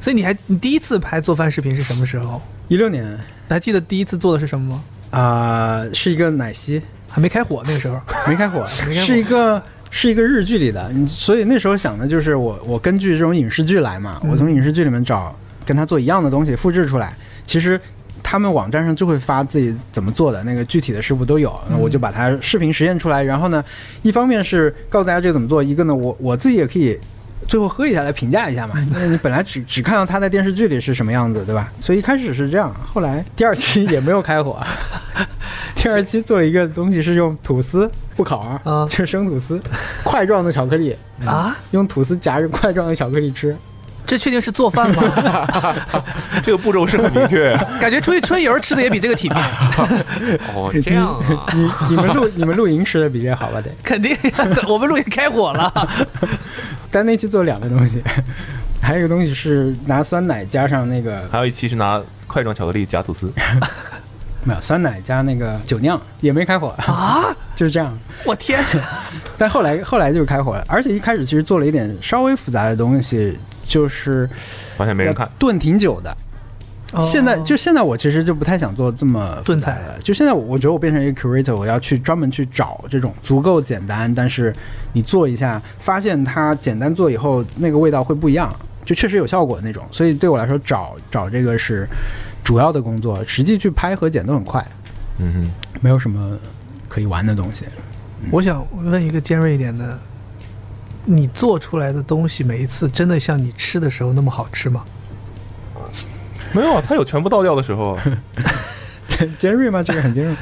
S5: 所以你还你第一次拍做饭视频是什么时候？
S2: 一六年，
S5: 还记得第一次做的是什么吗？
S2: 啊、是一个奶 昔，
S5: 还没开火那个时候，
S2: 没开火，
S5: 没开火
S2: 是一个是一个日剧里的，你所以那时候想的就是我我根据这种影视剧来嘛，
S5: 嗯
S2: 我从影视剧里面找跟他做一样的东西复制出来，其实。他们网站上就会发自己怎么做的那个具体的食谱都有，
S5: 嗯
S2: 那我就把它视频实验出来。然后呢，一方面是告诉大家这个怎么做，一个呢，我我自己也可以最后喝一下来评价一下嘛。那你本来只只看到他在电视剧里是什么样子，对吧？所以一开始是这样，后来第二期也没有开火，第二期做了一个东西是用吐司不烤啊，
S5: 啊
S2: 就是生吐司，块状的巧克力，
S5: 啊，
S2: 用吐司夹着块状的巧克力吃。，
S5: 这确定是做饭 吗？
S4: 这个步骤是很明确啊。
S5: 感觉出去春游吃的也比这个体面，
S6: 哦，这样啊
S2: 你你们露你们露营吃的比这好吧得？
S5: 肯定 呀。我们路也开火了，
S2: 但那期做了两个东西， 还有一个东西是拿酸奶加上那个
S4: 还有一期是拿块状巧克力夹吐司，
S2: 没有酸奶加那个酒酿，也没开火啊， 就是这样。
S5: 我天！
S2: 但后来后来就开火了，而且一开始其实做了一点稍微复杂的东西，就是
S4: 发现没 人看，
S2: 炖挺久的。现在就现在，我其实就不太想做这么
S5: 哦炖菜
S2: 了。就现在，我我觉得我变成一个 curator，我要去专门去找这种足够简单，但是你做一下，发现它简单做以后那个味道会不一样，就确实有效果那种。所以对我来说，找找这个是主要的工作，实际去拍和剪都很快，
S4: 嗯
S2: 没有什么可以玩的东西。
S5: 哦我想问一个尖锐一点的，你做出来的东西每一次真的像你吃的时候那么好吃吗？
S4: 哼，没有啊，它有全部倒掉的时候啊，
S2: 尖锐吗？这个很尖锐。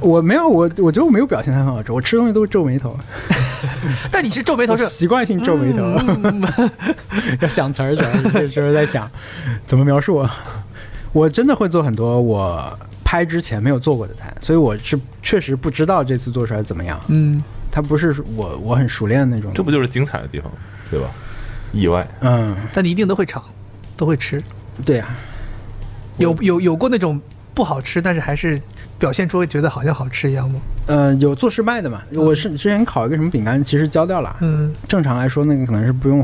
S2: 我没有，我我觉得我没有表现得很好吃，我吃东西都是皱眉头，
S5: 但你是皱眉头
S2: 我
S5: 是嗯
S2: 习惯性皱眉头。 要想词儿，主要是这时候在想怎么描述啊。我真的会做很多我拍之前没有做过的菜，所以我是确实不知道这次做出来怎么样。
S5: 嗯，
S2: 它不是我我很熟练的那种，
S4: 这不就是精彩的地方，对吧？意外，
S2: 嗯，
S5: 但你一定都会尝，都会吃。
S2: 对啊呀、
S5: 有有有过那种不好吃，但是还是表现出觉得好像好吃一样吗？
S2: 呃，有做失败的嘛？我是之前烤一个什么饼干，其实焦掉了。
S5: 嗯，
S2: 正常来说，那个可能是不用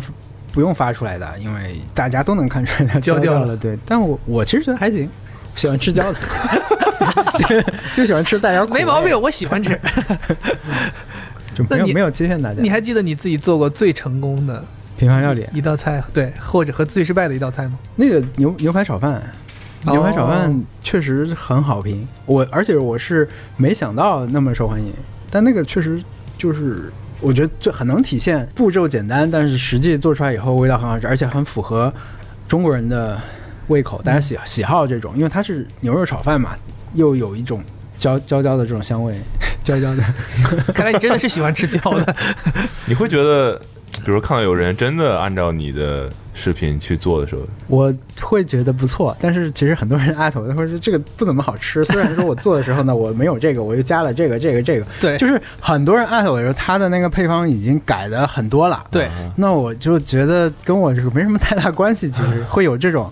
S2: 不用发出来的，因为大家都能看出来它
S5: 焦
S2: 焦
S5: 掉
S2: 掉
S5: 了
S2: 了。对，但我我其实觉得还行，喜欢吃焦的， 就喜欢吃带点苦味
S5: 没毛病，，我喜 欢吃。
S2: 就没
S5: 那
S2: 有
S5: 你
S2: 没有欺骗大家。
S5: 你还记得你自己做过最成功的
S2: 平凡料理啊
S5: 一道菜，对，或者和最失败的一道菜 吗？
S2: 那个牛牛排炒饭，
S5: 哦
S2: 牛排炒饭确实很好评，我而且我是没想到那么受欢迎，但那个确实就是我觉得最很能体现步骤简单，但是实际做出来以后味道很好吃，而且很符合中国人的胃口，大家喜喜好这种，因为它是牛肉炒饭嘛，又有一种焦焦焦的这种香味，焦焦的，
S5: 看来你真的是喜欢吃焦的。
S4: 你会觉得，比如看到有人真的按照你的视频去做的时候，
S2: 我会觉得不错，但是其实很多人 艾特我，他会说这个不怎么好吃。虽然说我做的时候呢，我没有这个，我又加了这个、这个、这个。
S5: 对
S2: 就是很多人艾特我的时候，他的那个配方已经改的很多了。，
S5: 对，
S2: 那我就觉得跟我这个没什么太大关系，其实会有这种，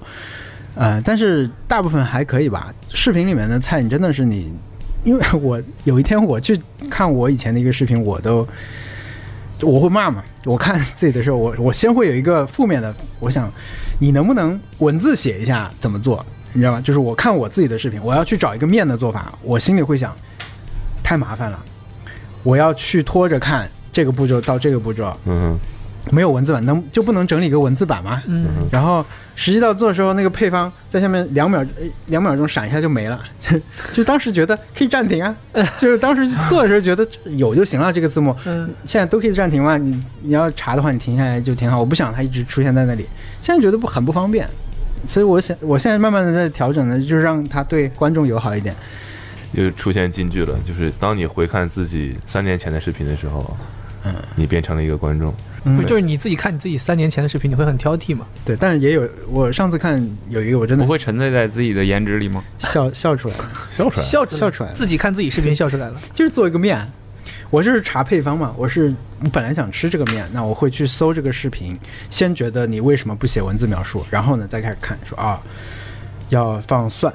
S2: 呃，但是大部分还可以吧。视频里面的菜，你真的是你，因为我有一天我去看我以前的一个视频，我都我会骂嘛。我看自己的时候，我我先会有一个负面的，我想你能不能文字写一下怎么做，你知道吗？就是我看我自己的视频，我要去找一个面的做法，我心里会想，太麻烦了，我要去拖着看这个步骤到这个步骤。
S4: 嗯
S2: 没有文字版，能就不能整理一个文字版吗？
S4: 哼，嗯
S5: 嗯，
S4: 哼，
S2: 然后实际到做的时候，那个配方在下面两秒呃两秒钟闪一下就没了， 就当时觉得可以暂停啊，就是当时做的时候觉得有就行了，这个字幕，
S5: 嗯，
S2: 现在都可以暂停嘛，你你要查的话，你停下来就挺好，我不想它一直出现在那里，现在觉得不很不方便，所以我想我现在慢慢的在调整呢，就是让它对观众友好一点，
S4: 又出现金句了，就是当你回看自己三年前的视频的时候，嗯，你变成了一个观众，
S2: 嗯
S5: 不就是你自己看你自己三年前的视频，你会很挑剔吗？
S2: 对，但是也有我上次看有一个我真
S6: 不
S2: 的
S6: 会沉醉在自己的颜值里吗？
S2: 笑笑出来了，
S4: 笑出来了，
S5: 笑出来了
S2: 笑出来了
S5: 自己看自己视频笑出来了。
S2: 就是做一个面，我就是查配方嘛，我是我本来想吃这个面，那我会去搜这个视频，先觉得你为什么不写文字描述，然后呢再开始看说啊，要放蒜，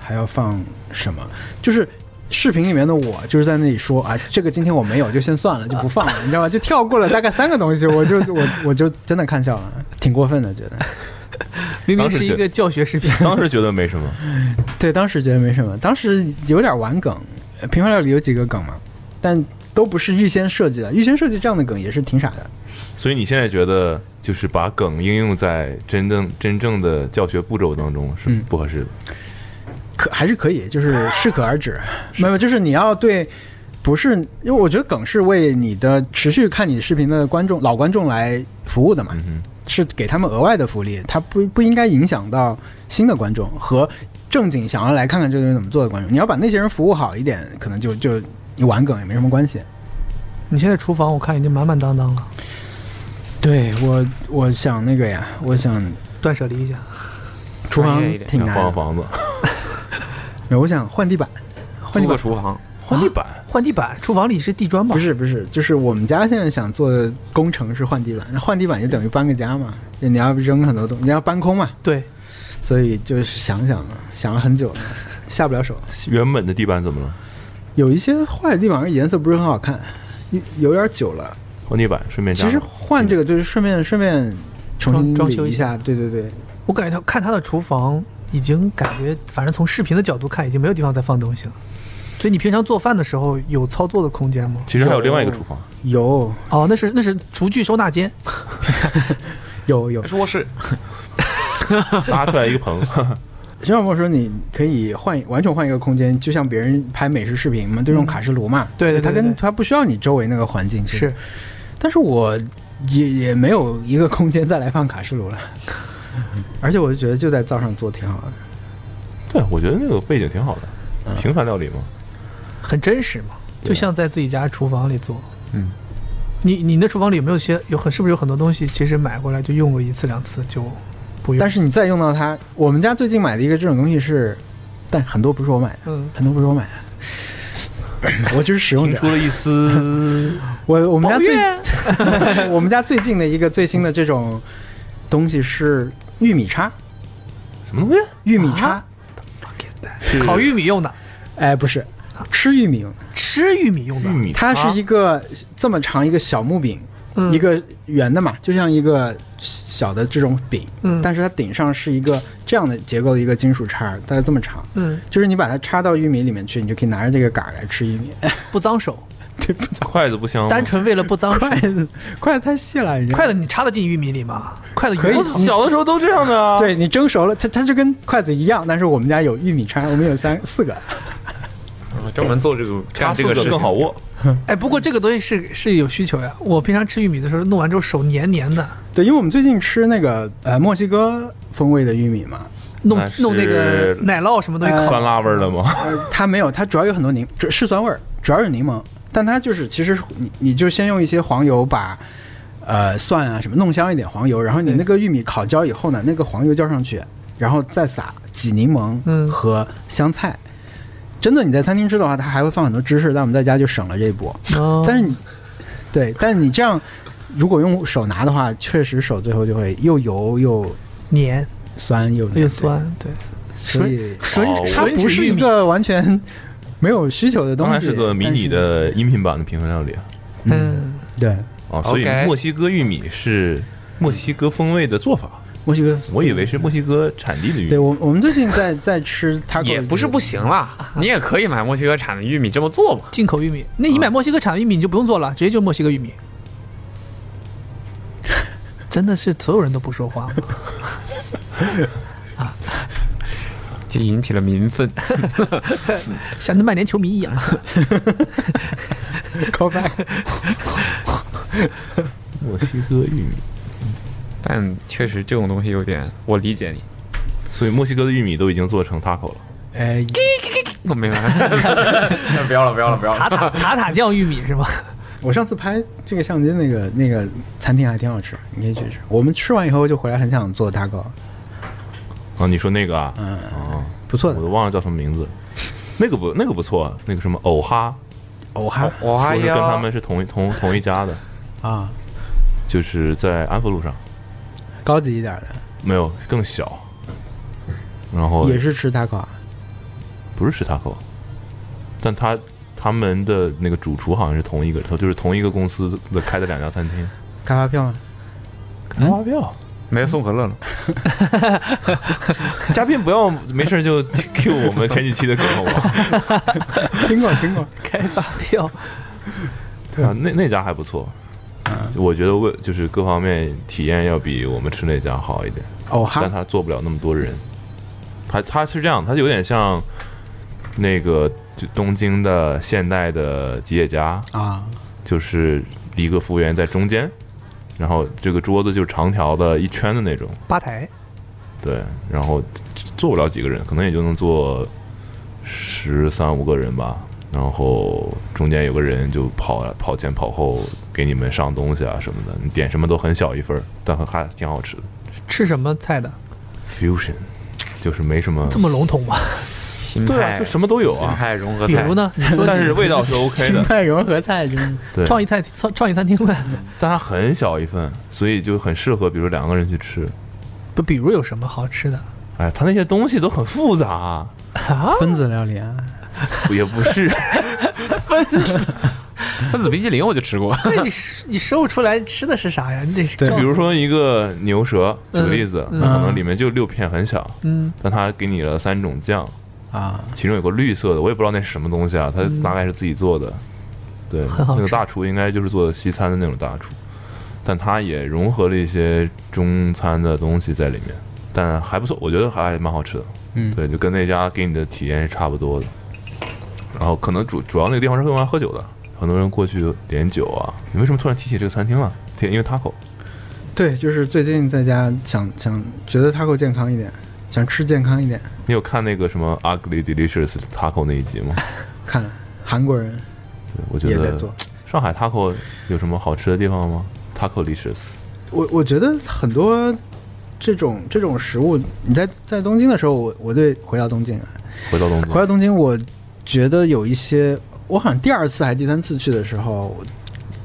S2: 还要放什么，就是。视频里面的我就是在那里说啊，这个今天我没有，就先算了，就不放了，你知道吗？就跳过了大概三个东西，我就我我就真的看笑了，挺过分的，觉得
S5: 明明
S4: 当时
S5: 是一
S4: 觉
S5: 个教学视频。
S4: 当时觉得没什 么，
S2: 对，当时觉得没什么，当时有点玩梗，呃平凡料理有几个梗嘛，但都不是预先设计的，预先设计这样的梗也是挺傻的。
S4: 所以你现在觉得就是把梗应用在真正真正的教学步骤当中是
S2: 嗯
S4: 不合适的。
S2: 可还是可以，就是适可而止。没有，就是你要对，不是，因为我觉得梗是为你的持续看你视频的观众老观众来服务的嘛，
S4: 嗯
S2: 是给他们额外的福利，它不不应该影响到新的观众和正经想要来看看这个人怎么做的观众。你要把那些人服务好一点，可能就就你玩梗也没什么关系。
S5: 你现在厨房我看已经满满当当了，
S2: 对我，我想那个呀，我想
S5: 断舍离一下。
S2: 厨
S6: 专
S2: 房
S6: 业一点
S2: 挺
S4: 哼，
S2: 难啊
S4: 想换
S2: 的，
S4: 房子，
S2: 没有我想换地板，换
S6: 租
S2: 地
S6: 个
S2: 板
S6: 厨房，
S4: 换地板，
S5: 换地板，厨房里是地砖吧？
S2: 不是不是，就是我们家现在想做的工程是换地板，那换地板就等于搬个家嘛，就你要扔很多东西，你要搬空嘛，
S5: 对，
S2: 所以就是想想想了很久了，下不了手。
S4: 原本的地板怎么了？
S2: 有一些坏的地方颜色不是很好看，有有点久了。
S4: 换地板，顺便加
S2: 其
S4: 了。
S2: 实换这个就是顺便顺便重新
S5: 装装修
S2: 理
S5: 一
S2: 一下，对对对，
S5: 我感觉他看他的厨房已经感觉，反正从视频的角度看，已经没有地方再放东西了。所以你平常做饭的时候有操作的空间吗？
S4: 其实还有另外一个厨房，
S2: 有
S5: 哦，那是那是厨具收纳间，
S2: 有有。
S6: 说是
S4: 搭出来一 个棚，
S2: 徐小莫说你可以换完全换一个空间，就像别人拍美食视频嘛，都用卡式炉嘛，
S5: 嗯对对对
S2: 它
S5: 对
S2: 跟
S5: 对
S2: 它不需要你周围那个环境，其实
S5: 是
S2: 但是我也也没有一个空间再来放卡式炉了， 而且我就觉得就在灶上做挺好的。
S4: 对，我觉得那个背景挺好
S2: 嗯
S4: 的，平凡料理嘛。
S5: 很真实嘛，
S2: 啊
S5: 就像在自己家厨房里做。
S4: 嗯，
S5: 你你那厨房里有没有些有很是不是有很多东西其实买过来就用过一次两次就不用？
S2: 但是你再用到它，我们家最近买的一个这种东西是，但很多不是我买的，
S5: 嗯，
S2: 很多不是我买的， 我就是使用
S4: 听
S2: 者
S4: 出。了一丝，
S2: 我我们家
S5: 抱
S2: 最
S5: 怨
S2: 我们家最近的一个最新的这种东西是玉米叉，
S4: 什么东西？
S2: 玉米叉，
S5: 啊
S4: 是
S5: 烤玉米用的，
S2: 哎不是，吃玉米用的，
S5: 吃玉米用
S4: 玉
S5: 的，
S4: 米，
S2: 它是一个这么长一个小木柄，
S5: 嗯
S2: 一个圆的嘛，就像一个小的这种饼，
S5: 嗯
S2: 但是它顶上是一个这样的结构的一个金属叉，大概这么长，
S5: 嗯
S2: 就是你把它插到玉米里面去，你就可以拿着这个杆儿来吃玉米。
S5: 不脏手，
S4: 筷子不
S2: 哦
S4: 香吗，
S5: 单纯为了不脏手。
S2: 筷子，筷子太细了，你知道吗
S5: 筷子你插得进玉米里吗？筷子
S2: 可以
S5: 圆
S2: 你
S4: 小的时候都这样的啊。
S2: 对你蒸熟了，它它就跟筷子一样，但是我们家有玉米叉，我们有三四个，
S6: 啊专门做这个
S4: 加
S6: 干这个
S4: 四
S6: 事
S4: 个
S6: 情
S4: 更好握，
S5: 哎，不过这个东西是是有需求呀。我平常吃玉米的时候，弄完之后手黏黏的，
S2: 对，因为我们最近吃那个呃墨西哥风味的玉米嘛，
S5: 弄
S4: 那是
S5: 弄那个奶酪什么东西
S2: 呃
S5: 烤。
S4: 酸辣味儿的吗？
S2: 呃，它没有，它主要有很多柠，主是酸味儿，主要有柠檬，但它就是其实你你就先用一些黄油把呃蒜啊什么弄香一点黄油，然后你那个玉米烤焦以后呢，那个黄油浇上去，然后再撒挤柠檬
S5: 嗯
S2: 和香菜。真的，你在餐厅吃的话，它还会放很多芝士，但我们在家就省了这一步。
S5: 哦
S2: 但是你对，但是你这样如果用手拿的话，确实手最后就会又油又
S5: 黏
S2: 酸
S4: 嗯
S2: 又
S5: 又，酸，对，
S2: 所以
S5: 吮吮
S4: 哦
S2: 它
S5: 吮
S2: 不
S5: 指
S2: 是
S5: 玉
S2: 一
S5: 米，
S2: 个完全没有需求的东
S4: 当
S2: 西。
S4: 然是个迷你
S2: 但是，
S4: 的音频版的平凡料理啊
S5: 嗯，
S2: 对，
S4: 哦所以
S6: OK
S4: 墨西哥玉米是墨西哥风味的做法，
S2: 墨西哥，
S4: 我以为是墨西哥产地的玉
S2: 对
S4: 米。
S2: 我我们最近在在 吃 taco，
S6: 也不是不行啦， 你也可以买墨西哥产的玉米这么做嘛。
S5: 进口玉米。那你买墨西哥产的玉米，你就不用做了，直接就墨西哥玉米。 真的是所有人都不说话吗？
S6: 就引起了民愤。
S5: 像那曼联球迷一 样。
S2: call back，
S4: 墨西哥玉 米，
S6: 但确实这种东西有点，我理解你。
S4: 所以墨西哥的玉米都已经做成 taco 了。
S2: 哎，
S6: 我 明白。不要了，不要了，不要
S5: 塔
S6: 了。
S5: 塔塔塔酱玉米是吗？
S2: 我上次拍这个相机那个那个餐厅还挺好吃，你可以去吃。我们吃完以后就回来，很想做 taco，
S4: 啊，你说那个啊？
S2: 嗯
S4: 啊，
S2: 不错
S4: 我
S2: 的
S4: 都，忘了叫什么名字。那个不，那个不错，啊那个什么偶哈，
S2: 哦哈
S6: 我
S4: 说
S6: 还
S4: 是跟他
S6: 要
S4: 们是同一同同一家的，
S2: 啊，
S4: 就是在安福路上，
S2: 高级一点的
S4: 没有更小。然后
S2: 也是吃 taco，啊
S4: 不是吃 taco，但他他们的那个主厨好像是同一个，就是同一个公司的开的两家餐厅。
S2: 开发票吗？
S4: 开发票，
S6: 没送可乐了，
S4: 嘉宾不要没事就 Q 我们前几期的梗，好吧？
S2: 听过听过，
S5: 开发票，
S4: 对啊，那那家还不错，我觉得为就是各方面体验要比我们吃那家好一点，
S2: 哦哈
S4: 但，他做不了那么多人。他他是这样，他有点像那个就东京的现代的吉野家，
S2: 啊，
S4: 就是一个服务员在中间，然后这个桌子就是长条的一圈的那种，
S5: 吧台
S4: 对，然后坐不了几个人，可能也就能坐十三五个人吧。然后中间有个人就跑跑前跑后给你们上东西啊什么的，你点什么都很小一份儿，但还挺好吃的。
S5: 吃什么菜的？
S4: Fusion 就是没什么，
S5: 这么笼统吗？
S6: 新
S4: 对啊，
S6: 派
S4: 就什么都有
S6: 新
S4: 啊，
S6: 派融合
S5: 比
S6: 菜
S5: 如？呢？你说
S4: 但
S5: 几
S4: 是
S5: 个
S4: 味道是 OK
S2: 新
S4: 的。
S2: 派融合菜就是
S4: 对，
S5: 创意菜创创意餐厅呗。
S4: 但它很小一份，所以就很适合，比如两个人去吃。
S5: 不，比如有什么好 吃的
S4: 哎，它那些东西都很复 杂，
S5: 啊？
S2: 分子料理啊，
S4: 也不是。
S6: 分子冰激凌我就吃过，
S5: 那你食你食物出来吃的是啥呀？你得
S2: 对
S5: 告诉
S4: 比如说一个牛舌，举个例子，
S5: 嗯
S4: 那可能里面就六片很小，
S5: 嗯，
S4: 但它给你了三种酱，
S2: 啊，
S4: 其中有个绿色的，我也不知道那是什么东西啊，它
S2: 嗯
S4: 大概是自己做的， 对，
S5: 很好
S4: 那个
S5: 吃
S4: 大厨应该就是做西餐的那种大厨，但它也融合了一些中餐的东西在里面，但还不错，我觉得还蛮好吃的，
S2: 嗯
S4: 对，就跟那家给你的体验是差不多的。然后可能主主要那个地方是用来喝酒的，很多人过去点酒啊。你为什么突然提起这个餐厅了？对因为 taco，
S2: 对，就是最近在家想想觉得它够健康一点，想吃健康一点，
S4: 你有看那个什么 Ugly Delicious Taco 那一集吗？
S2: 看了韩国人
S4: 对我觉
S2: 也在
S4: 得
S2: 做，
S4: 上海 taco 有什么好吃的地方吗？Taco Delicious，
S2: 我我觉得很多这种这种食物，你在在东京的时候，我我对回到东京啊，
S4: 回到东
S2: 回
S4: 京，
S2: 到东京，我觉得有一些，我好像第二次还是第三次去的时候，我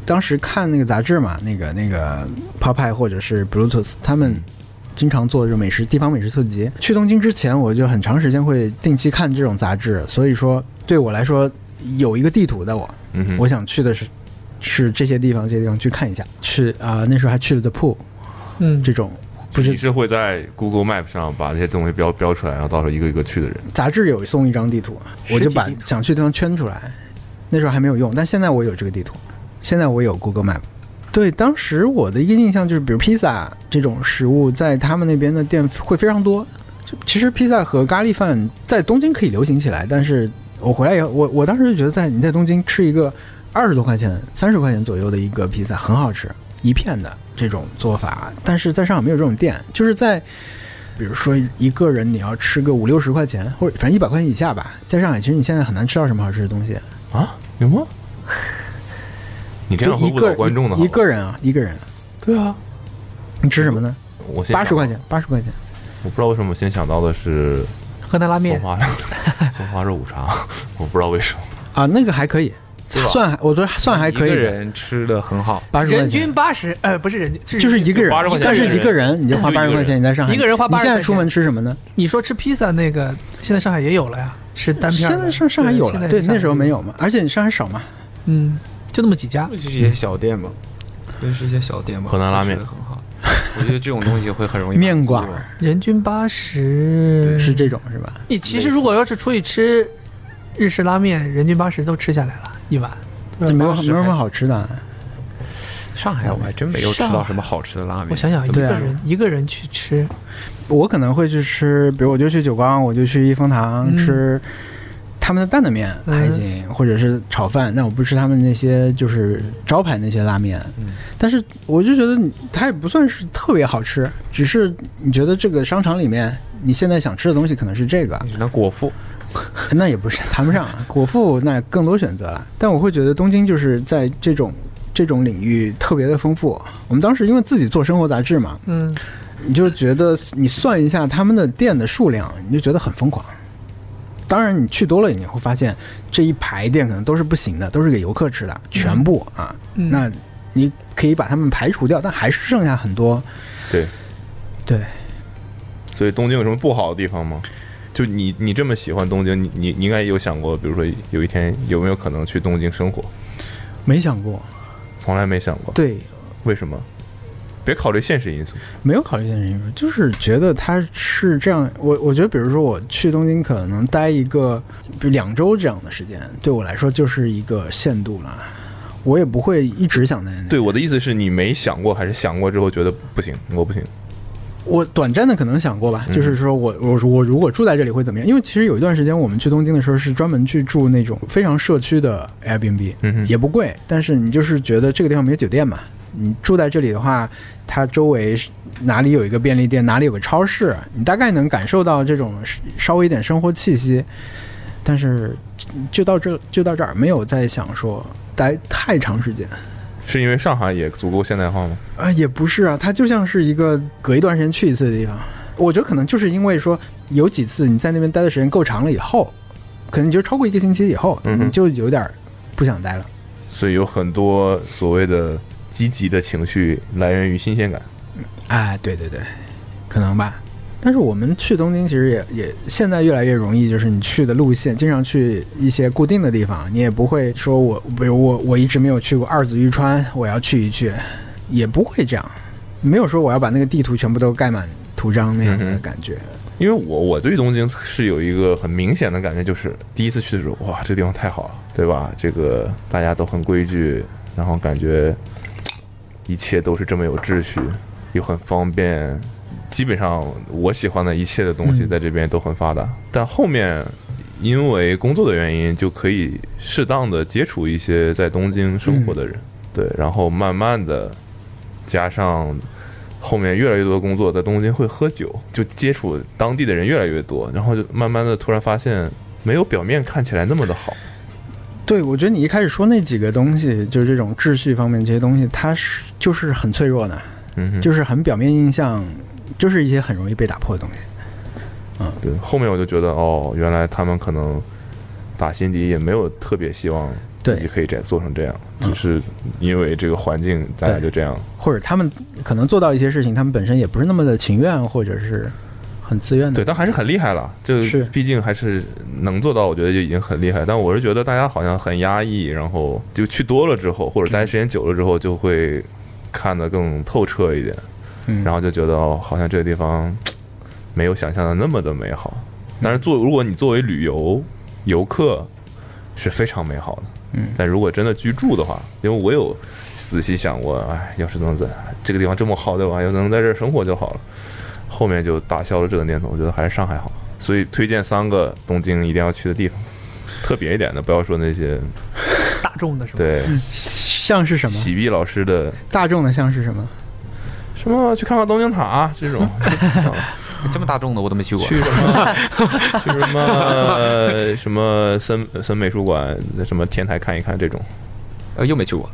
S2: 当时看那个杂志嘛，那个那个 Popeye 或者是 Bluetooth 他们。经常做这种美食地方美食特辑。去东京之前，我就很长时间会定期看这种杂志，所以说对我来说有一个地图的我，
S4: 嗯哼，
S2: 我想去的是是这些地方，这些地方去看一下。去啊、那时候还去了 The Pool
S5: 嗯，
S2: 这种，不是
S4: 你是会在 Google Map 上把这些东西标标出来，然后到时候一个一个去的人。
S2: 杂志有送一张地图，
S5: 实体
S2: 我就把
S5: 地图
S2: 想去的地方圈出来。那时候还没有用，但现在我有这个地图，现在我有 Google Map。对，当时我的一个印象就是，比如披萨这种食物，在他们那边的店会非常多。就其实披萨和咖喱饭在东京可以流行起来，但是我回来以后，我我当时就觉得在，你在东京吃一个二十多块钱、三十块钱左右的一个披萨很好吃，一片的这种做法，但是在上海没有这种店，就是在比如说一个人你要吃个五六十块钱，或者反正一百块钱以下吧，在上海其实你现在很难吃到什么好吃的东西。
S4: 啊？有吗？你这
S2: 就
S4: 样会
S2: 一
S4: 误导
S2: 个
S4: 观众的。
S2: 一一个人啊，一个人啊，
S4: 对啊，
S2: 你吃什么呢？
S4: 我先
S2: 八十
S4: 想
S2: 块，钱，八十块钱。
S4: 我不知道为什么我先想到的是
S5: 河南拉
S4: 松
S5: 面
S4: 花 肉松花肉五常，我不知道为什么。
S2: 啊，那个还可以，
S6: 对吧
S2: 算还我觉得算还可
S6: 一个
S2: 以，
S6: 人吃的很好，
S2: 八十块
S5: 人
S2: 钱
S5: 均八十，呃，不是人均，
S2: 就是一个人
S4: 80块，钱
S2: 但是
S4: 一个人
S2: 一个人你就花
S4: 就一个
S2: 八
S4: 人
S2: 十块钱，你在上海
S5: 一个人花
S2: 你现
S5: 80
S2: 在
S5: 块
S2: 出门吃什么呢？
S5: 你说吃披萨那个，现在上海也有了呀，吃单片儿
S2: 现
S5: 的。
S2: 在上上海有
S5: 现
S2: 了，
S5: 在
S2: 对，
S5: 上海
S2: 那时候没。有嘛，而且你上海少嘛，
S5: 嗯，就那么几家
S6: 这。是一些小店嘛，这是一些小店嘛，
S4: 河南拉面
S6: 吃得很好。我觉得这种东西会很容易
S2: 面
S6: 满足
S2: 馆
S6: 我
S5: 人均八十，
S2: 是这种是吧？
S5: 你其实如果要是出去吃日式拉面，人均八十都吃下来了一碗。
S2: 这没有没
S6: 80
S2: 有什么好吃的啊，
S6: 上海我还真没有吃到什么好吃的拉面。
S5: 我想想，一
S6: 怎
S5: 个
S6: 么
S2: 对啊
S5: 人一个人去吃，
S2: 我可能会去吃，比如我就去九江，我就去一风堂
S5: 嗯
S2: 吃他们的担担面、
S5: 嗯
S2: 还行，或者是炒饭。那我不吃他们那些就是招牌那些拉面，
S5: 嗯
S2: 但是我就觉得你它也不算是特别好吃，只是你觉得这个商场里面你现在想吃的东西可能是这个，
S6: 你那果腹，
S2: 那也不是谈不上 啊。果腹那更多选择了，但我会觉得东京就是在这种这种领域特别的丰富。我们当时因为自己做生活杂志嘛，
S5: 嗯，
S2: 你就觉得你算一下他们的店的数量，你就觉得很疯狂。当然，你去多了，你会发现这一排店可能都是不行的，都是给游客吃的，全部啊。
S5: 嗯
S2: 那你可以把他们排除掉，但还是剩下很多。
S4: 对，
S2: 对，
S4: 所以东京有什么不好的地方吗？就你你这么喜欢东京，你你你应该有想过，比如说有一天有没有可能去东京生活？
S2: 没想过。
S4: 从来没想过，
S2: 对，
S4: 为什么？别考虑现实因素。
S2: 没有考虑现实因素，就是觉得他是这样。我我觉得，比如说我去东京可能待一个比如两周这样的时间，对我来说就是一个限度了。我也不会一直想在那。
S4: 对，我的意思是你没想过，还是想过之后觉得不行，我不行。
S2: 我短暂的可能想过
S4: 嗯
S2: 吧，就是说我我我如果住在这里会怎么样？因为其实有一段时间我们去东京的时候是专门去住那种非常社区的 Airbnb，
S4: 嗯哼
S2: 也不贵，但是你就是觉得这个地方没有酒店嘛，你住在这里的话，它周围是哪里有一个便利店，哪里有个超市，你大概能感受到这种稍微一点生活气息，但是就到这就到这儿，没有再想说待太长时间。
S4: 是因为上海也足够现代化吗？
S2: 啊，也不是啊，它就像是一个隔一段时间去一次的地方。我觉得可能就是因为说有几次你在那边待的时间够长了以后，可能你就超过一个星期以后，
S4: 嗯哼
S2: 你就有点儿不想待了。
S4: 所以有很多所谓的积极的情绪来源于新鲜感。
S2: 哎，对对对，可能吧。但是我们去东京其实也也现在越来越容易，就是你去的路线，经常去一些固定的地方，你也不会说我，比如我我一直没有去过二子玉川，我要去一去，也不会这样，没有说我要把那个地图全部都盖满图章那样的
S4: 嗯哼
S2: 感觉。
S4: 因为我我对东京是有一个很明显的感觉，就是第一次去的时候，哇，这地方太好了，对吧？这个大家都很规矩，然后感觉一切都是这么有秩序，又很方便，基本上我喜欢的一切的东西
S2: 嗯
S4: 在这边都很发达。但后面因为工作的原因，就可以适当的接触一些在东京生活的人，对，然后慢慢的加上后面越来越多的工作在东京会喝酒，就接触当地的人越来越多，然后就慢慢的突然发现没有表面看起来那么的好。
S2: 对，我觉得你一开始说那几个东西，就是这种秩序方面这些东西，它是就是很脆弱的，
S4: 嗯哼，
S2: 就是很表面印象，就是一些很容易被打破的东西。
S4: 对。后面我就觉得哦，原来他们可能打心底也没有特别希望
S2: 对
S4: 自己可以这做成这样，只是因为这个环境大家就这样。
S2: 或者他们可能做到一些事情，他们本身也不是那么的情愿，或者是很自愿的。
S4: 对，但还是很厉害了，就是毕竟还是能做到，我觉得就已经很厉害。但我是觉得大家好像很压抑，然后就去多了之后，或者待时间久了之后，就会看得更透彻一点，
S2: 嗯
S4: 然后就觉得哦，好像这个地方没有想象的那么的美好。
S2: 嗯
S4: 但是作如果你作为旅游游客是非常美好的，
S2: 嗯
S4: 但如果真的居住的话，因为我有仔细想过，哎，要是能在这个地方这么好，对吧？要能在这儿生活就好了。后面就打消了这个念头，我觉得还是上海好。所以推荐三个东京一定要去的地方，特别一点的，不要说那些
S5: 大众的是吧？
S4: 对
S2: 像是什么？
S4: 喜碧老师的
S2: 大众的像是什么？
S4: 什么去看看东京塔这种，啊
S6: 这么大众的我都没去过。
S4: 去什么 去什么呃什么森森美术馆，什么天台看一看这种。
S6: 呃，又没去过。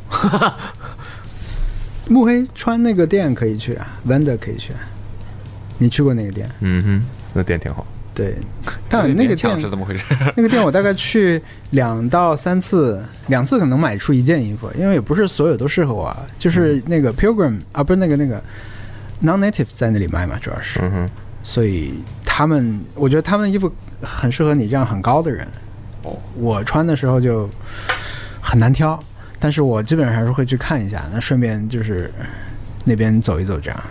S2: 慕黑川那个店可以去啊，Vanda 可以去啊。你去过那个店？
S4: 嗯哼，那店挺好。
S2: 对，但那个
S6: 勉强
S2: 店
S6: 是怎么回事？
S2: 那个店我大概去两到三次，两次可能买出一件衣服，因为也不是所有都适合我啊。就是那个 Pilgrim 啊，不是那个那个 Non-Native 在那里卖嘛，主要是，
S4: 嗯哼，
S2: 所以他们我觉得他们的衣服很适合你这样很高的人。我穿的时候就很难挑，但是我基本上还是会去看一下，那顺便就是那边走一走这样。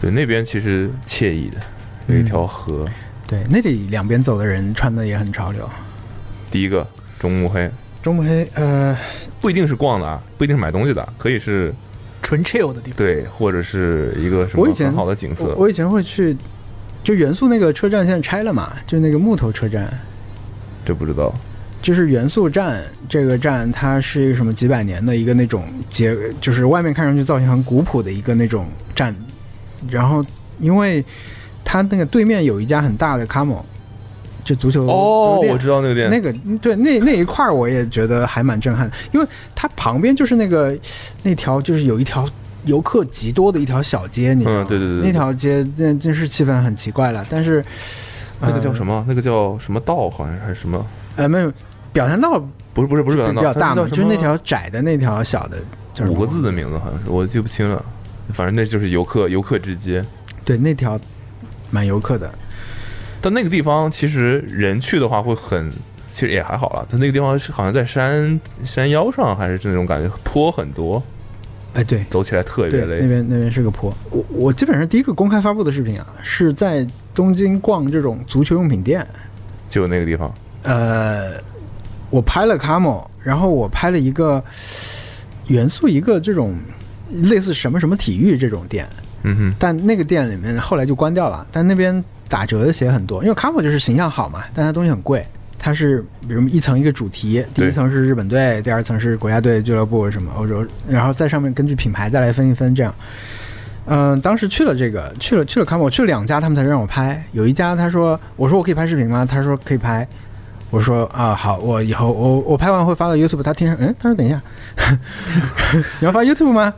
S4: 对，那边其实惬意的，有一条河。
S6: 嗯
S2: 对，那里两边走的人穿的也很潮流。
S4: 第一个中目黑，
S2: 中目黑，呃，
S4: 不一定是逛的啊，不一定是买东西的啊，可以是
S5: 纯 chill 的地方。
S4: 对，或者是一个什么
S2: 我以前
S4: 很好的景色
S2: 我。我以前会去，就元素那个车站现在拆了嘛，就那个木头车站，
S4: 这不知道，
S2: 就是元素站这个站，它是一个什么几百年的一个那种结，就是外面看上去造型很古朴的一个那种站，然后因为它那个对面有一家很大的 Camo，就嗯足球足球店
S4: 哦我知道那个店，
S2: 那个嗯对那那一块儿我也觉得还蛮震撼的，因为它旁边就是那个那条就是有一条游客极多的一条小街，你知道吗？
S4: 嗯对对对对
S2: 那条街那真是气氛很奇怪了，但是
S4: 那个叫什
S2: 么？
S4: 么？那个叫什么道？好像是还是什么？
S2: 呃，没有，表参道
S4: 不是不是不是表
S2: 比
S4: 参道，
S2: 较大嘛，
S4: 它
S2: 就
S4: 叫
S2: 是
S4: 什么
S2: 那条窄的那条小的叫什么
S4: 五个字的名字，好像是我记不清了。反正那就是游客游客之街，
S2: 对，那条蛮游客的，
S4: 但那个地方其实人去的话会很，其实也还好啦。它那个地方是好像在山山腰上，还是那种感觉坡很多，
S2: 哎，对，
S4: 走起来特别
S2: 对，那
S4: 累。
S2: 边那边是个坡。我我基本上第一个公开发布的视频啊，是在东京逛这种足球用品店，
S4: 就那个地方，
S2: 呃，我拍了 Camo，然后我拍了一个元素一个这种类似什么什么体育这种店，
S4: 嗯哼，
S2: 但那个店里面后来就关掉了，但那边打折的鞋很多，因为 Camo 就是形象好嘛，但它东西很贵。它是比如一层一个主题，第一
S4: 对
S2: 层是日本队，第二层是国家队、俱乐部什么欧洲，然后在上面根据品牌再来分一分这样。嗯、当时去了这个，去了去了 Camo，去了两家，他们才让我拍。有一家他说，我说我可以拍视频吗？他说可以拍。我说啊好，我以后我我拍完会发到 YouTube。他听上，嗯，他说等一下， 你要发 YouTube 吗？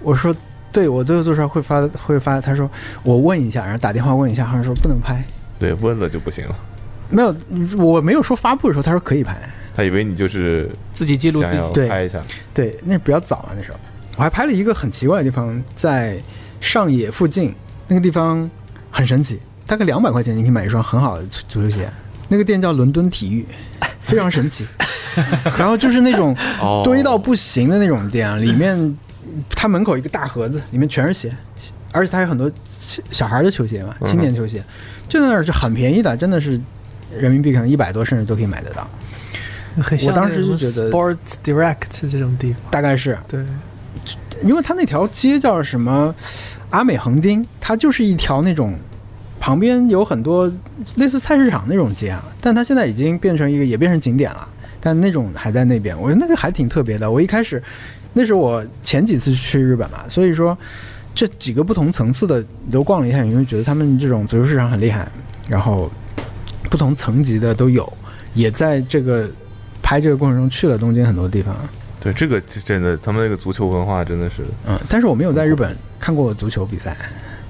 S2: 我说对，我都有做出来会发会发。他说我问一下，然后打电话问一下，好像说不能拍。
S4: 对，问了就不行了。
S2: 没有，我没有说发布的时候，他说可以拍。
S4: 他以为你就是
S5: 自己记录自
S4: 想
S5: 己
S4: 要
S2: 对
S4: 拍一下，
S2: 对，那比较早啊，那时候我还拍了一个很奇怪的地方，在上野附近，那个地方很神奇，大概两百块钱你可以买一双很好的足足球鞋，那个店叫伦敦体育，非常神奇。然后就是那种
S6: 哦
S2: 堆到不行的那种店啊，里面它门口一个大盒子，里面全是鞋，而且它有很多小小孩的球鞋嘛，青年球鞋，就在那儿是很便宜的，真的是人民币可能一百多甚至都可以买得到，
S5: 很像
S2: 我当时就觉得
S5: Sports Direct 这种地方，
S2: 大概是。
S5: 对，
S2: 因为它那条街叫什么阿美横丁，它就是一条那种旁边有很多类似菜市场那种街啊，但它现在已经变成一个也变成景点了，但那种还在那边，我觉得那个还挺特别的。我一开始那是我前几次去日本嘛，所以说这几个不同层次的你都逛了一下，你会觉得他们这种足球市场很厉害，然后不同层级的都有，也在这个拍这个过程中去了东京很多地方。
S4: 对这个就真的，他们那个足球文化真的是，
S2: 嗯，但是我没有在日本看过足球比赛，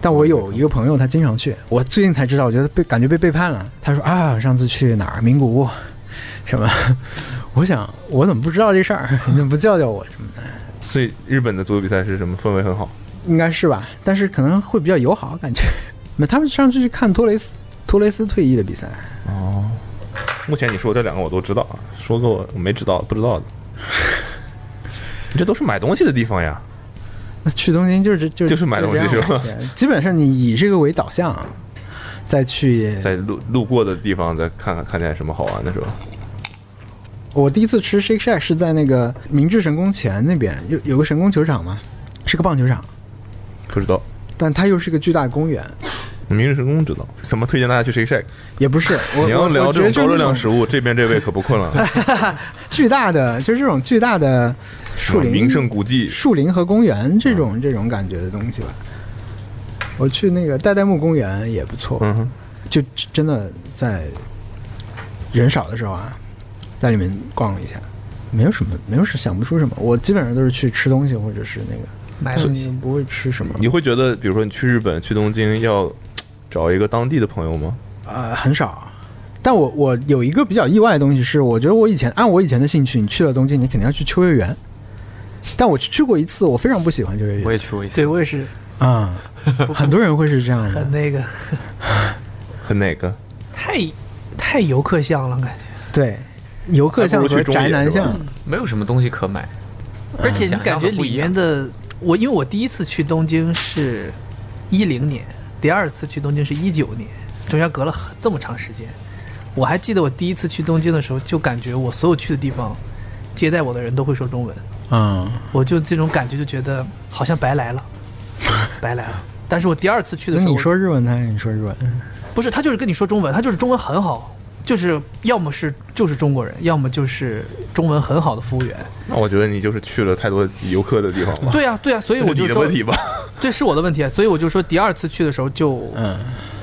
S2: 但我有一个朋友，他经常去。我最近才知道，我觉得被感觉被背叛了。他说啊，上次去哪儿名古屋，什么？ 我想我怎么不知道这事儿？你怎么不叫叫我什么的？
S4: 所以日本的足球比赛是什么氛围很好，
S2: 应该是吧，但是可能会比较友好感觉。没，他们上次去看托雷斯托雷斯退役的比赛，
S4: 目前你说这两个我都知道，啊，说个我我没知道不知道的， 你这都是买东西的地方呀。
S2: 那去东京就是就
S4: 就是买东西
S2: 这样
S4: 是吧
S2: 对基本上你以这个为导向，再去
S4: 在路路过的地方再看看看见什么好玩的是吧？
S2: 我第一次吃 Shake Shack 是在那个明治神宫前那边，有有个神宫球场嘛，是个棒球场，
S4: 不知道，
S2: 但它又是个巨大的公园，
S4: 明日神宫知道。什么推荐大家去 Shake Shack？
S2: 也不 是。我
S4: 你要聊这种高热量
S2: 食
S4: 食物，这边这位可不 困了。
S2: 巨大的就是这种巨大的树林、
S4: 啊名胜古迹，
S2: 树林和公园这种这种感觉的东西吧。我去那个代代木公园也不错，
S4: 嗯哼，
S2: 就真的在人少的时候啊，在里面逛了一下，没有什么，没有什想不出什么。我基本上都是去吃东西或者是那个。
S5: 买东西
S2: 西不会吃什么
S4: 你会觉得，比如说你去日本、去东京，要找一个当地的朋友吗？
S2: 呃，很少。但我我有一个比较意外的东西是，我觉得我以前按我以前的兴趣，你去了东京，你肯定要去秋叶原。但我去去过一次，我非常不喜欢秋叶原
S6: 我也去过一次，
S5: 对我也是
S2: 啊、很多人会是这样的
S5: 很，那个，
S4: 很哪个？
S5: 太太游客像了，感觉。
S2: 对，游客像
S4: 还不
S2: 和
S4: 如去中野
S2: 宅男
S4: 是吧
S2: 像，
S6: 没有什么东西可买。
S2: 嗯
S5: 而且你
S6: 想
S5: 感
S6: 象
S5: 觉
S6: 的不
S5: 里
S6: 一样
S5: 面的我，因为我第一次去东京是一零年，第二次去东京是一九年，中间隔了很这么长时间。我还记得我第一次去东京的时候，就感觉我所有去的地方，接待我的人都会说中文，
S2: 嗯，
S5: 我就这种感觉就觉得好像白来了，白来了。但是我第二次去的
S2: 那
S5: 时候，
S2: 你说日文，他跟你说日文，
S5: 不是，他就是跟你说中文，他就是中文很好，就是要么是就是中国人，要么就是中文很好的服务员。
S4: 那我觉得你就是去了太多游客的地方吧。
S5: 对呀、对呀、所以
S4: 这是
S5: 我就
S4: 你的
S5: 说
S4: 问，题吧。
S5: 这是我的问题，啊所以我就说第二次去的时候就
S2: 嗯，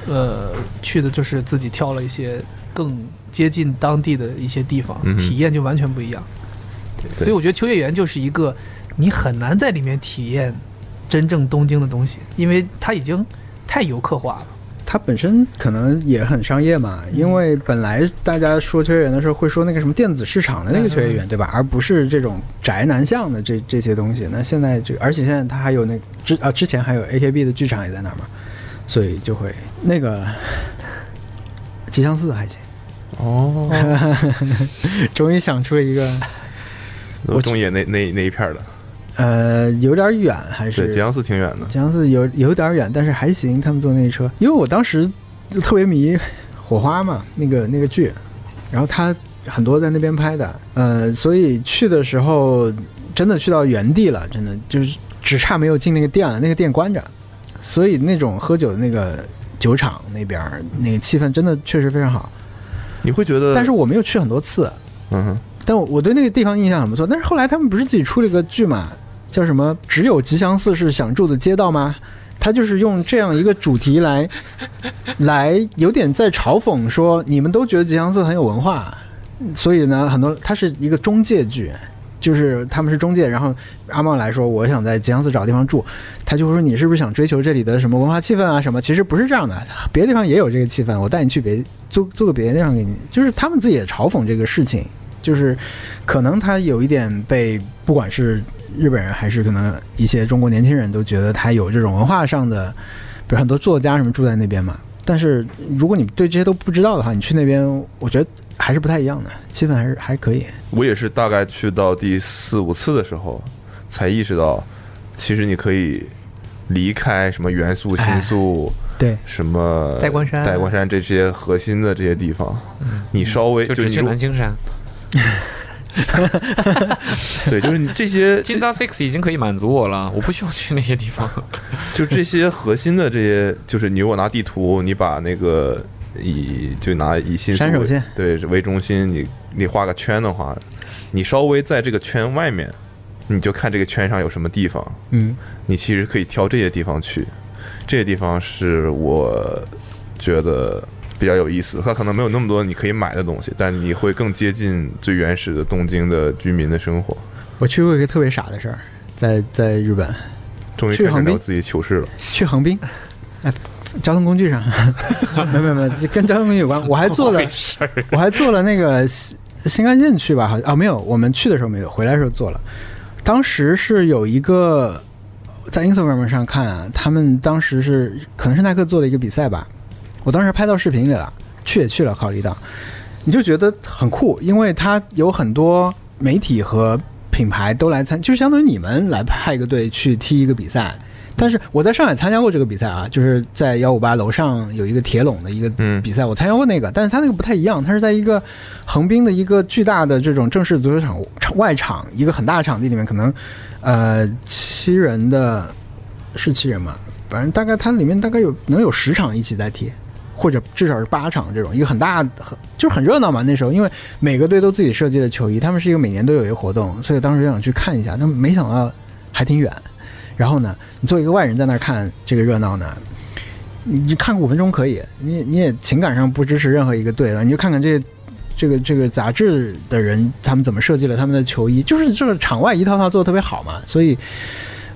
S5: 呃去的就是自己挑了一些更接近当地的一些地方，
S4: 嗯哼
S5: 体验就完全不一样。对，
S4: 对
S5: 所以我觉得秋叶原就是一个你很难在里面体验真正东京的东西，因为它已经太游客化了。
S2: 它本身可能也很商业嘛，
S4: 嗯
S2: 因为本来大家说秋叶原的时候会说那个什么电子市场的那个秋叶
S4: 嗯
S2: 原，对吧？而不是这种宅男向的这这些东西。那现在这，而且现在它还有那之啊之前还有 AKB 的剧场也在那儿嘛，所以就会那个吉祥寺还行。
S4: 哦，
S2: 终于想出一个，
S4: 我中野那那那一片儿的，
S2: 呃，有点远还是
S4: 对，吉昂斯挺远的，
S2: 吉昂斯有有点远，但是还行。他们坐那车，因为我当时特别迷《火花》嘛，那个那个剧，然后他很多在那边拍的，呃，所以去的时候真的去到原地了，真的就是只差没有进那个店了，那个店关着，所以那种喝酒的那个酒厂那边儿那个气氛真的确实非常好。
S4: 你会觉得，
S2: 但是我没有去很多次，
S4: 嗯哼，
S2: 但我我对那个地方印象很不错。但是后来他们不是自己出了一个剧嘛，叫什么“只有吉祥寺是想住的街道”吗？他就是用这样一个主题来， 来有点在嘲讽说，你们都觉得吉祥寺很有文化，所以呢，很多它是一个中介剧，就是他们是中介，然后阿茂来说，我想在吉祥寺找个地方住，他就会说你是不是想追求这里的什么文化气氛啊什么？其实不是这样的，别的地方也有这个气氛，我带你去别租租个别的地方给你，就是他们自己也嘲讽这个事情，就是可能他有一点被不管是日本人还是可能一些中国年轻人都觉得他有这种文化上的，比如很多作家什么住在那边嘛。但是如果你对这些都不知道的话，你去那边，我觉得还是不太一样的，气氛还是还可以。
S4: 我也是大概去到第四五次的时候，才意识到，其实你可以离开什么元素、新宿、
S2: 对，
S4: 什么
S5: 代官山
S4: 代官山这嗯些核心的这些地方，你稍微
S6: 就只
S4: 你
S6: 去
S4: 如
S6: 南青山
S4: 对，就是你这 些
S6: 金藏 Six 已经可以满足我了，我不需要去那些地方。
S4: 就这些核心的这些，就是你如果拿地图，你把那个以就拿以新宿
S2: 山手
S4: 为
S2: 线
S4: 对为中心，你你画个圈的话，你稍微在这个圈外面，你就看这个圈上有什么地方，
S2: 嗯，
S4: 你其实可以挑这些地方去，这些地方是我觉得比较有意思的。它可能没有那么多你可以买的东西，但你会更接近最原始的东京的居民的生活。
S2: 我去过一个特别傻的事儿，在在日本，
S4: 终于
S2: 去
S4: 开始
S2: 横
S4: 聊
S2: 滨
S4: 自己糗事了。
S2: 去横滨，哎，交通工具上，没有没有没有，这跟交通工具有关。我还坐了，我还坐了那个新新干线去吧，好像啊没有，我们去的时候没有，回来的时候坐了。当时是有一个在 Instagram 上看啊，他们当时是可能是耐克做的一个比赛吧，我当时拍到视频里了，去也去了，考虑到，你就觉得很酷，因为它有很多媒体和品牌都来参，就相当于你们来派一个队去踢一个比赛。但是我在上海参加过这个比赛啊，就是在幺五八楼上有一个铁笼的一个
S4: 嗯
S2: 比赛，我参加过那个，但是它那个不太一样，它是在一个横滨的一个巨大的这种正式足球场场外场，一个很大的场地里面，可能呃七人的是七人嘛，反正大概它里面大概有能有十场一起在踢，或者至少是八场这种，一个很大的很就是很热闹嘛。那时候因为每个队都自己设计的球衣，他们是一个每年都有一个活动，所以当时就想去看一下，但没想到啊还挺远。然后呢，你作为一个外人在那儿看这个热闹呢，你看五分钟可以，你你也情感上不支持任何一个队了，你就看看这这个这个杂志的人他们怎么设计了他们的球衣，就是这个场外一套套做的特别好嘛，所以。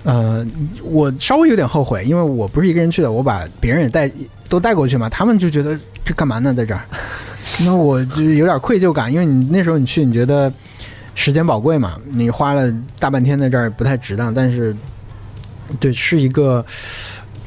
S2: 呃，我稍微有点后悔，因为我不是一个人去的，我把别人也带都带过去嘛，他们就觉得这干嘛呢，在这儿？那我就有点愧疚感，因为你那时候你去，你觉得时间宝贵嘛，你花了大半天在这儿不太值当，但是对，是一个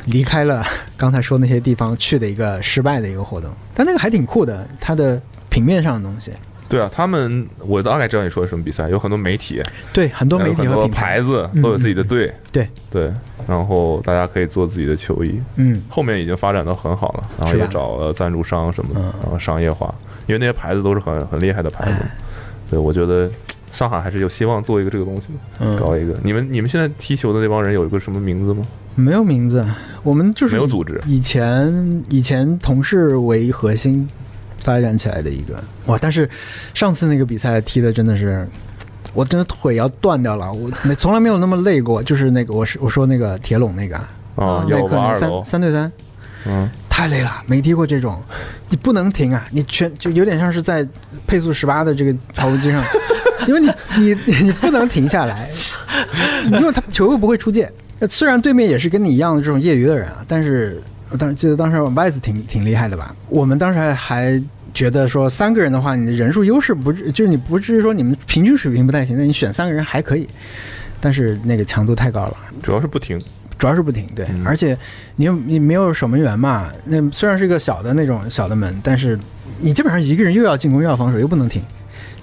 S2: 离开了刚才说那些地方去的一个失败的一个活动，但那个还挺酷的，它的平面上的东西，
S4: 对啊，他们我大概知道你说的什么比赛，有很多媒体，
S2: 对，很多
S4: 还
S2: 媒
S4: 有
S2: 体
S4: 很
S2: 和
S4: 多
S2: 品牌，
S4: 牌子
S2: 嗯
S4: 都有自己的队，
S2: 对
S4: 对，然后大家可以做自己的球衣，
S2: 嗯，
S4: 后面已经发展到很好了，然后
S2: 是吧
S4: 也找了赞助商什么的，
S2: 嗯
S4: 然后商业化，因为那些牌子都是很很厉害的牌子，
S2: 哎
S4: 对，我觉得上海还是有希望做一个这个东西的，
S2: 嗯，
S4: 搞一个。你们你们现在踢球的那帮人有一个什么名字吗？
S2: 没有名 字，我们就是
S4: 没有组织，
S2: 以前以前同事为核心发展起来的一个哇，但是上次那个比赛踢的真的是，我真的腿要断掉了，我没从来没有那么累过，就是那个我是我说那个铁笼那个
S4: 啊，
S2: 耐
S4: 幺五
S2: 克
S4: 八
S2: 那
S4: 二
S2: 三
S4: 楼，
S2: 三对三，
S4: 嗯，
S2: 太累了，没踢过这种，你不能停啊！你全就有点像是在配速十八的这个跑步机 上，因为你你你不能停下来，因为他球又不会出界。虽然对面也是跟你一样的这种业余的人啊，但是我当时记得当时我们 Vice 挺挺厉害的吧？我们当时还还觉得说三个人的话，你的人数优势不至就是你不至于说你们平均水平不太行，那你选三个人还可以，但是那个强度太高了。
S4: 主要是不停，
S2: 主要是不停，对，
S4: 嗯
S2: 而且你又你没有守门员嘛，那虽然是一个小的那种小的门，但是你基本上一个人又要进攻又要防守又不能停，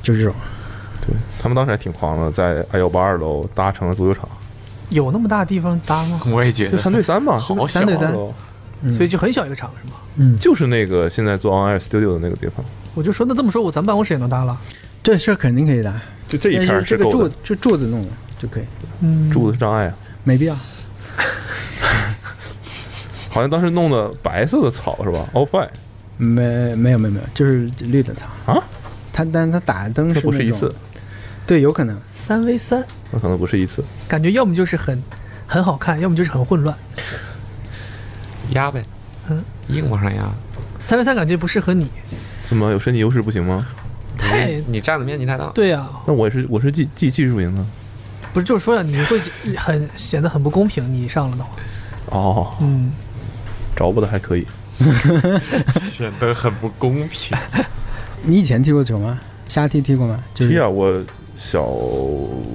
S2: 就是这种，
S4: 对，对他们当时还挺狂的，在 I 幺八二楼搭成了足球场，
S5: 有那么大地方搭吗？
S6: 我也觉
S4: 就
S6: 得
S4: 三对三嘛，
S6: 好小啊
S2: 三对三
S4: 二楼
S5: 所以就很小一个场是吗？
S4: 就是那个现在做 On Air Studio 的那个地方，
S5: 我就说那这么说，我咱办公室也能搭了。
S2: 这事儿肯定可以的，
S4: 就这一
S2: 但
S4: 片
S2: 是
S4: 儿
S2: 呃这
S4: 是
S2: 个
S4: 够
S2: 柱
S4: 的，
S2: 就柱子弄了就可以，
S5: 嗯
S4: 柱子是障碍啊。
S2: 没必要。
S4: 好像当时弄的白色的草是吧？All Five
S2: 没没有没有没有，就是绿的草
S4: 啊，
S2: 它但它打的灯
S4: 那
S2: 是
S4: 不是
S2: 那
S4: 一
S2: 种
S4: 次，
S2: 对，有可能。
S5: 三 v 三，
S4: 那可能不是一次。
S5: 感觉要么就是很很好看，要么就是很混乱。
S6: 压呗，
S5: 嗯
S6: 硬往上压。
S5: 三 v 三感觉不适合你，
S4: 怎么有身体优势不行吗？
S5: 太
S6: 你占的面积太大，
S5: 对呀、啊
S4: 那我也是我是技技技术型的。
S5: 不是就是说呀、你会很显得很不公平，你上了的话，
S4: 哦，
S5: 嗯，
S4: 着不的还可以。
S6: 显得很不公平。
S2: 你以前踢过球吗？瞎踢踢过吗？就是
S4: 踢啊，我小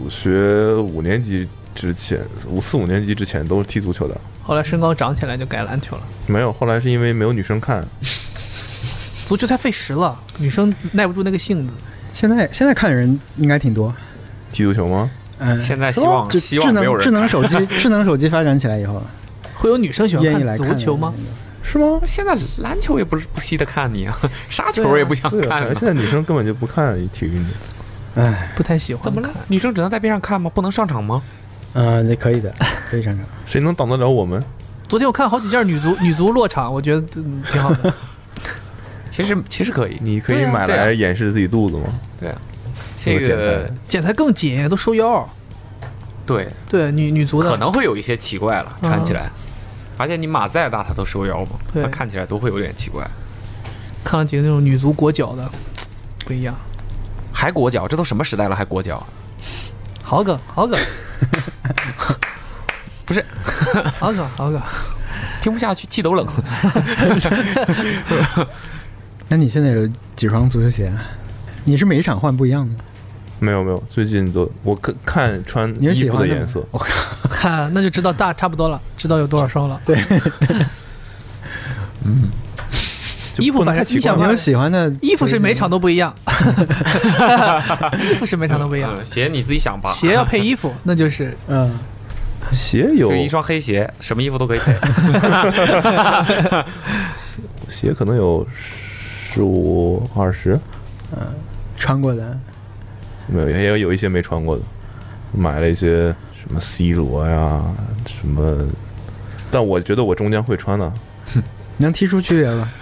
S4: 学五年级之前，五四五年级之前都是踢足球的。
S5: 后来身高长起来就改篮球了。
S4: 没有，后来是因为没有女生看，
S5: 足球太费时了，女生耐不住那个性子。
S2: 现在现在看的人应该挺多，
S4: 踢足球吗？
S2: 嗯，
S6: 现在希望
S2: 就
S6: 希望
S2: 智
S6: 没有
S2: 能
S6: 人
S2: 智能手机智能手机发展起来以后，
S5: 会有女生喜欢
S2: 愿意来
S5: 看
S2: 看
S5: 足球吗
S2: 的？
S4: 是吗？
S6: 现在篮球也不是不稀得看你啊， 啥球也不想
S4: 对啊，
S6: 看
S4: 反
S6: 了
S4: 正现在女生根本就不看体育运动。
S2: 人？哎，
S5: 不太喜欢
S6: 怎么
S5: 看
S6: 了？女生只能在边上看吗？不能上场吗？
S2: 呃，那可以的，可以上场。
S4: 谁能挡得了我们？
S5: 昨天我看好几件女足女足落场，我觉得、嗯、挺好 的。
S6: 其实其实可以，
S4: 你可以
S6: 对啊
S4: 买
S6: 对啊
S4: 来掩饰自己肚子吗？
S6: 对啊，这
S4: 这个
S6: 个
S5: 剪裁更紧，都收腰。
S6: 对，
S5: 对，女女足的
S6: 可能会有一些奇怪了，
S5: 嗯
S6: 穿起来。而且你码再大，它都收腰嘛，
S5: 对
S6: 它看起来都会有点奇怪。
S5: 看了几个那种女足裹脚的，不一样。
S6: 还裹脚，这都什么时代了还裹脚？
S5: 好梗，好 梗，
S6: 不是
S5: 好梗，好梗。
S6: 听不下去，气都冷了。
S2: 那你现在有几双足球鞋啊？你是每一场换不一样的吗？
S4: 没有没有，最近都我看看穿
S2: 你是
S4: 衣
S2: 喜
S4: 服
S2: 欢
S4: 的
S2: 的吗哦
S4: 颜色，
S2: 我靠，
S5: 看， 那就知道大差不多了，知道有多少双了。对，
S4: 就
S5: 衣服
S4: 不能
S5: 反
S4: 太奇怪
S5: 正你想
S2: 你
S5: 吧
S2: 有喜欢的
S5: 衣服是每场都不 一样，衣服是每场都不一样。
S6: 嗯鞋你自己想吧，
S5: 鞋要配衣服，那就是
S2: 嗯，
S4: 鞋
S6: 就
S4: 有
S6: 一双黑鞋，什么衣服都可以配。
S4: 鞋可能有十五二十，
S2: 穿过的，
S4: 没有也有有一些没穿过的，买了一些什么 C 罗呀什么，但我觉得我中间会穿的、
S2: 你能踢出区别吗？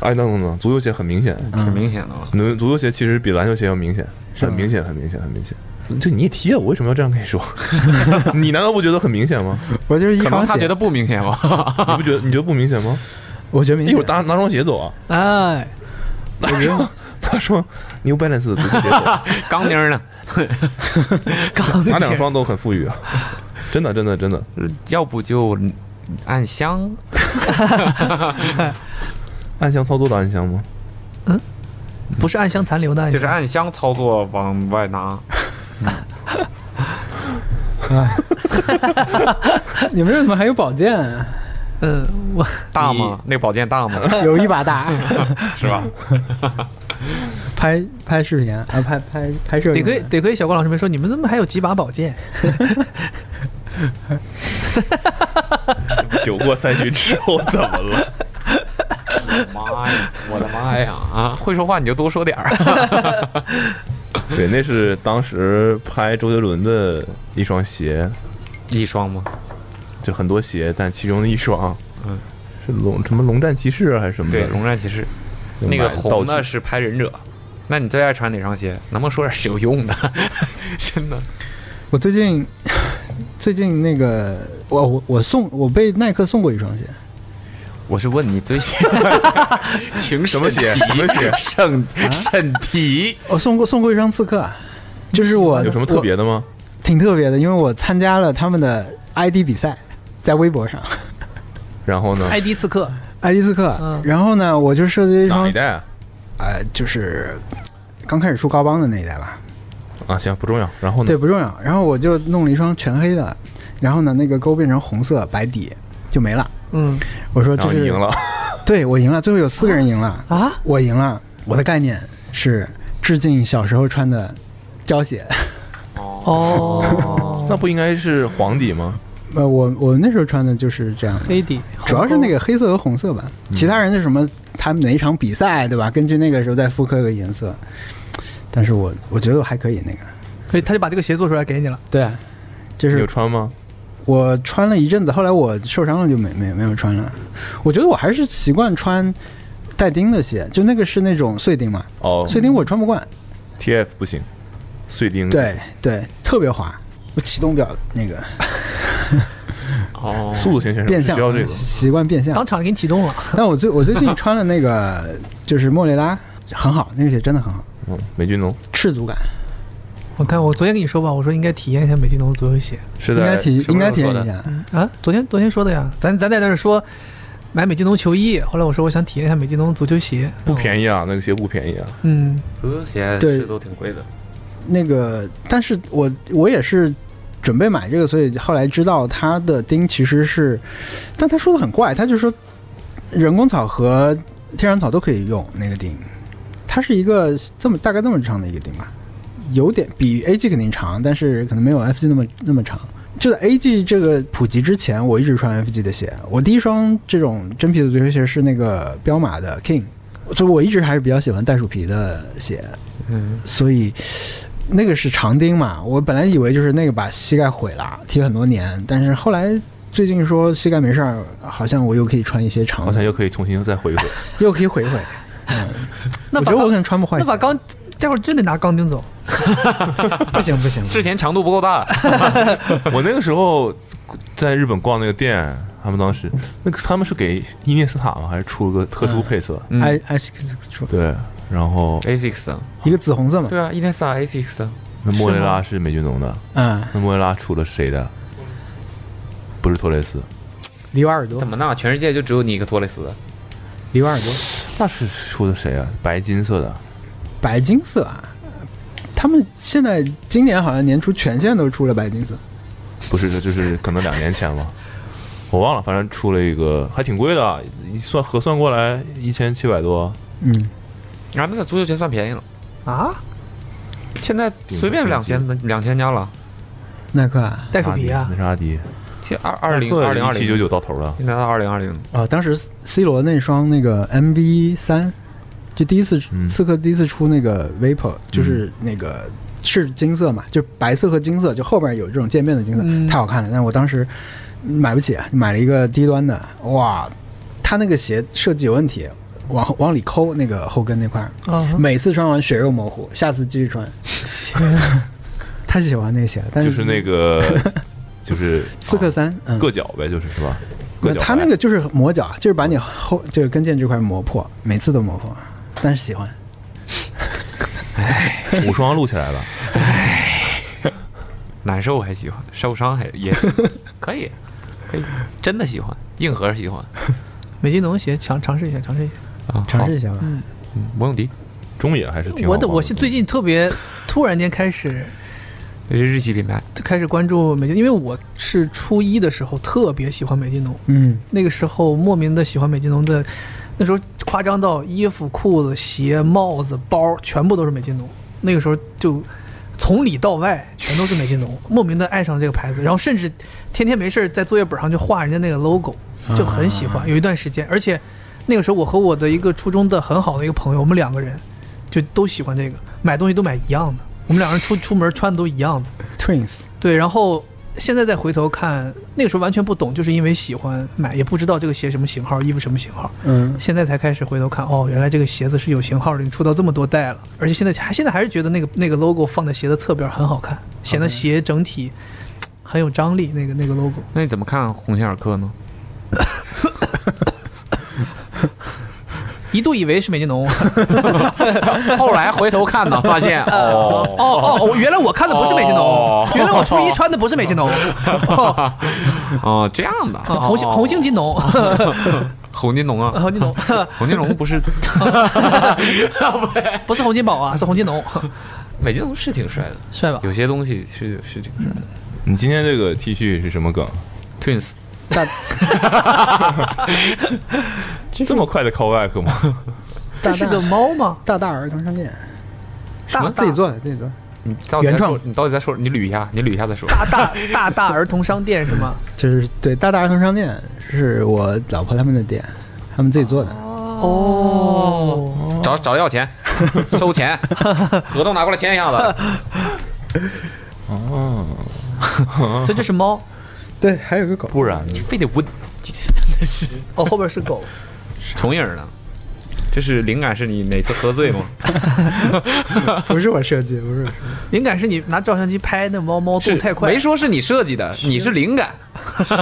S4: 哎，等等等，足球鞋很明显，
S2: 嗯
S6: 挺明显的嘛。
S4: 足足球鞋其实比篮球鞋要明显，很明
S2: 嗯
S4: 显，很明显，很明显。这你也踢啊，我为什么要这样跟你说？ 你难道不觉得很明显吗？
S2: 我就是一
S6: 可
S2: 双
S6: 能
S2: 鞋，
S6: 他觉得不明显吧。
S4: 你不觉得？你觉得不明显吗？
S2: 我觉得明
S4: 一
S2: 显
S4: 会儿拿拿双鞋走啊，
S5: 哎，
S4: 拿双 拿双 New Balance 的足球鞋走。
S6: 钢钉 呢？
S5: 钢
S4: 哪两
S5: 铁
S4: 双都很富裕啊！真的，真的，真的。
S6: 要不就暗箱，
S4: 暗箱操作的暗箱吗？
S5: 不是暗香残留的暗
S6: 就是
S5: 香，
S6: 暗箱操作往外拿。
S2: 你们这怎么还有宝剑啊？
S5: 嗯，我
S6: 大吗？那个宝剑大吗？
S2: 有一把大，
S6: 是吧？
S2: 拍拍视频啊，啊拍拍拍摄
S5: 得
S2: 用的。
S5: 亏得亏小郭老师没说，你们怎么还有几把宝剑？
S4: 酒过三巡之后怎么了？
S6: 妈呀！我的妈呀！啊，会说话你就多说点儿。
S4: 对，那是当时拍周杰伦的一双鞋，
S6: 一双吗？
S4: 就很多鞋，但其中的一双，
S6: 嗯，
S4: 是龙什么龙战骑士啊还是什么
S6: 对，
S4: 的？
S6: 龙战骑士。
S4: 就买
S6: 那个
S4: 的道
S6: 红的
S4: 具
S6: 是拍忍者。那你最爱穿哪双鞋？能不能说点是有用的？真的，
S2: 我最近最近那个，我我我送我被耐克送过一双鞋，
S6: 我是问你最喜情什
S4: 什么鞋？什么鞋？
S6: 审审题
S2: 我哦送过送过一双刺客啊，就是我
S4: 有什么特别的吗？
S2: 我挺特别的，因为我参加了他们的 ID 比赛，在微博上
S4: 然后呢？
S5: ID 刺客，
S2: ID 刺客，
S5: 嗯
S2: 然后呢，我就设计了一
S4: 哪
S2: 双
S4: 一，代啊？
S2: 呃，就是刚开始出高帮的那一代吧，
S4: 啊，行，不重要。然后呢
S2: 对，？不重要。然后我就弄了一双全黑的，然后呢，那个勾变成红色白底就没了。
S5: 嗯
S2: 我说
S4: 然
S2: 这
S4: 后
S2: 是
S4: 你赢了，
S2: 对我赢了，最后有四个人赢了，
S5: 啊，
S2: 我赢了。我的概念是致敬小时候穿的胶鞋。
S5: 哦，
S4: 那不应该是黄底吗？
S2: 呃，我我那时候穿的就是这样的，
S5: 黑底，
S2: 主要是
S5: 哦
S2: 那个黑色和红色吧。
S4: 嗯
S2: 其他人是什么？他们哪一场比赛对吧？根据那个时候再复刻个颜色。但是我我觉得我还可以那个。
S5: 所以他就把这个鞋做出来给你了。
S2: 对啊，就
S4: 你
S2: 是
S4: 有穿吗？
S2: 我穿了一阵子，后来我受伤了就没没没有穿了。我觉得我还是习惯穿带钉的鞋，就那个是那种碎钉嘛，
S4: 哦
S2: 碎钉我穿不惯，
S4: ，TF 不行，碎钉
S2: 对对，特别滑。我启动表那个
S6: 哦，
S4: 速度型选手
S2: 变
S4: 只
S2: 向
S4: 需要这个，
S2: 习惯变向
S5: 当，场给你启动了，
S2: 但我最我最近穿了那个就是莫雷拉，很好，那个鞋真的很好，
S4: 嗯，美俊龙
S2: 赤足感
S5: 我看我昨天跟你说吧，我说应该体验一下美津浓的左右鞋。
S4: 是
S2: 应该
S4: 在
S2: 体
S4: 什
S2: 应
S4: 么
S2: 该
S4: 时候
S2: 体验
S4: 做的
S2: 一下。
S5: 啊，昨天昨天说的呀，咱咱在那儿说买美津浓球衣，后来我说我想体验一下美津浓足球鞋，
S4: 不便宜啊，那个鞋不便宜啊，
S5: 嗯，
S8: 足球
S4: 哎
S8: 鞋
S2: 对
S8: 是都挺贵的，
S2: 那个，但是我我也是准备买这个，所以后来知道它的钉其实是，但他说的很怪，他就说人工草和天然草都可以用那个钉，它是一个这么大概这么长的一个钉吧，有点比 AG 肯定长，但是可能没有 FG 那么那么长。就在 AG 这个普及之前，我一直穿 FG 的鞋。我第一双这种真皮的足球鞋是那个彪马的 King，所以我一直还是比较喜欢袋鼠皮的鞋。
S6: 嗯，
S2: 所以那个是长钉嘛，我本来以为就是那个把膝盖毁了，踢了很多年，但是后来最近说膝盖没事儿，好像我又可以穿一些长
S4: 好
S2: 的，
S4: 像又可以重新再回一回。
S2: 又可以毁一毁。嗯，
S5: 那
S2: 我
S5: 把
S2: 觉得我可
S5: 钢
S2: 能穿不坏
S5: 那
S2: 鞋，
S5: 把钢，待会儿真得拿钢钉走，
S2: 不行不行，
S6: 之前长度不够大，
S4: 我那个时候在日本逛那个店，他们当时那个他们是给伊涅斯塔吗？还是出了个特殊配色？
S6: 嗯
S2: 哎哎，说
S4: 对，然后
S6: ASICS，
S2: 一个紫红色嘛，
S6: 对啊，伊涅斯塔 ASICS，
S4: 那莫雷拉是美俊龙的，
S2: 嗯，
S4: 那莫雷拉出了谁的？不是托雷斯，
S2: 里瓦尔多
S8: 怎，么那全世界就只有你一个托雷斯的？
S2: 里瓦尔多，
S4: 那是出的谁啊？白金色的，
S2: 白金色啊。他们现在今年好像年初全线都出了白金色，
S4: 不是，就是可能两年前吧，我忘了，反正出了一个还挺贵的啊，一算核算过来一千七百多，
S2: 嗯，
S6: 啊，那足球鞋算便宜了，
S5: 啊，
S6: 现在随便两千两千家了，
S2: 耐克啊，
S5: 袋鼠皮
S4: 阿迪
S5: 啊
S4: 那，是阿迪，
S6: 现在二二零二零二
S4: 七九
S6: 零，
S4: 九到头了，
S6: 现在到二零二零，
S2: 哦，当时 C 罗那双那个 MV 三，就第一次、
S4: 嗯
S2: 刺客第一次出那个 Vapor，就是那个是金色嘛，就白色和金色，就后边有这种渐变的金色，
S5: 嗯
S2: 太好看了。但是我当时买不起，啊买了一个低端的，哇，它那个鞋设计有问题，往后往里抠那个后跟那块儿，
S5: 啊，
S2: 每次穿完血肉模糊，下次继续穿。 他喜欢那个鞋，但
S4: 就是那个就是
S2: 刺客三，嗯，
S4: 硌脚呗，就是是吧？硌
S2: 那
S4: 脚。
S2: 他那个就是磨脚，啊就是把你后就是跟腱这块磨破，每次都磨破，但是喜欢。
S4: 五双录起来了，
S6: 难受还喜欢，受伤还也 可以，可以，真的喜欢，硬核喜欢
S5: 美津浓鞋尝尝试一下，尝试一下。
S6: 啊，
S2: 尝
S6: 好
S2: 试一下吧。
S6: 嗯不用提，
S4: 中野还是挺好
S5: 我
S4: 的。
S5: 的我是最近特别突然间开始
S6: 这是日系品牌，
S5: 就开始关注美津，因为我是初一的时候特别喜欢美津浓，
S2: 嗯，
S5: 那个时候莫名的喜欢美津浓的，那时候夸张到衣服、裤子、鞋、帽子、包全部都是美津浓。那个时候就从里到外全都是美津浓，莫名的爱上这个牌子，然后甚至天天没事儿在作业本上就画人家那个 logo，就很喜欢。有一段时间，而且那个时候我和我的一个初中的很好的一个朋友，我们两个人就都喜欢这个，买东西都买一样的，我们两个人出出门穿的都一样的。
S2: Twins，
S5: 对，然后现在再回头看，那个时候完全不懂，就是因为喜欢买，也不知道这个鞋什么型号，衣服什么型号。
S2: 嗯，
S5: 现在才开始回头看，哦，原来这个鞋子是有型号的，你出到这么多代了。而且现在还现在还是觉得那个那个 logo 放在鞋的侧边很好看，显得鞋整体嘖很有张力。那个那个 logo
S6: 那你怎么看鸿星尔克呢？
S5: 一度以为是美津浓，
S6: 后来回头看 呢，发现哦，
S5: 哦哦，我原来我看的不是美津浓，
S6: 哦
S5: 原来我初一穿的不是美津 浓，哦，
S6: 哦，这样的，
S5: 啊红星
S6: 哦
S5: 红星金浓，
S6: 红金龙 啊，
S5: 红金浓。
S6: 红金龙不 是，
S5: 不是洪金宝啊，是洪金农，
S6: 美金龙是挺帅的，
S5: 帅吧？
S6: 有些东西是是挺帅的。
S4: 你今天这个 T 恤是什么梗？
S6: Twins
S4: 这么快的 callback 吗？
S2: 大
S5: 这是个
S2: 大
S5: 猫吗？
S2: 大大儿童商店，
S5: 大
S2: 自己做的，自己做的。
S6: 你到底在
S2: 原创
S6: 说你到底在说？你捋一下，你捋一下再说。
S5: 大大大大儿童商店是吗？
S2: 就是对大大儿童商店是我老婆他们的店，他们自己做的。
S5: 哦，
S8: 找找人 要钱，收钱，合同拿过来签一下子。
S4: 哦，
S2: 哦
S5: 所以这是猫，
S2: 对，还有个狗，
S4: 不然呢
S8: 非得 问
S5: 哦，后边是狗。
S8: 从影儿呢？这是灵感是你哪次喝醉吗？
S2: 不是我设计，不是我设计。
S5: 灵感是你拿照相机拍那猫猫 动
S8: 是
S5: 太快
S8: 没，说是你设计的，你是灵感。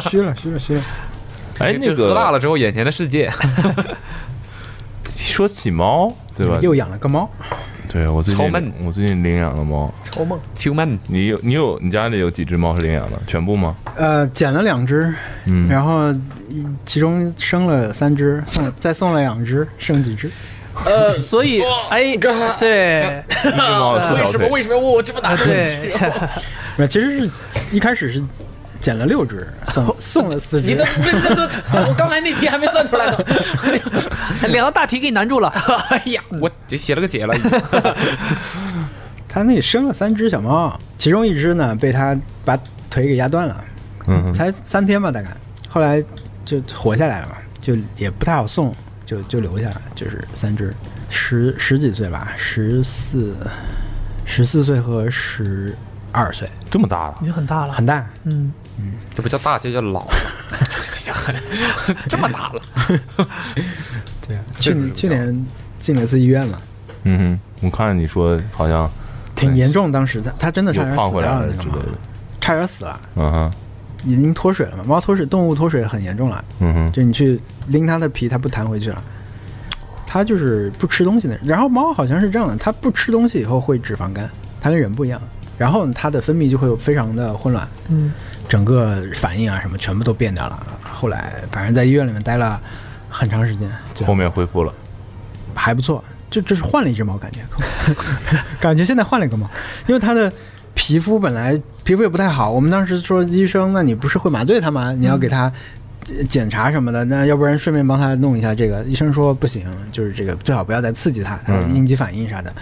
S2: 虚了，虚了，虚了。
S4: 哎，
S8: 就
S4: 那
S8: 喝大
S4: 个
S8: 了之后，眼前的世 界。
S4: 说起猫，对吧？嗯
S2: 又养了个猫，
S4: 对我最
S8: 超闷
S4: 近我最近领养了猫，
S5: 超梦。
S8: 秋曼，
S4: 你有你有你家里有几只猫是领养的？全部吗？
S2: 呃，捡了两只，
S4: 嗯，
S2: 然后一其中生了三只，送再送了两只，剩几只？
S5: 呃，所以哎，对
S4: 一只
S8: 啊
S4: 猫有四条腿。
S8: 什么要问我这么
S5: 啊
S8: 大
S5: 对，
S2: 没有，其实是一开始是捡了六只，送送了四只。
S8: 那那那，我刚才那题还没算出来呢。
S5: 两道大题给你难 住了。
S8: 哎呀，
S6: 嗯
S8: 我写了个解了。
S2: 他那生了三只小猫，其中一只呢被他把腿给压断了，
S4: 嗯，
S2: 才三天吧大概，后来就活下来了嘛，就也不太好送，就就留下来，就是三只，十十几岁吧，十四十四岁和十二岁，
S4: 这么大了
S5: 已，经很大了，
S2: 很大。
S5: 嗯，
S8: 这不叫大，这叫老。 这么大了，
S2: 对啊，去
S8: 这个是不
S2: 去
S8: 像
S2: 年进了一次医院嘛，
S4: 嗯哼，我看你说好像
S2: 挺严重，当时他他真的差
S4: 又
S2: 点
S4: 胖
S2: 死
S4: 回来
S2: 掉
S4: 了
S2: 了，那
S4: 之
S2: 个
S4: 类
S2: 猫
S4: 的，
S2: 差点死了，
S4: 嗯哼，
S2: 已经脱水了嘛，猫脱水，动物脱水很严重了。
S4: 嗯哼，
S2: 就你去拎它的皮，它不弹回去了。它就是不吃东西的人。然后猫好像是这样的，它不吃东西以后会脂肪肝，它跟人不一样。然后它的分泌就会非常的混乱，
S5: 嗯，
S2: 整个反应啊什么全部都变掉了。后来反正在医院里面待了很长时间，就
S4: 后面恢复了，
S2: 还不错，就就是换了一只猫，感觉， 感觉现在换了一个猫，因为它的皮肤本来皮肤也不太好，我们当时说医生，那你不是会麻醉它吗？你要给它呃检查什么的，那要不然顺便帮它弄一下这个。医生说不行，就是这个最好不要再刺激它，它有
S4: 嗯
S2: 应激反应啥的。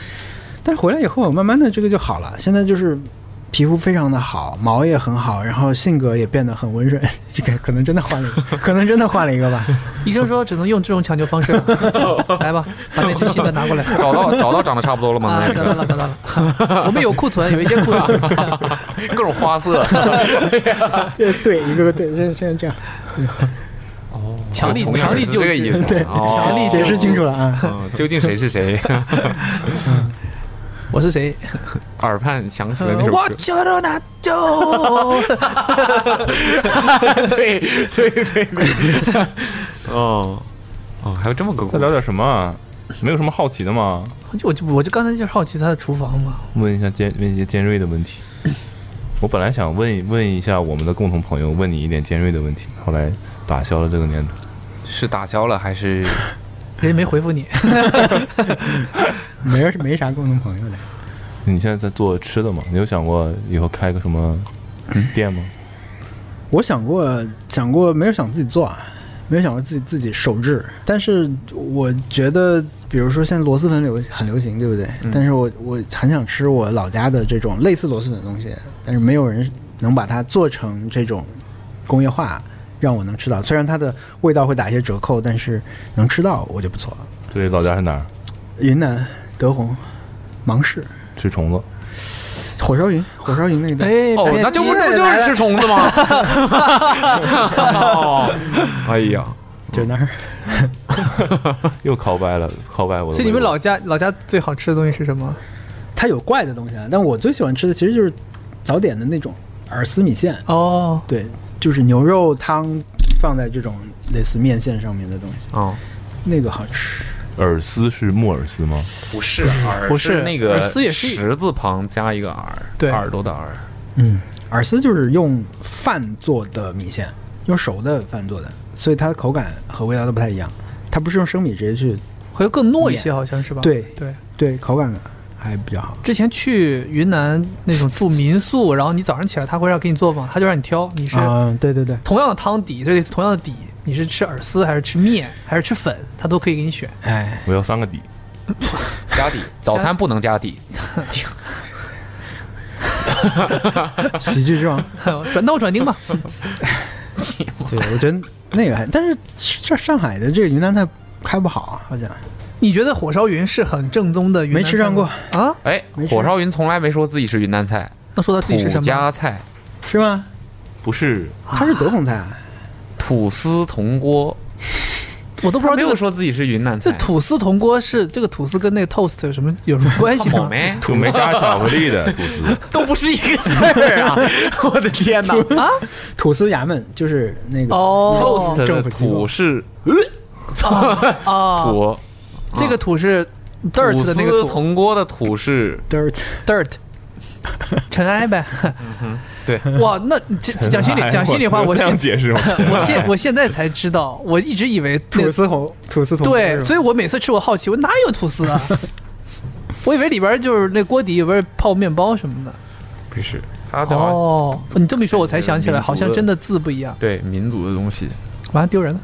S2: 但是回来以后，慢慢的这个就好了，现在就是。皮肤非常的好，毛也很好，然后性格也变得很温顺。 这个可能真的换了一个，可能真的换了一个吧。
S5: 医生说只能用这种抢救方 式了。来吧，把那只新的拿过来。
S8: 找到找到长得差不多了吗
S5: 啊，？找到了，找到了。我们有库存，有一些库存。
S8: 各种花色，
S2: 对 对，一个个对，现在现在这样，
S5: 强力
S8: 同样
S5: 强力
S8: 是这
S5: 救
S8: 个意
S5: 治。
S8: 思，
S2: 对
S8: 哦
S5: 强力
S2: 解释清楚了啊。
S8: 嗯究竟谁 是谁？
S5: 我是谁？
S8: 耳畔响起了那首
S5: 我
S8: 歌，
S5: 就到那 就。
S8: 对对对对， 哦哦，还有这么个
S4: 再
S8: 故
S4: 聊
S8: 事，
S4: 点什么啊？没有什么好奇的吗？
S5: 就我就我就刚才就是好奇他的厨房嘛。
S4: 问一下尖问一些尖锐的问题。我本来想问问一下我们的共同朋友，问你一点尖锐的问题，后来打消了这个念头。
S8: 是打消了还是
S5: 人家没回复你，
S2: 没没啥共同朋友的，
S4: 你现在在做吃的吗？你有想过以后开个什么店吗？
S2: 我想过想过，没有想自己做啊，没有想过自己自己手制。但是我觉得，比如说现在螺蛳粉流很流行，对不对？但是我我很想吃我老家的这种类似螺蛳粉的东西，但是没有人能把它做成这种工业化，让我能吃到。虽然它的味道会打一些折扣，但是能吃到我就不错了。
S4: 对，老家是哪儿？
S2: 云南德宏芒市
S4: 吃虫子。
S2: 火烧云，火烧云那个地方。
S5: 哎，
S8: 哦
S5: 哎，
S8: 那这不
S5: 第一
S8: 这
S5: 代
S8: 不就
S5: 来了
S8: 是吃虫子吗？哦，哎呀，
S2: 就那儿，
S4: 又 call back 了，call back 我的。
S5: 所以你们老家老家最好吃的东西是什么？
S2: 它有怪的东西啊。但我最喜欢吃的其实就是早点的那种饵丝米线，
S5: 哦，
S2: 对，就是牛肉汤放在这种类似面线上面的东西，
S8: 哦，
S2: 那个好吃。
S4: 饵丝是木饵丝吗？
S8: 不是耳，
S5: 不是
S8: 那个
S5: 耳丝也是
S8: 十字旁加一个耳，
S5: 对
S8: 耳朵的耳，
S2: 嗯，饵丝就是用饭做的米线，用熟的饭做的，所以它的口感和味道都不太一样。它不是用生米直接去，
S5: 会更糯一些，好像是吧？
S2: 对
S5: 对。
S2: 对口感还比较好。
S5: 之前去云南那种住民宿，然后你早上起来他会让给你做吗？他就让你挑，你是
S2: 啊、对对对，
S5: 同样的汤底，对，同样的底，你是吃饵丝还是吃面还是吃粉，他都可以给你选。
S2: 哎，
S4: 我要三个底。
S8: 加底，早餐不能加底，
S2: 哎喜剧 之王。
S5: 转刀转钉 吧。
S2: 对，我觉得那个还，但是这上海的这个云南菜开不好啊，好像
S5: 你觉得火烧云是很正宗的云南
S2: 没吃上过
S5: 菜吗啊？
S6: 哎
S2: 没，事
S6: 火烧云从来没说自己是云南菜，
S5: 那说他自己是
S6: 土
S5: 什么？
S6: 家菜，
S2: 是吗？
S4: 不是
S2: 它是德宏菜啊，
S6: 土司铜锅，
S5: 我都不知
S6: 他
S5: 道
S6: 没
S5: 这
S6: 有
S5: 个
S6: 说自己是云南
S5: 这
S6: 菜。
S5: 吐司铜锅是这个吐司跟那个 toast 有什么有什么关系
S6: 他
S5: 吗
S6: 猛？没，
S4: 就没加巧克力 的吐司，
S6: 都不是一个字儿啊！我的天哪
S5: 啊
S2: 土司衙门就是那个
S5: 哦
S6: ，toast 的
S2: 政府机构
S6: 土是
S5: 哦，
S6: 土
S5: 这个土是
S6: 土
S5: dirt 的那个
S6: 司
S5: 土
S6: 铜锅的土是
S2: dirt，
S5: dirt，尘埃呗。
S6: 对，
S5: 哇，那这讲心
S4: 哎
S5: 里讲心里话，我
S4: 这样
S5: 现
S4: 解释吗？
S5: 我现我现在才知道，我一直以为那
S2: 土司红，土司红。
S5: 对，所
S2: 以
S5: 以我每次吃我好奇，我哪里有吐司啊？ 我以为里边儿就是那锅底里边儿泡面包什么的。
S6: 不是他的话
S5: 哦，你这么一说，我才想起来，
S6: 民族
S5: 好像
S6: 的
S5: 真的字不一样，
S6: 对民族的东西
S5: 完了丢人了。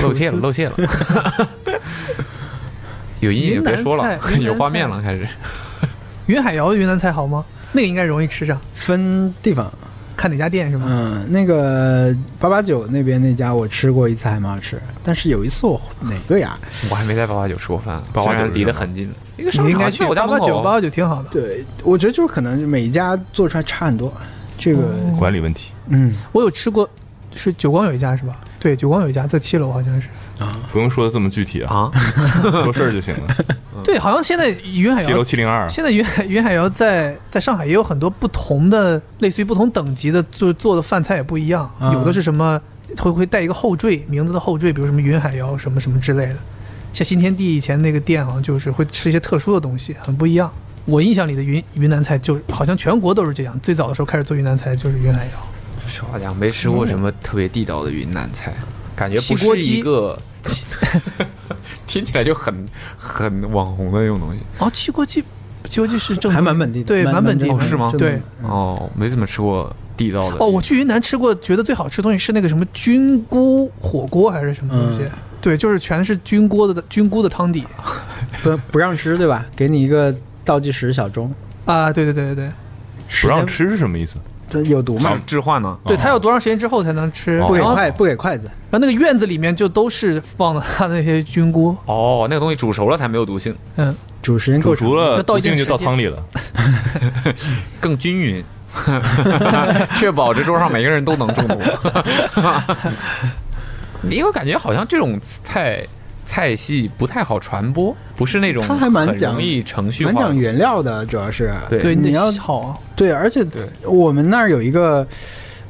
S6: 露怯了，露怯了。 有阴影
S5: 云南
S6: 别说了
S5: 菜，云南
S6: 有画
S5: 菜
S6: 面了，开始。
S5: 云海肴的云南菜好吗？那个应该容易吃上，
S2: 分地方，
S5: 看哪家店是吗？
S2: 嗯，那个八八九那边那家我吃过一次，还蛮好吃。但是有一次我哪个呀？
S6: 我还没在八八九吃过饭，啊
S4: 八八
S6: 虽
S4: 九
S6: 然
S4: 是
S6: 离得
S4: 什么
S6: 很近。一个
S5: 你应该去
S6: 我家
S5: 八
S6: 门
S5: 八九，
S6: 口
S5: 八八九挺好的。
S2: 对，我觉得就是可能每一家做出来差很多。这个，
S5: 哦
S4: 管理问题，
S2: 嗯，
S5: 我有吃过，是九光有一家是吧？对，九光有一家在七楼好像是。
S4: 不用说的这么具体啊，
S6: 啊，
S4: 说事儿就行了。
S5: 对，好像现在云海
S4: 七楼
S5: 肴，
S4: 七零二，
S5: 现在云海云海肴在在上海也有很多不同的，类似于不同等级的做做的饭菜也不一样，
S2: 啊
S5: 有的是什么会会带一个后缀名字的后缀，比如什么云海肴什么什么之类的。像新天地以前那个店好像就是会吃一些特殊的东西，很不一样。我印象里的云云南菜就好像全国都是这样，最早的时候开始做云南菜就是云海肴。
S6: 实话讲，没吃过什么特别地道的云南菜，感觉不
S5: 汽锅
S6: 是
S5: 鸡
S6: 一个，听起来就很很网红的那种东西。
S5: 哦，汽锅鸡，汽锅鸡是正宗
S2: 还蛮本地的，
S5: 对，蛮本地
S2: 的
S5: 的，
S6: 哦是吗
S2: 嗯真的
S5: 对，
S6: 哦，没怎么吃过地道的。
S5: 哦，我去云南吃过，觉得最好吃的东西是那个什么菌菇火锅还是什么东西？
S2: 嗯
S5: 对，就是全是菌锅的菌菇的汤底
S2: 不不让吃对吧？给你一个倒计时小钟，
S5: 啊！对对对对对，
S4: 不让吃是什么意思？
S2: 它有毒
S6: 置
S2: 嘛？
S6: 置换呢？
S5: 对它要多长时间之后才能吃？
S4: 哦
S2: 不给
S5: 然后
S2: 筷，不给筷子。
S5: 然后那个院子里面就都是放的它的那些菌菇，
S6: 哦，那个东西煮熟了才没有毒性，
S5: 嗯，
S2: 主持人
S4: 煮
S2: 够长
S4: 熟了，
S5: 那倒
S4: 不
S5: 一定
S4: 进就倒
S5: 时间
S4: 汤里了。
S6: 更均匀， 确保这桌上每个人都能中毒。 因为感觉好像这种菜菜系不太好传播，不是那种
S2: 它还蛮
S6: 很
S2: 讲
S6: 容易程序
S2: 蛮
S6: 化
S2: 讲
S6: 的。
S2: 原料的，主要是
S6: 对
S5: 对，
S2: 你
S5: 得
S2: 要
S5: 好啊，
S2: 对，而且我们那儿有一个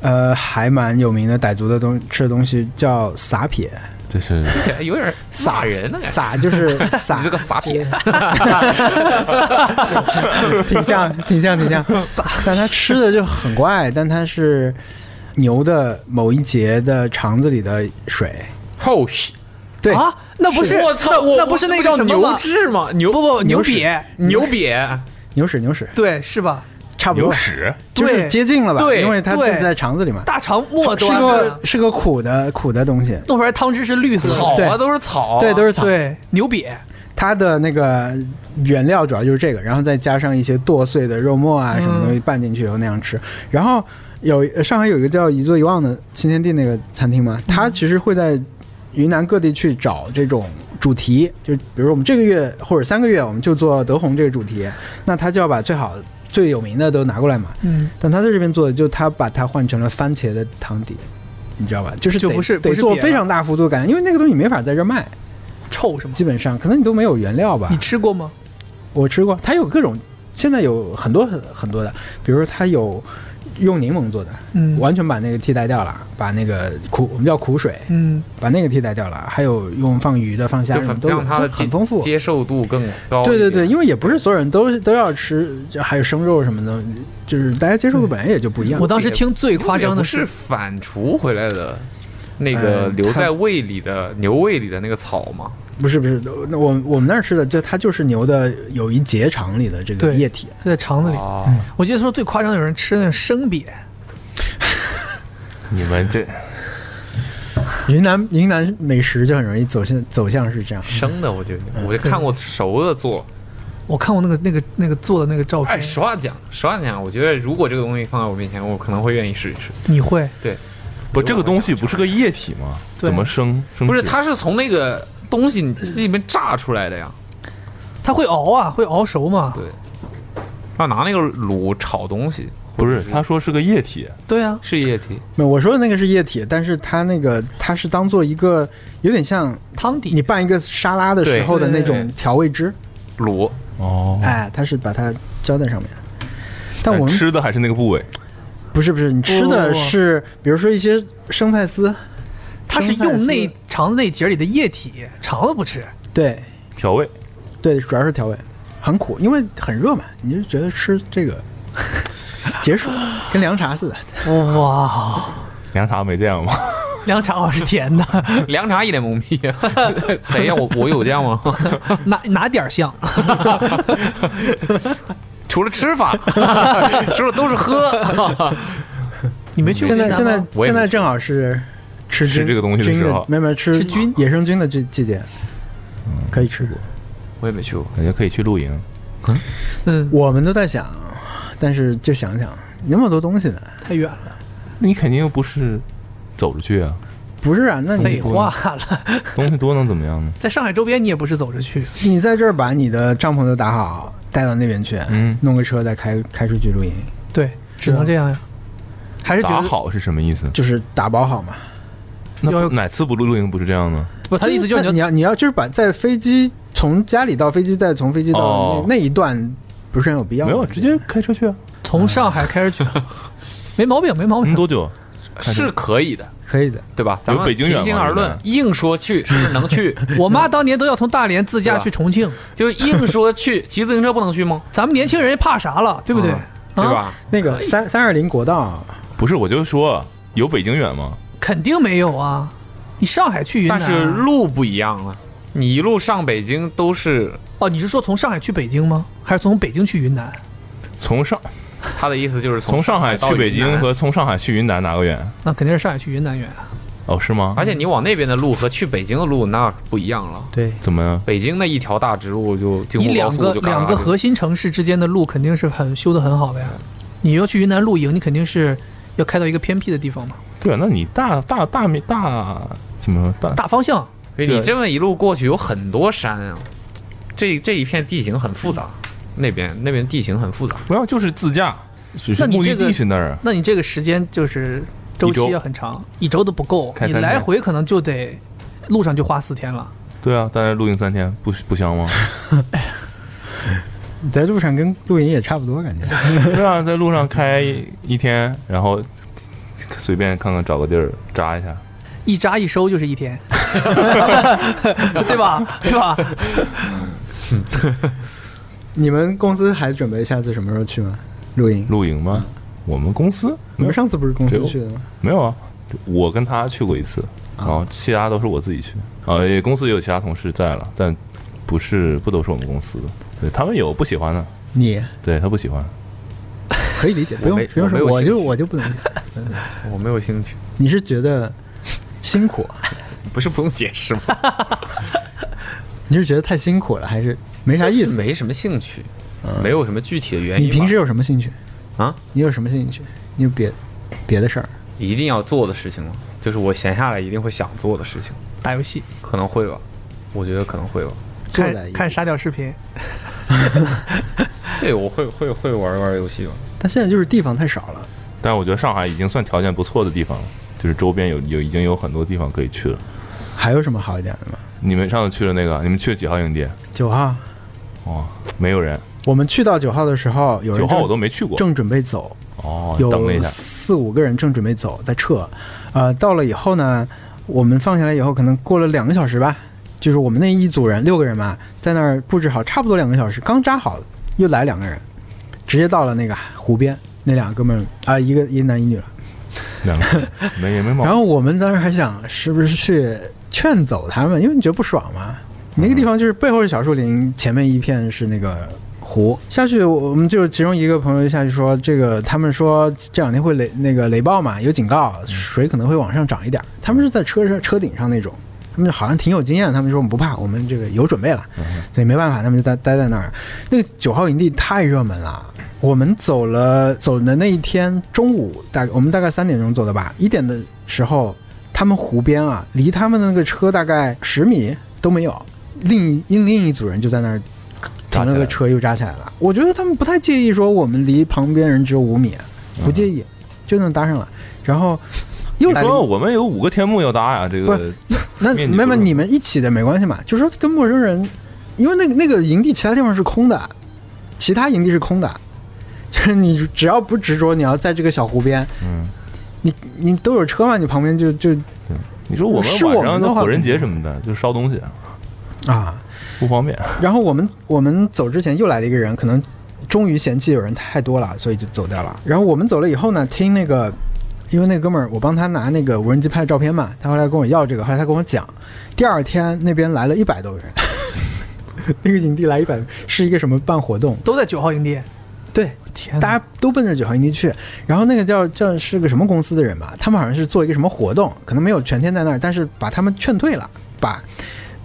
S2: 呃还蛮有名的傣族的东吃的东西叫撒撇，
S4: 这是
S6: 听起来有点撒人的感觉。
S2: 撒就是撒
S6: 你这，个撒 撇，
S2: 挺像挺像挺像，但它吃的就很怪，但它是牛的某一节的肠子里的水，
S6: 后续
S2: 对，
S5: 啊，那不是
S6: 我操，
S5: 那
S6: 我
S5: 那不是那个
S6: 叫
S5: 什么
S6: 牛
S5: 吗？
S6: 至吗？牛
S5: 不不牛
S2: 牛屎
S5: 瘪，
S6: 牛瘪，
S2: 牛屎牛屎，
S5: 对是吧？
S2: 差不
S4: 牛
S2: 多，
S4: 屎，
S2: 就是
S5: 对
S2: 接近了吧？
S6: 对
S2: 因为它就
S5: 对
S2: 在肠子里嘛，
S5: 大啊肠末
S2: 是
S5: 端
S2: 个是个苦的苦的东西，
S5: 弄出来汤汁是绿色
S6: 草
S5: 的，
S2: 对
S6: 啊都是草啊，
S2: 对，都是草。
S5: 对牛瘪，
S2: 它的那个原料主要就是这个，然后再加上一些剁碎的肉末啊，什么东西拌进去以后那样吃。然后有呃上海有一个叫“一座一忘”的新天地那个餐厅嘛，它其实会在云南各地去找这种主题，就比如说我们这个月或者三个月我们就做德宏这个主题，那他就要把最好最有名的都拿过来嘛。
S5: 嗯，
S2: 但他在这边做的，就他把它换成了番茄的汤底。你知道吧？就是
S5: 就
S2: 得
S5: 不是
S2: 得
S5: 不是
S2: 做
S5: 别的
S2: 非常大幅度改良，因为那个东西没法在这儿卖，
S5: 臭是吗？
S2: 基本上可能你都没有原料吧。
S5: 你吃过吗？
S2: 我吃过，它有各种，现在有很多很很多的，比如说它有用柠檬做的，
S5: 嗯
S2: 完全把那个替代掉了，把那个苦我们叫苦水，
S5: 嗯，
S2: 把那个替代掉了，还有用放鱼的、放虾
S6: 就
S2: 什么
S6: 很
S2: 都有，
S6: 让它的
S2: 都
S6: 接
S2: 很丰富。
S6: 接受度更高一
S2: 对
S6: 点。
S2: 对对，因为也不是所有人都都要吃，就还有生肉什么的，就是大家接受度本来也就不一样。
S5: 我当时听最夸张的哎
S6: 也不是反刍回来的，那个
S2: 呃
S6: 留
S2: 它
S6: 在胃里的牛胃里的那个草嘛。
S2: 不是不是，那我我们那儿吃的，就它就是牛的有一结肠里的这个
S5: 对
S2: 液体，
S5: 在肠子里。嗯
S6: 哦，
S5: 我记得说最夸张的有人吃那种生瘪，
S4: 你们这
S2: 云南云南美食就很容易走向走向是这样。
S5: 嗯
S6: 生的我就我就看过熟的做，
S5: 我看过那个那个那个做的那个照
S6: 哎，
S5: 片，
S6: 实话讲，实话讲，我觉得如果这个东西放在我面前，我可能会愿意试一试。
S5: 你会
S4: 不，这个东西不是个液体吗？
S5: 对
S4: 怎么生？
S5: 嗯
S4: 生
S6: 不是，
S4: 吃
S6: 它是从那个东西里面炸出来的呀。
S5: 它会熬啊，会熬熟嘛？
S6: 要拿那个卤炒东西，
S4: 不是，他说是个液体，
S5: 对啊，
S6: 是液体。
S2: 没有，我说的那个是液体，但是它那个它是当做一个有点像
S5: 汤底
S2: 你拌一个沙拉的时候的那种调味汁，
S6: 卤
S4: 哦，
S2: 哎，它是把它浇在上面。但
S5: 哎
S4: 但
S2: 我们
S4: 吃的还是那个部位，
S2: 不呃是不是，你吃的是比如说一些生菜丝，
S5: 它是
S2: 生菜丝
S5: 用内肠内节里的液体，肠子不吃。
S2: 对
S4: 调味。
S2: 对，主要是调味，很苦，因为很热嘛，你就觉得吃这 个解暑，跟凉茶似的。
S5: 哇，
S4: 凉茶没见过吗？
S5: 凉茶好像是甜的，
S6: 凉茶一脸懵逼， 谁呀？我我有这样吗？
S5: 哪哪点儿像？
S6: 除了吃法， 除了都是喝。
S5: 你没去过
S2: 现在
S5: 云南
S2: 现在
S5: 吗
S4: 我也
S2: 现
S4: 没
S2: 在
S4: 吃
S2: 正好是吃
S4: 吃
S2: 菌
S4: 这个东西的
S2: 菌
S4: 时候
S2: 没有没有吃
S5: 吃菌
S2: 野生菌嗯的季季节，可以吃。
S6: 我也没去过，
S4: 感觉可以去露营。
S5: 嗯，
S2: 我们都在想，但是就想想那么多东西呢，
S5: 太远了，
S4: 你肯定不是走着去啊，
S2: 不是啊？那
S5: 废
S2: 你
S5: 话了，
S4: 东西多能怎么样呢？
S5: 在上海周边你也不是走着去，
S2: 你在这儿把你的帐篷都打好，带到那边去，
S4: 嗯
S2: 弄个车再开开出去露营，
S5: 对，只能这样呀。还是觉
S4: 打
S5: 得
S4: 好是什么意思？
S2: 就是打包好嘛。
S4: 那
S5: 要
S4: 不哪次不露露营不是这样呢？
S5: 不，他的意思就是
S2: 你
S5: 你
S2: 要你要就是把在飞机从家里到飞机，再从飞机到那、
S4: 哦
S2: 那一段，不是很有必要
S4: 没
S2: 吗？
S4: 有，直接开车去啊。
S5: 要从上海开始去，没毛病，没毛
S4: 嗯，
S5: 病。
S4: 多久？
S6: 是可以的，
S2: 可以的。
S6: 对吧？咱们
S4: 北京远
S6: 平
S4: 吗
S6: 心而论，硬说去是能 去，
S5: 我妈当年都要从大连自驾
S6: 对吧
S5: 去重庆，
S6: 就是硬说去，骑自行车不能去吗？
S5: 咱们年轻人怕啥了，对不对？
S6: 嗯对
S5: 啊？
S6: 吧？
S2: 那个三三二零国道，
S4: 不是，我就说有北京远吗？
S5: 肯定没有啊！你上海去云
S6: 但
S5: 南，
S6: 是路不一样了，你一路上北京都是
S5: 哦，你是说从上海去北京吗？还是从北京去云南？
S4: 从上
S6: 他的意思就是
S4: 从上海
S6: 到
S4: 去北
S6: 云
S4: 京
S6: 南
S4: 和从上海去云南哪个远？
S5: 那肯定是上海去云南远啊。
S4: 哦，是吗？
S6: 而且你往那边的路和去北京的路那不一样了。
S2: 对，
S4: 怎么
S6: 北京那一条大直路就京
S5: 你
S6: 沪高
S5: 两
S6: 速
S5: 个
S6: 就嘎嘎
S5: 两个
S6: 就
S5: 核心城市之间的路肯定是很修的很好的呀。你要去云南露营，你肯定是要开到一个偏僻的地方嘛，
S4: 对啊，那你大大大面大怎么说大
S5: 大方向。
S6: 所以你这么一路过去有很多山啊，这这一片地形很复杂，那边那边地形很复杂。
S4: 不要就是自驾，只是
S5: 那你
S4: 目的
S5: 这个
S4: 地是那儿啊。
S5: 那你这个时间就是周期要很长，一周都不够，
S4: 开
S5: 你
S4: 三天
S5: 来回可能就得路上就花四天了。
S4: 对啊，大家露营三天不不香 吗？
S2: 你在路上跟露营也差不多感觉。
S4: 对啊，在路上开一天，然后随便看看找个地儿扎一下。
S5: 一扎一收就是一天， 对吧？对吧？
S2: 你们公司还准备下次什么时候去吗？露营？
S4: 露营吗？我们公司
S2: 你们
S4: 没有
S2: 上次不是公司
S4: 对
S2: 去的吗？
S4: 没有啊，我跟他去过一次，
S2: 啊
S4: 然后其他都是我自己去。啊，也公司也有其他同事在了，但不是不都是我们公司的。对他们有不喜欢的，
S2: 你
S4: 对他不喜欢。
S2: 可以理解，不
S6: 我
S2: 用
S6: 没
S2: 不用
S6: 我没
S2: 说，
S6: 有
S2: 我
S6: 兴
S2: 就
S6: 趣
S2: 我就不能理解。
S6: 我没有兴趣，
S2: 你是觉得辛苦，啊
S6: 不是不用解释吗？
S2: 你是觉得太辛苦了，还是没啥意
S6: 就是
S2: 思？嗯
S6: 没什么兴趣，没有什么具体的原因
S2: 你
S6: 吧。
S2: 平时有什么兴趣
S6: 啊？
S2: 你有什么兴趣？你有别别的事儿？
S6: 一定要做的事情吗？就是我闲下来一定会想做的事情，
S5: 打游戏，
S6: 可能会吧，我觉得可能会吧。
S2: 坐在
S5: 看
S2: 一
S5: 看
S2: 起
S5: 沙雕视频，
S6: 对，我会会会玩玩游戏吧。
S2: 但现在就是地方太少了。
S4: 但我觉得上海已经算条件不错的地方了，就是周边有有已经有很多地方可以去了。
S2: 还有什么好一点的吗？
S4: 你们上次去了那个，你们去了几号营地？
S2: 九号，
S4: 哦，没有人，
S2: 我们去到九号的时候，有人
S4: 九号我
S2: 正
S4: 都没去过。
S2: 正准备走，
S4: 哦，等了一
S2: 有
S4: 下，
S2: 四五个人正准备走，在撤。呃，到了以后呢，我们放下来以后，可能过了两个小时吧，就是我们那一组人六个人嘛，在那儿布置好，差不多两个小时，刚扎好，又来两个人，直接到了那个湖边，那两个哥们儿啊、一个一男一女了。
S4: 两个没也没毛
S2: 然
S4: 病。
S2: 后我们当时还想，是不是去劝走他们，因为你觉得不爽嘛。那个地方就是背后是小树林，前面一片是那个湖。下去，我们就其中一个朋友就下去说，这个他们说这两天会雷那个雷暴嘛，有警告，水可能会往上涨一点儿。他们是在车上车顶上那种，他们好像挺有经验的，他们说我们不怕，我们这个有准备了，所以没办法，他们就待待在那儿。那个九号营地太热门了。我们走了走的那一天中午，大我们大概三点钟走的吧，一点的时候，他们湖边啊，离他们的那个车大概十米都没有，另一另另一组人就在那儿停了个车又扎起来了。我觉得他们不太介意说我们离旁边人只有五米，不介意，就能搭上了。然后又
S4: 你
S2: 来了
S4: 说
S2: 一，
S4: 我们有五个天幕要搭呀，这
S2: 不
S4: 个
S2: 是那
S4: 面积
S2: 没
S4: 不
S2: 有
S4: 是
S2: 你们一起的没关系嘛，就说跟陌生人，因为那个那个营地其他地方是空的，其他营地是空的， 就是你只要不执着你要在这个小湖边，
S4: 嗯，
S2: 你你都有车嘛，你旁边就就
S4: 你说我们
S2: 是我
S4: 晚
S2: 们
S4: 上
S2: 的话
S4: 火人节什么的，就烧东西
S2: 啊，
S4: 不方便。
S2: 然后我们我们走之前又来了一个人，可能终于嫌弃有人太多了，所以就走掉了。然后我们走了以后呢，听那个，因为那哥们儿我帮他拿那个无人机拍的照片嘛，他后来跟我要这个，后来他跟我讲，第二天那边来了一百多个人， 那个营地来一百，是一个什么办活动？
S5: 都在九号营地。
S2: 对，
S5: 天哪，
S2: 大家都奔着九号营地去。然后那个叫叫是个什么公司的人吧，他们好像是做一个什么活动，可能没有全天在那儿，但是把他们劝退了，把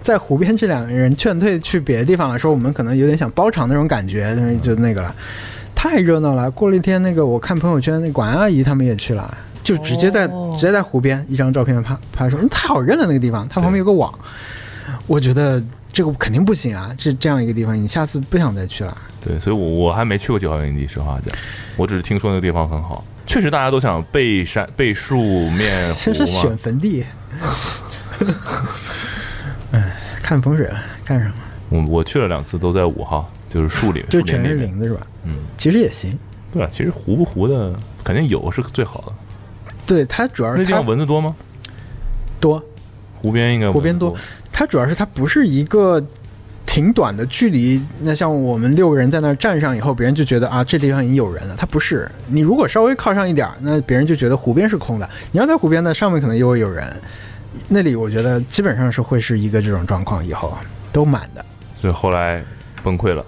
S2: 在湖边这两个人劝退去别的地方了，说我们可能有点想包场那种感觉，但是就那个了，太热闹了。过了一天，那个我看朋友圈，那管阿姨他们也去了。就直接在、
S5: 哦
S2: 直接在湖边一张照片拍拍说，嗯太好认了那个地方，它旁边有个网，我觉得这个肯定不行啊，这这样一个地方，你下次不想再去了。
S4: 对，所以我我还没去过九号营地，实话讲，我只是听说那个地方很好，确实大家都想背山背树面湖
S2: 这是
S4: 嘛
S2: 选。坟 地。哎，看风水了，看什么？
S4: 我我去了两次，都在五号，就是树里
S2: 就
S4: 树林
S2: 全
S4: 里
S2: 是
S4: 面。
S2: 林子是吧？
S4: 嗯，
S2: 其实也行。
S4: 对啊，其实糊不糊的，肯定有是最好的。
S2: 对，它主要
S4: 那
S2: 是
S4: 地
S2: 它
S4: 方蚊子多吗？
S2: 多，
S4: 湖边应该
S2: 湖边
S4: 蚊子
S2: 多，它主要是它不是一个挺短的距离。那像我们六个人在那儿站上以后，别人就觉得啊，这地方已经有人了。它不是，你如果稍微靠上一点儿，那别人就觉得湖边是空的。你要在湖边呢，上面可能又会有人。那里我觉得基本上是会是一个这种状况，以后都满的。
S4: 所以后来崩溃了。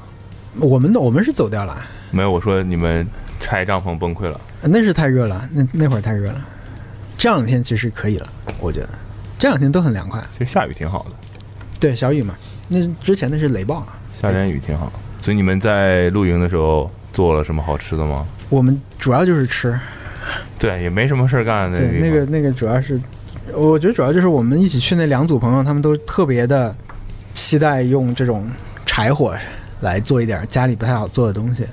S2: 我们的我们是走掉了。
S4: 没有，我说你们拆帐篷崩溃了。
S2: 那是太热了，那那会儿太热了。这两天其实可以了，我觉得这两天都很凉快。
S4: 其实下雨挺好的，
S2: 对，小雨嘛，那之前那是雷暴啊。
S4: 下点雨挺好。所以你们在露营的时候做了什么好吃的吗？
S2: 我们主要就是吃，
S4: 对，也没什么事儿干的
S2: 对，
S4: 地
S2: 那
S4: 方
S2: 个那个主要是，我觉得主要就是我们一起去那两组朋友，他们都特别的期待用这种柴火来做一点家里不太好做的东西，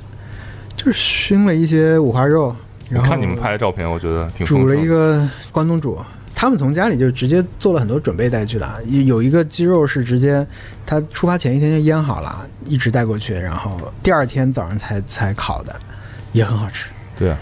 S2: 就是熏了一些五花肉，然
S4: 我
S2: 后
S4: 看你们拍的照片，我觉得挺丰
S2: 煮了
S4: 盛
S2: 一
S4: 的
S2: 个关东煮，他们从家里就直接做了很多准备带去的，有有一个鸡肉是直接他出发前一天就腌好了，一直带过去，然后第二天早上才才烤的，也很好吃。
S4: 对啊，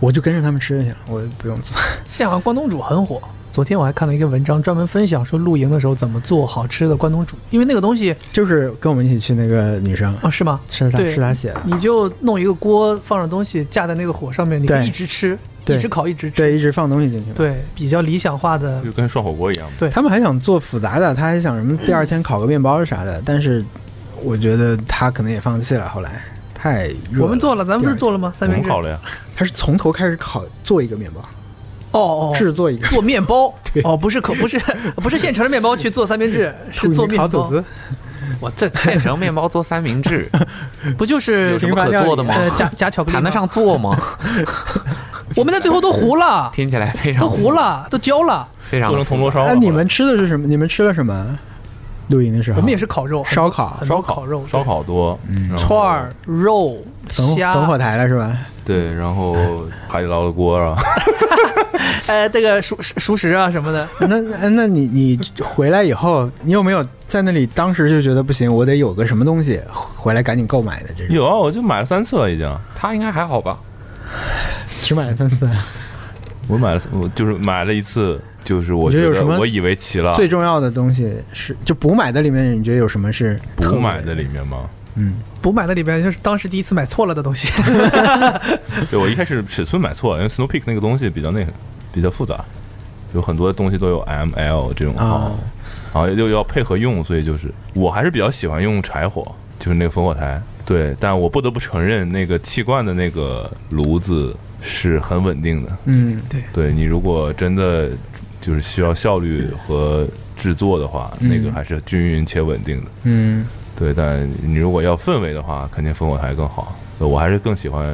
S2: 我就跟着他们吃就行了，我不用做。
S5: 现在好像关东煮很火。昨天我还看了一个文章，专门分享说露营的时候怎么做好吃的关东煮，因为那个东西
S2: 就是跟我们一起去那个女生，
S5: 啊，是吗？
S2: 是她
S5: 对
S2: 是她啊写的，
S5: 你就弄一个锅，放上东西，架在那个火上面，你可以
S2: 对
S5: 一直吃，
S2: 对
S5: 一直烤，一直吃，
S2: 对，一直放东西进去。，
S5: 对，比较理想化的
S4: 就跟涮火锅一样嘛。
S2: 他们还想做复杂的，他还想什么第二天烤个面包啥的，但是我觉得他可能也放弃了，后来太热
S5: 我们做了，咱们不是做了吗？
S4: 我
S5: 三明
S4: 们
S5: 治。
S4: 烤了呀，
S2: 他是从头开始烤做一个面包，
S5: 哦哦，
S2: 制作一个。
S5: 做面包。哦，不是可 不是不是现成的面包去做三明治，是做面
S2: 烤吐
S5: 包。
S2: 司，
S5: 我这
S6: 现成面包做三明 治，
S5: 不就是
S6: 有什么可做的吗？
S5: 呃夹夹巧克力？
S6: 谈得？上做吗？
S5: 我们那最后都糊了，
S6: 听起来非常
S5: 都糊，了，都焦了。
S6: 非常
S4: 做成铜锣烧
S2: 那、
S4: 了。
S2: 哎你们吃的是什么？你们吃了什么？露营的时候，
S5: 我们也是烤肉，
S2: 烧烤、
S5: 很多烤肉、
S4: 烧烤多，然后
S5: 串儿、肉、
S2: 焚火焚火
S5: 虾，
S2: 台了是吧？
S4: 对，然后海底捞的锅啊，
S5: 呃，这个熟熟食啊什么的。
S2: 那那那你你回来以后，你有没有在那里当时就觉得不行，我得有个什么东西回来赶紧购买的这种？
S4: 有啊，我就买了三次了已经。
S6: 他应该还好吧？
S2: 只买了三次，
S4: 我买了，我就是买了一次，就是我
S2: 你觉
S4: 觉
S2: 得有
S4: 得
S2: 什么
S4: 我以为齐了，
S2: 最重要的东西是就补买的里面，你觉得有什么是特
S4: 补
S2: 别
S4: 买的里面吗？
S5: 补买的里边就是当时第一次买错了的东西，
S4: 对，我一开始尺寸买错了，因为 Snow Peak 那个东西比较那个比较复杂，有很多东西都有 M、L 这种号
S2: 啊，
S4: 然后又要配合用，所以就是我还是比较喜欢用柴火，就是那个烽火台。对，但我不得不承认，那个气罐的那个炉子是很稳定的。
S2: 嗯，
S4: 对你如果真的就是需要效率和制作的话，那个还是均匀且稳定的。
S2: 嗯，
S4: 对，但你如果要氛围的话，肯定烽火台更好。对我还是更喜欢，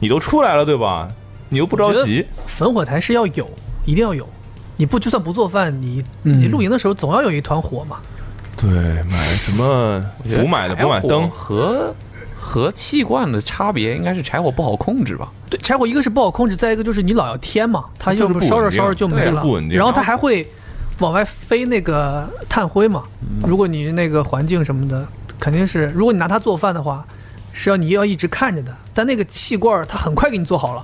S4: 你都出来了对吧？你又不着急，
S5: 焚火台是要有，一定要有。你不就算不做饭，你你露营的时候总要有一团火嘛。
S4: 对，买什么不买的不买
S6: 柴火
S4: 灯，
S6: 和和气罐的差别应该是柴火不好控制吧？
S5: 对，柴火一个是不好控制，再一个就是你老要添嘛，它
S4: 就是
S5: 要
S4: 不
S5: 烧着
S4: 稳定
S5: 烧着就没
S4: 对啊
S5: 了，
S4: 不稳定
S5: 然后它还会往外飞那个炭灰嘛。
S4: 嗯
S5: 如果你那个环境什么的，肯定是如果你拿它做饭的话，是要你要一直看着的。但那个气罐儿它很快给你做好了，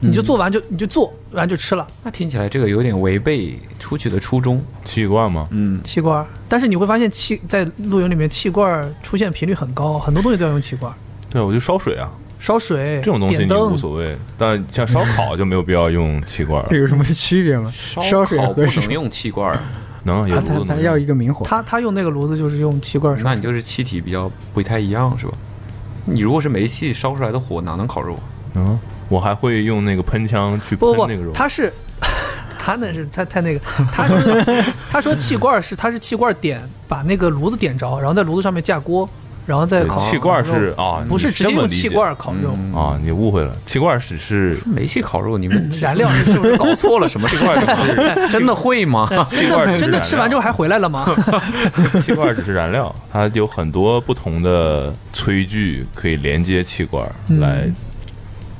S5: 你
S4: 嗯
S5: 就做完就你就做完就吃了
S6: 那听起来这个有点违背出去的初衷。
S4: 气罐吗？
S6: 嗯，
S5: 气罐儿。但是你会发现气在露营里面气罐儿出现频率很高，很多东西都要用气罐儿，
S4: 对，我就烧水啊，
S5: 烧水、
S4: 这种东西
S5: 点
S4: 你
S5: 灯
S4: 无所谓，但像烧烤就没有必要用气罐了
S2: 这，有什么区别吗？烧水
S6: 烤不
S2: 和水
S6: 能用气罐儿，
S4: 能有
S2: 啊，
S4: 炉
S2: 他
S4: 子
S2: 他
S4: 能
S2: 要一个明火，
S5: 他他用那个炉子就是用气罐儿烧，
S6: 那你就是气体比较不太一样是吧？你如果是煤气烧出来的火，哪能烤肉？
S4: 嗯，我还会用那个喷枪去喷
S5: 不不
S4: 那个
S5: 不，
S4: 肉，
S5: 他是 他那是他太那个，他说 他说气罐儿是他是气罐儿点把那个炉子点着，然后在炉子上面架锅，然后再
S4: 对
S5: 烤
S4: 气罐儿是
S5: 烤肉
S4: 啊
S5: 不是
S4: 你
S5: 直接
S4: 这么
S5: 用
S4: 理
S5: 气
S4: 解
S5: 罐儿烤肉，
S4: 啊，你误会了，气罐只是
S6: 煤气烤肉，你们
S5: 燃料
S6: 嗯是不是搞错了什么事 情？真的会吗？
S5: 真
S4: 气罐儿
S5: 的
S4: 是
S5: 真的
S4: 燃
S5: 吃完
S4: 料
S5: 之后还回来 了吗？
S4: 气罐只是燃料，它有很多不同的炊具可以连接气罐来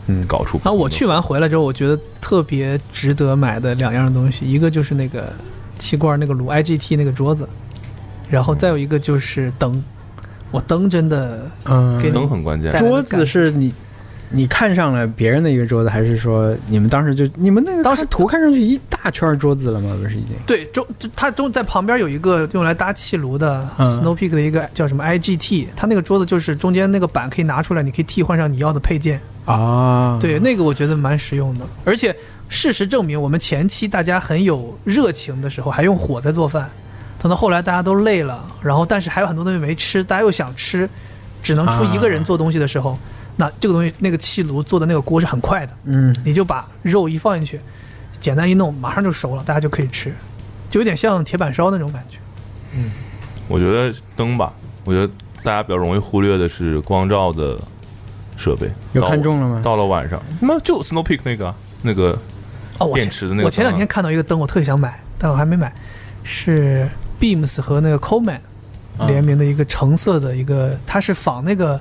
S6: 嗯
S4: 搞出不同的。
S5: 然啊后我去完回来之后，我觉得特别值得买的两样东西，一个就是那个气罐儿那个炉 IGT 那个桌子，然后再有一个就是灯，我灯真的
S2: 嗯，
S5: 给
S4: 灯很关键
S5: 带，
S2: 桌子是你你看上了别人的一个桌子，还是说你们当时就你们那个
S5: 当时
S2: 看图看上去一大圈桌子了吗？不是已经
S5: 对，中就它中在旁边有一个用来搭气炉的
S2: 嗯
S5: Snow Peak 的一个叫什么 IGT，它那个桌子就是中间那个板可以拿出来，你可以替换上你要的配件。
S2: 啊？
S5: 对，那个我觉得蛮实用的。而且事实证明，我们前期大家很有热情的时候，还用火在做饭，等到后来大家都累了，然后但是还有很多东西没吃，大家又想吃，只能出一个人做东西的时候，那这个东西那个气炉做的那个锅是很快的，
S2: 嗯，
S5: 你就把肉一放进去，简单一弄，马上就熟了，大家就可以吃，就有点像铁板烧那种感觉。
S4: 我觉得灯吧，我觉得大家比较容易忽略的是光照的设备，
S2: 有
S4: 到
S2: 看中了吗
S4: 到了晚上，那就 Snow Peak 那个啊那个
S5: 哦，我
S4: 电
S5: 前
S4: 池的那个
S5: 我前两
S4: 灯啊
S5: 天看到一个灯，我特别想买，但我还没买，是 Beams 和那个 Coleman
S4: 啊
S5: 联名的一个橙色的一个，它是仿那个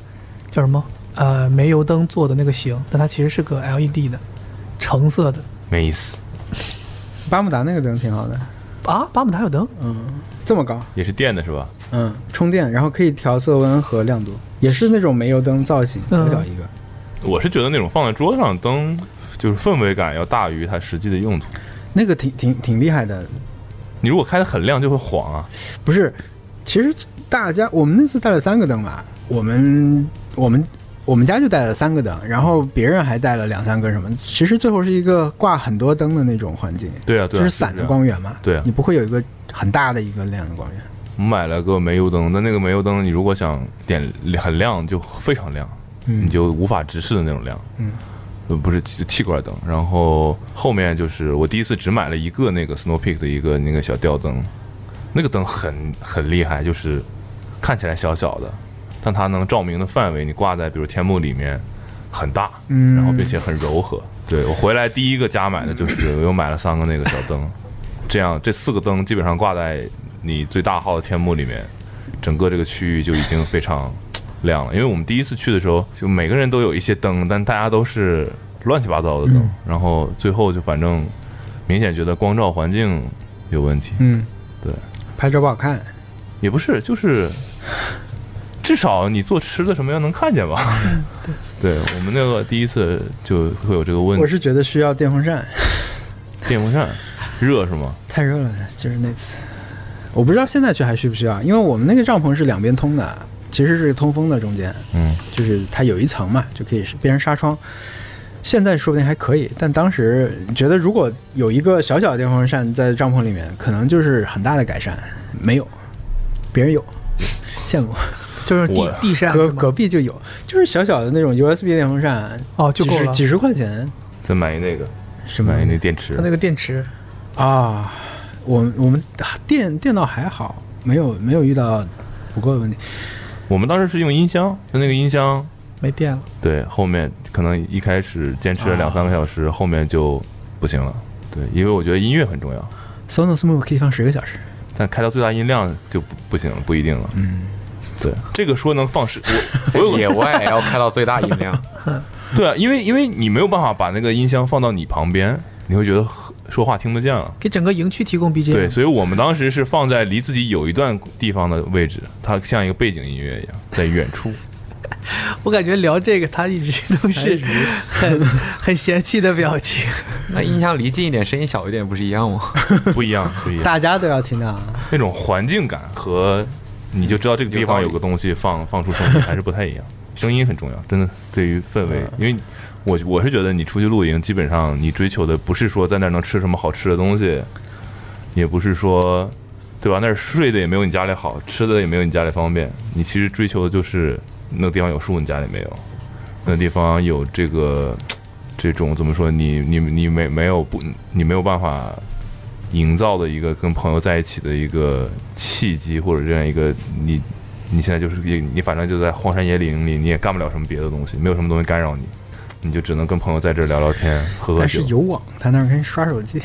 S5: 叫什么呃煤油灯做的那个型，但它其实是个 LED 的橙色的
S4: 没意思，
S2: 巴慕达那个灯挺好的，
S5: 啊，巴姆达有灯，
S2: 这么高，
S4: 也是电的是吧？
S2: 嗯，充电，然后可以调色温和亮度，也是那种煤油灯造型，
S5: 嗯
S2: 小小一个。
S4: 我是觉得那种放在桌上的灯，就是氛围感要大于它实际的用途。
S2: 那个挺挺挺厉害的，
S4: 你如果开的很亮，就会晃啊。
S2: 不是，其实大家我们那次带了三个灯吧，我们我们我们家就带了三个灯，然后别人还带了两三个什么，其实最后是一个挂很多灯的那种环境，
S4: 对啊，对
S2: 就
S4: 啊，
S2: 是散
S4: 这
S2: 的
S4: 样。
S2: 光源嘛，
S4: 对啊
S2: 你不会有一个很大的一个亮的光源，
S4: 我买了个煤油灯，但那个煤油灯，你如果想点很亮，就非常亮，你就无法直视的那种亮。
S2: 嗯
S4: 呃，不是气气罐灯。然后后面就是我第一次只买了一个那个 Snow Peak 的一个那个小吊灯，那个灯很很厉害，就是看起来小小的，但它能照明的范围，你挂在比如天幕里面很大，
S2: 嗯
S4: 然后并且很柔和。对我回来第一个家买的就是我又买了三个那个小灯，这样这四个灯基本上挂在你最大号的天幕里面，整个这个区域就已经非常亮了。因为我们第一次去的时候，就每个人都有一些灯，但大家都是乱七八糟的灯，然后最后就反正明显觉得光照环境有问题，
S2: 嗯，
S4: 对，
S2: 拍照不好看，
S4: 也不是，就是至少你做吃的什么样能看见吧？对，我们那个第一次就会有这个问
S2: 我
S4: 题，
S2: 是觉得需要电风扇，
S4: 电风扇热是吗？
S2: 太热了，就是那次，我不知道现在去还需不需要，因为我们那个帐篷是两边通的，其实是通风的中间，
S4: 嗯，
S2: 就是它有一层嘛，就可以是变成纱窗。现在说不定还可以，但当时觉得如果有一个小小的电风扇在帐篷里面，可能就是很大的改善。没有，别人有， 羡慕。
S5: 就是地
S4: 我
S5: 地扇
S2: 隔
S5: 是吗
S2: 隔？壁就有，就是小小的那种 USB 电风扇，
S5: 哦，就够
S2: 几十
S5: 了。
S2: 几十块钱，
S4: 再买一那个，
S2: 什么
S4: 买一那电池
S5: 它，那个电池
S2: 啊？
S9: 我们我们啊电电脑还好，没有没有遇到不够的问题。
S4: 我们当时是用音箱，就那个音箱，
S5: 没电了，
S4: 对，后面可能一开始坚持了两三个小时，后面就不行了。对，因为我觉得音乐很重要，
S9: Sonos Move 可以放十个小时，
S4: 但开到最大音量就不不行了，不一定了。嗯，对，这个说能放 十，我
S6: 在
S4: 我有
S6: 野外要开到最大音量，
S4: 对啊，因为因为你没有办法把那个音箱放到你旁边，你会觉得很说话听不见了。
S5: 给整个营区提供 BGM。
S4: 对，所以我们当时是放在离自己有一段地方的位置，它像一个背景音乐一样，在远处。
S5: 我感觉聊这个他一直都是很很嫌弃的表情。
S6: 那音箱离近一点，声音小一点，不是一样吗？
S4: 不一样，不一样，
S2: 大家都要听到啊。
S4: 那种环境感和你就知道这个地方有个东西放放出声音 还是不太一样。声音很重要，真的对啊于氛围，因为我我是觉得你出去露营，基本上你追求的不是说在那儿能吃什么好吃的东西，也不是说对吧？那儿睡的也没有你家里好，吃的也没有你家里方便。你其实追求的就是那个地方有树，你家里没有；那个地方有这个这种怎么说？你你你没没有不你没有办法营造的一个跟朋友在一起的一个契机，或者这样一个你你现在就是也你反正就在荒山野岭里，你也干不了什么别的东西，没有什么东西干扰你，你就只能跟朋友在这儿聊聊天、喝喝
S9: 但
S4: 酒
S9: 是。有网，他那儿可以刷手机。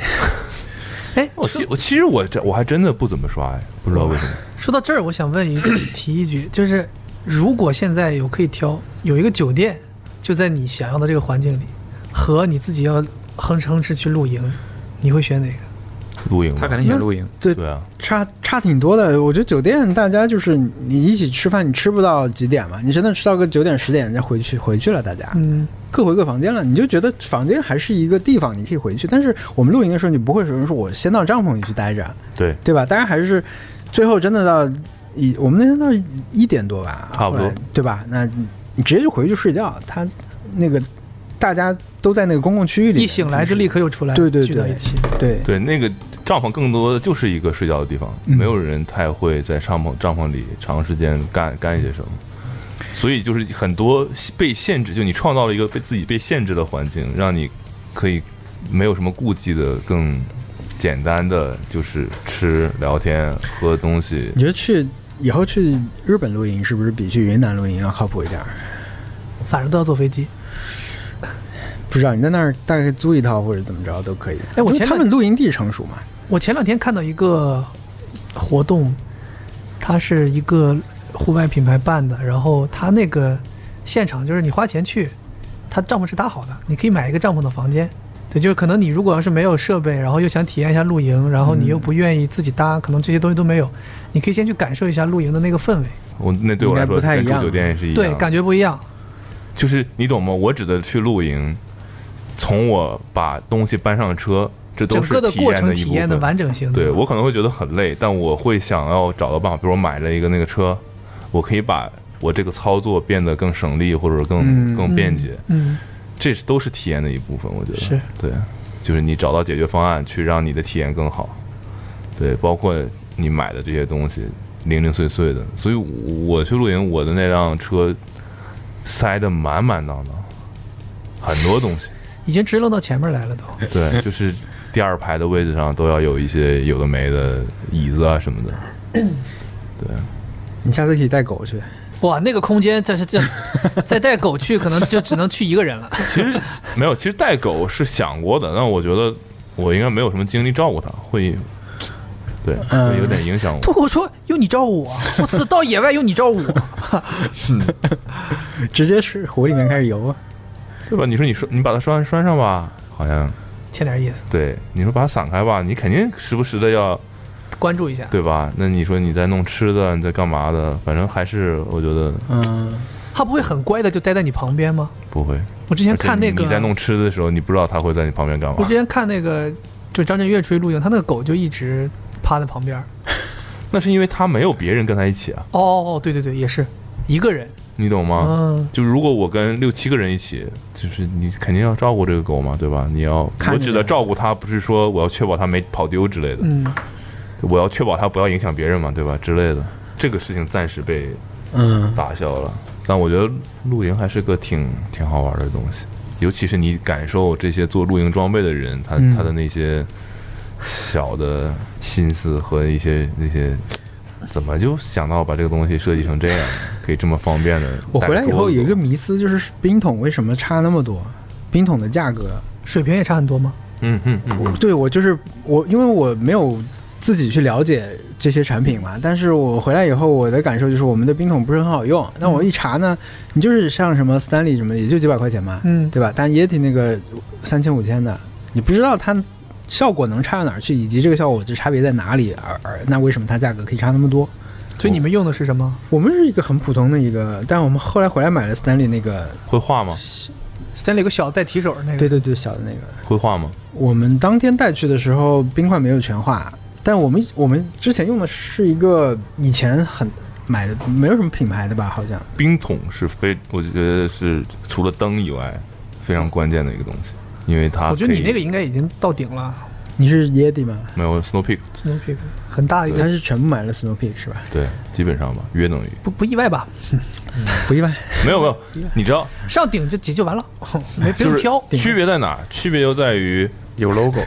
S5: 哎，
S4: 我
S5: 说
S4: 其我其实我这我还真的不怎么刷哎，不知道为什么。
S5: 说到这儿，我想问一个 提一句，就是如果现在有可以挑，有一个酒店就在你想要的这个环境里，和你自己要哼哧哼哧去露营，你会选哪个？
S4: 露营吗，
S6: 他肯定喜欢露营，
S9: 对，
S4: 对啊，
S9: 差差挺多的。我觉得酒店大家就是你一起吃饭，你吃不到几点嘛？你真的吃到个九点十点，再回去回去了，大家
S5: 嗯，
S9: 各回各房间了，你就觉得房间还是一个地方，你可以回去。但是我们露营的时候，你不会有人说我先到帐篷里去待着，
S4: 对，
S9: 对吧？当然还是最后真的到一，我们那天到一点多吧，
S4: 差不多
S9: 后来，对吧？那你直接就回去睡觉。他那个大家都在那个公共区域里面，
S5: 一醒来就立刻又出来，
S9: 对对对
S5: 聚到一起。
S9: 对
S4: 对，那个帐篷更多的就是一个睡觉的地方，
S9: 嗯
S4: 没有人太会在帐篷帐篷里长时间干干一些什么，所以就是很多被限制，就你创造了一个被自己被限制的环境，让你可以没有什么顾忌的更。简单的就是吃、聊天、喝东西，
S9: 你觉得去以后去日本露营是不是比去云南露营要靠谱一点儿？
S5: 反正都要坐飞机。
S9: 不知道你在那儿大概租一套或者怎么着都可以。
S5: 哎
S9: 因
S5: 我
S9: 为
S5: 前
S9: 他
S5: 两
S9: 们露营地成熟嘛，
S5: 我前两天看到一个活动，它是一个户外品牌办的，然后它那个现场就是你花钱去，它帐篷是搭好的，你可以买一个帐篷的房间。对，就是可能你如果要是没有设备，然后又想体验一下露营，然后你
S4: 嗯
S5: 又不愿意自己搭，可能这些东西都没有，你可以先去感受一下露营的那个氛围，
S4: 我那对我来说
S9: 应该不太
S4: 跟
S9: 一
S4: 住
S9: 样
S4: 酒店也是一样的。
S5: 对，感觉不一样。
S4: 就是你懂吗？我指的去露营，从我把东西搬上车，这都
S5: 整
S4: 是
S5: 个的
S4: 体
S5: 过
S4: 验
S5: 程
S4: 的一
S5: 体
S4: 部
S5: 验的
S4: 分。
S5: 完整性，
S4: 对我可能会觉得很累，但我会想要找到办法，比如我买了一个那个车，我可以把我这个操作变得更省力，或者
S9: 嗯
S4: 更、更便捷，
S5: 嗯，
S4: 这是都是体验的一部分。我觉得
S5: 是
S4: 对，就是你找到解决方案，去让你的体验更好。对，包括你买的这些东西，零零碎碎的。所以我，我去露营，我的那辆车塞得满满当当，很多东西。
S5: 已经支棱到前面来了都。
S4: 对，就是第二排的位置上都要有一些有的没的椅子啊什么的。
S9: 你下次可以带狗去。
S5: 哇，那个空间，这是这再带狗去，可能就只能去一个人了。
S4: 其实没有，其实带狗是想过的，但我觉得我应该没有什么精力照顾它，会对
S5: 嗯
S4: 会有点影响我。
S5: 脱口说：“有你照顾我，啊我次到野外有你照顾我。啊
S9: 直接是湖里面开始游啊。
S4: 对吧？你说你拴，你把它拴拴上吧，好像”
S5: 欠点意思，
S4: 对。你说把它散开吧，你肯定时不时的要，
S5: 关注一下。
S4: 对吧？那你说你在弄吃的，你在干嘛的？反正还是我觉得
S9: 嗯，
S5: 他不会很乖的就待在你旁边吗？
S4: 不会。
S5: 我之前嗯看那
S4: 而且
S5: 个，
S4: 啊你你在弄吃的时候，你不知道它会在你旁边干
S5: 我
S4: 嘛
S5: 之。前看那个，就张震岳出去露营，他那个狗就一直趴在旁边。
S4: 那是因为它没有别人跟它一起啊，
S5: 哦哦哦，对对对，也是一个人。
S4: 你懂吗？
S5: 嗯，
S4: 就如果我跟六七个人一起，就是你肯定要照顾这个狗嘛，对吧？你要
S9: 看着
S4: 我指的
S9: 它
S4: 照顾它，不是说我要确保它没跑丢之类的，
S5: 嗯，
S4: 我要确保它不要影响别人嘛，对吧？之类的，这个事情暂时被
S9: 嗯，
S4: 打消了。但我觉得露营还是个挺挺好玩的东西，尤其是你感受这些做露营装备的人，他、
S9: 嗯
S4: 他的那些小的心思和一些那些，怎么就想到把这个东西设计成这样，可以这么方便的？
S2: 我
S4: 带
S2: 回来以
S4: 桌
S2: 后
S4: 子
S2: 有一个
S4: 走
S2: 迷思，就是冰桶为什么差那么多？冰桶的价格，
S5: 水平也差很多吗？
S4: 嗯嗯嗯嗯
S2: 对我就是我，因为我没有自己去了解这些产品嘛，但是我回来以后，我的感受就是我们的冰桶不是很好用。那我一查呢，你就是像什么 Stanley 什么的，也就几百块钱嘛，
S5: 嗯，
S2: 对吧？但 Yeti 那个三千五千的，你不知道它效果能差到哪儿去，以及这个效果这差别在哪里，而而那为什么它价格可以差那么多？
S5: 所以你们用的是什么？
S2: 我们是一个很普通的一个，但我们后来回来买了 Stanley 那个，
S4: 会画吗？
S5: Stanley 有个小带提手的那个，
S2: 对对对，小的那个。
S4: 会画吗？
S2: 我们当天带去的时候，冰块没有全化，但我们我们之前用的是一个以前很买的，没有什么品牌的吧，好像
S4: 冰桶是非，我觉得是除了灯以外非常关键的一个东西，因为它
S5: 我觉得你
S4: 啊可以
S5: 那个应该已经到顶了
S2: 你是 Yeti 吗？
S4: 没有 Snow Peak，
S5: ，Snow Peak 很大一
S2: 他
S5: 个，
S2: 是全部买了 Snow Peak 是吧？
S4: 对，基本上吧，约等于
S5: 不不意外吧？
S2: 不意外，
S4: 没有没 有，你知道
S5: 上顶就解就完了， 没不
S4: 就
S5: 用
S4: 是
S5: 挑。
S4: 区别在哪儿？区别就在于
S8: 有 logo，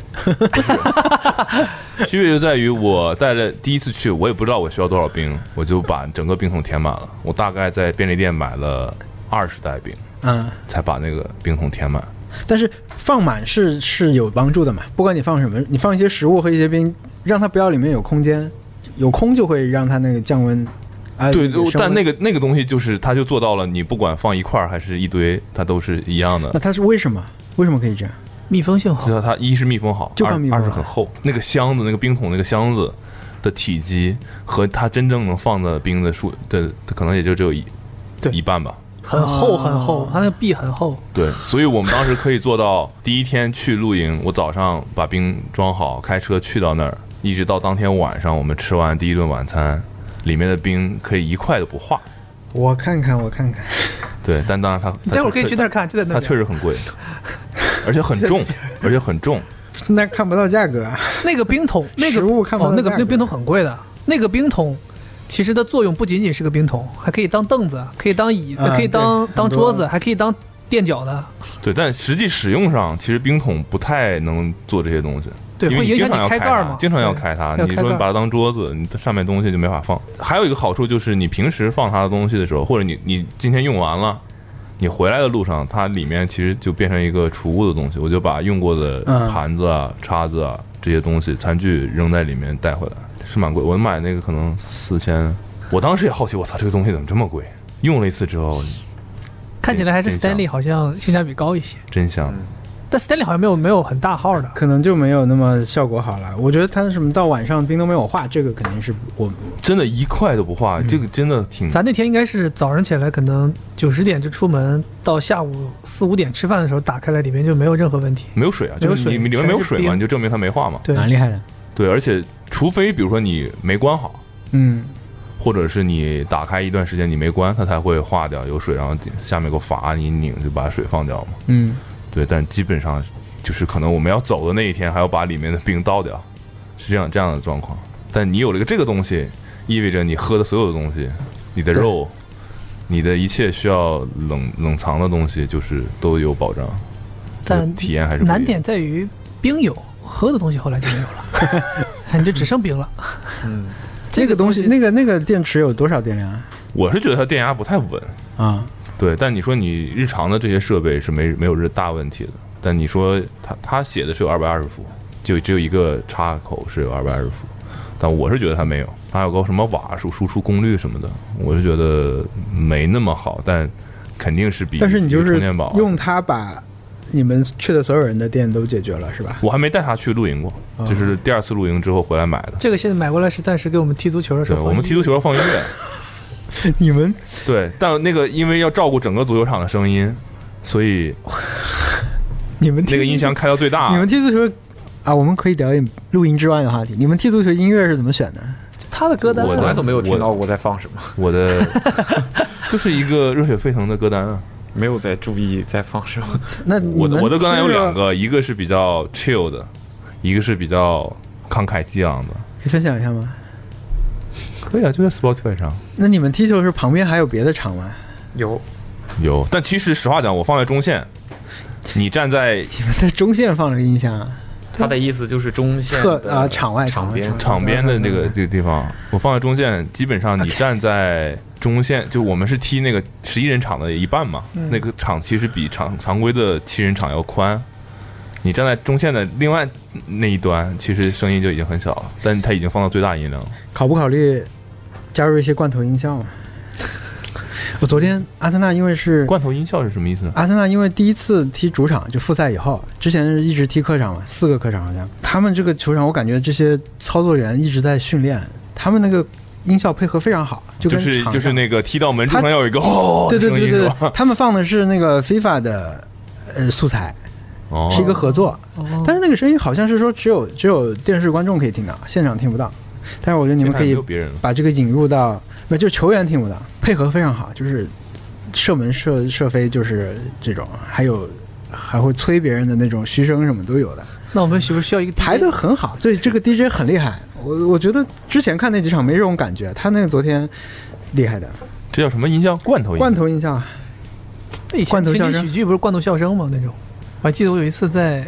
S4: 区别就在于我带了第一次去，我也不知道我需要多少冰，我就把整个冰桶填满了。我大概在便利店买了二十袋冰，
S2: 嗯，
S4: 才把那个冰桶填满。
S2: 但是放满是是有帮助的嘛，不管你放什么，你放一些食物和一些冰，让它不要里面有空间，有空就会让它那个降温。
S5: 哎
S2: 啊，
S4: 对，
S2: 升温
S4: 但那个那个东西就是它就做到了，你不管放一块儿还是一堆，它都是一样的
S2: 那。它是为什么？为什么可以这样？
S5: 密封性好
S4: 就，是它一是密封好，
S2: 就
S4: 二
S2: 放密封
S4: 二
S2: 好
S4: 是很厚。那个箱子，那个冰桶那个箱子的体积和它真正能放的冰的数的，可能也就只有一
S5: 对
S4: 一半吧。
S5: 很厚很厚，
S4: 啊
S5: 它那个壁很厚。
S4: 对，所以我们当时可以做到第一天去露营，我早上把冰装好，开车去到那儿，一直到当天晚上我们吃完第一顿晚餐，里面的冰可以一块都不化。
S2: 我看看，我看看，
S4: 对，但当然它，
S5: 你
S4: 它
S5: 待会儿
S4: 确
S5: 可以去那儿看，就在那
S4: 它
S5: 边。
S4: 确实很贵，而且很 重，而且很重。
S2: 那看不到价格啊。
S5: 那个冰桶，那个
S2: 食物看不到
S5: 哦，那个
S2: 价
S5: 那
S2: 格
S5: 个冰桶很贵的。那个冰桶其实它作用不仅仅是个冰桶，还可以当凳子，可以当椅子，
S2: 啊
S5: 可以当
S2: 对
S5: 当
S2: 很多
S5: 桌子，还可以当垫脚的。
S4: 对，但实际使用上，其实冰桶不太能做这些东西，
S5: 对，
S4: 因为
S5: 会影
S4: 经
S5: 响
S4: 常要
S5: 你
S4: 开
S5: 盖儿
S4: 它
S5: 嘛，，
S4: 经常要
S5: 对。
S4: 开它。
S5: 要
S4: 你
S5: 开
S4: 说你
S5: 盖儿
S4: 把它当桌子，你上面东西就没法放。还有一个好处就是，你平时放它的东西的时候，或者你你今天用完了，你回来的路上，它里面其实就变成一个储物的东西。我就把用过的
S2: 嗯
S4: 盘子啊、叉子啊这些东西、餐具扔在里面带回来，是蛮贵。我买那个可能四千，我当时也好奇，我操，这个东西怎么这么贵？用了一次之后，
S5: 看起来还是
S4: 真香
S5: Stanley 好像性价比高一些，
S4: 真
S5: 嗯
S4: 香。
S5: 但 Stanley 好像没有没有很大号的。
S2: 可能就没有那么效果好了。我觉得它什么到晚上冰都没有化，这个肯定是我
S4: 真的一块都不化，这个真的挺
S5: 嗯咱那天应该是早上起来，可能九十点就出门，到下午四五点吃饭的时候打开来，里面就没有任何问题。
S4: 没有水啊，就
S5: 没有
S4: 是
S5: 水
S4: 你里面
S5: 全
S4: 没有
S5: 是
S4: 水嘛，
S5: 冰
S4: 你就证明它没化嘛。
S5: 对，
S2: 蛮厉害的。
S4: 对，而且除非比如说你没关好，
S2: 嗯，
S4: 或者是你打开一段时间你没关，它才会化掉，有水，然后下面有个阀，啊你一拧就把水放掉嘛。
S2: 嗯，
S4: 对，但基本上就是可能我们要走的那一天还要把里面的冰倒掉，是这样这样的状况。但你有了个这个东西，意味着你喝的所有的东西，你的肉，你的一切需要冷冷藏的东西，就是都有保障。这个
S5: 但
S4: 体验还是不一样
S5: 难点在于冰有，喝的东西后来就没有了， 你就只剩冰了。
S2: 这个东西，那个那个电池有多少电量啊？
S4: 我是觉得它电压不太稳，
S2: 啊，
S4: 对，但你说你日常的这些设备是没没有这大问题的，但你说他他写的是有二百二十伏，就只有一个插口是有二百二十伏，但我是觉得它没有，它还有个什么瓦数输出功率什么的，我是觉得没那么好，但肯定是比
S2: 但是你就
S4: 比充
S2: 是
S4: 电宝
S2: 用。它把你们去的所有人的电都解决了，是吧？
S4: 我还没带他去露营过，
S2: 哦
S4: 就是第二次露营之后回来买的。
S5: 这个现在买过来是暂时给我们踢足球的时
S4: 对，
S5: 候放，
S4: 我们踢足球要放音乐，
S2: 你们
S4: 对，但那个因为要照顾整个足球场的声音，所以
S2: 你们踢
S4: 那个音响开到最大。
S2: 你们踢足球啊？我们可以聊一录音之外的话题。你们踢足球音乐是怎么选的？
S5: 他的歌单
S4: 我
S8: 从
S4: 的
S8: 来都没有
S4: 我
S8: 听到过在放什么，
S4: 我 的就是一个热血沸腾的歌单啊。
S8: 没有在注意在放什么。
S2: 那你
S4: 我的
S2: 们
S4: 我的歌单有
S2: 踢着
S4: 两，个，一个是比较 chill 的，一个是比较慷慨激昂的。
S2: 可以分享一下吗？
S4: 可以啊，就在 Spotify 上
S2: 那你们踢球是旁边还有别的场吗？
S8: 有
S4: 有，但其实实话讲，我放在中线，你站在
S2: 你们在中线放了个音箱啊？
S6: 他的意思就是中线
S2: 侧
S6: 的
S2: 啊场外
S6: 场边
S2: 外
S4: 呃场边的这个这个
S2: 嗯
S4: 地方，我放在中线，基本
S2: 啊
S4: 上你站在中线，就我们是踢那个十一人场的一半嘛，
S2: 嗯
S4: 那个场其实比常常规的七人场要宽。你站在中线的另外那一端，其实声音就已经很小了，但它已经放到最大音量了。
S2: 考不考虑加入一些罐头音效啊？ 我昨天阿森纳因为是
S4: 罐头音效是什么意思呢？
S2: 阿森纳因为第一次踢主场就复赛以后，之前是一直踢客场嘛，四个客场好像。他们这个球场，我感觉这些操作人一直在训练，他们那个音效配合非常好，就
S4: 就
S2: 跟
S4: 是
S2: 场上
S4: 就是那个踢到门柱
S2: 它
S4: 上要有一个哦
S2: 对对
S4: 声音
S2: 对
S4: 是
S2: 对
S4: 吧？
S2: 对， 他们放的是那个 FIFA 的呃素材，
S4: 哦，
S2: 是一个合作，但是那个声音好像是说只有只有电视观众可以听到，现场听不到。但是我觉得你
S4: 现
S2: 们
S4: 场
S2: 可
S4: 没
S2: 以
S4: 有别人了。
S2: 把这个引入到，不就球员听不到，配合非常好，就是射门射射飞就是这种，还有还会催别人的那种嘘声什么都有的，
S5: 那我们是不是需要一个 DJ
S2: 排的很好。对，这个 DJ 很厉害，我我觉得之前看那几场没这种感觉，他那个昨天厉害的
S4: 这叫什么音效？罐头音
S2: 罐头印象，
S5: 那以前
S2: 罐头
S5: 情景
S2: 笑声
S5: 喜剧不是罐头笑声吗？那种，我还记得我有一次在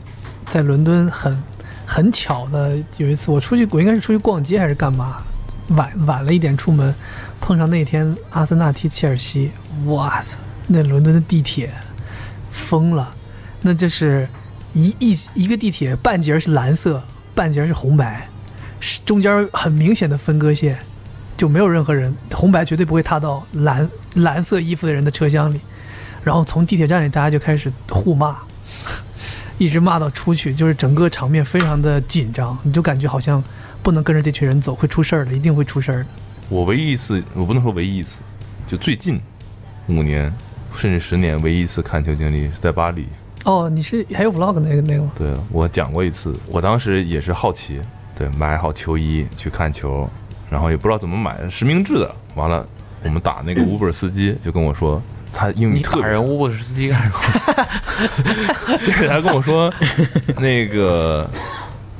S5: 在伦敦很很巧的有一次，我出去我应该是出去逛街还是干嘛，晚晚了一点出门，碰上那天阿森纳踢切尔西，哇塞，那伦敦的地铁疯了，那就是一一一个地铁半截儿是蓝色，半截儿是红白，是中间儿很明显的分割线。就没有任何人，红白绝对不会踏到蓝蓝色衣服的人的车厢里。然后从地铁站里大家就开始互骂， 一直骂到出去，就是整个场面非常的紧张，你就感觉好像不能跟着这群人走，会出事儿的，一定会出事儿的。
S4: 我唯一一次，我不能说唯一一次，就最近五年甚至十年唯一一次看球经历是在巴黎。
S5: 哦，你是还有 vlog 那个那个吗？
S4: 对我讲过一次，我当时也是好奇，对，买好球衣去看球，然后也不知道怎么买，实名制的。完了，我们打 那个 Uber 司机就跟我说，他英语
S6: 你
S4: 特
S6: 打
S4: 别
S6: 人乌布斯基干什么？
S4: 对，他跟我 说那个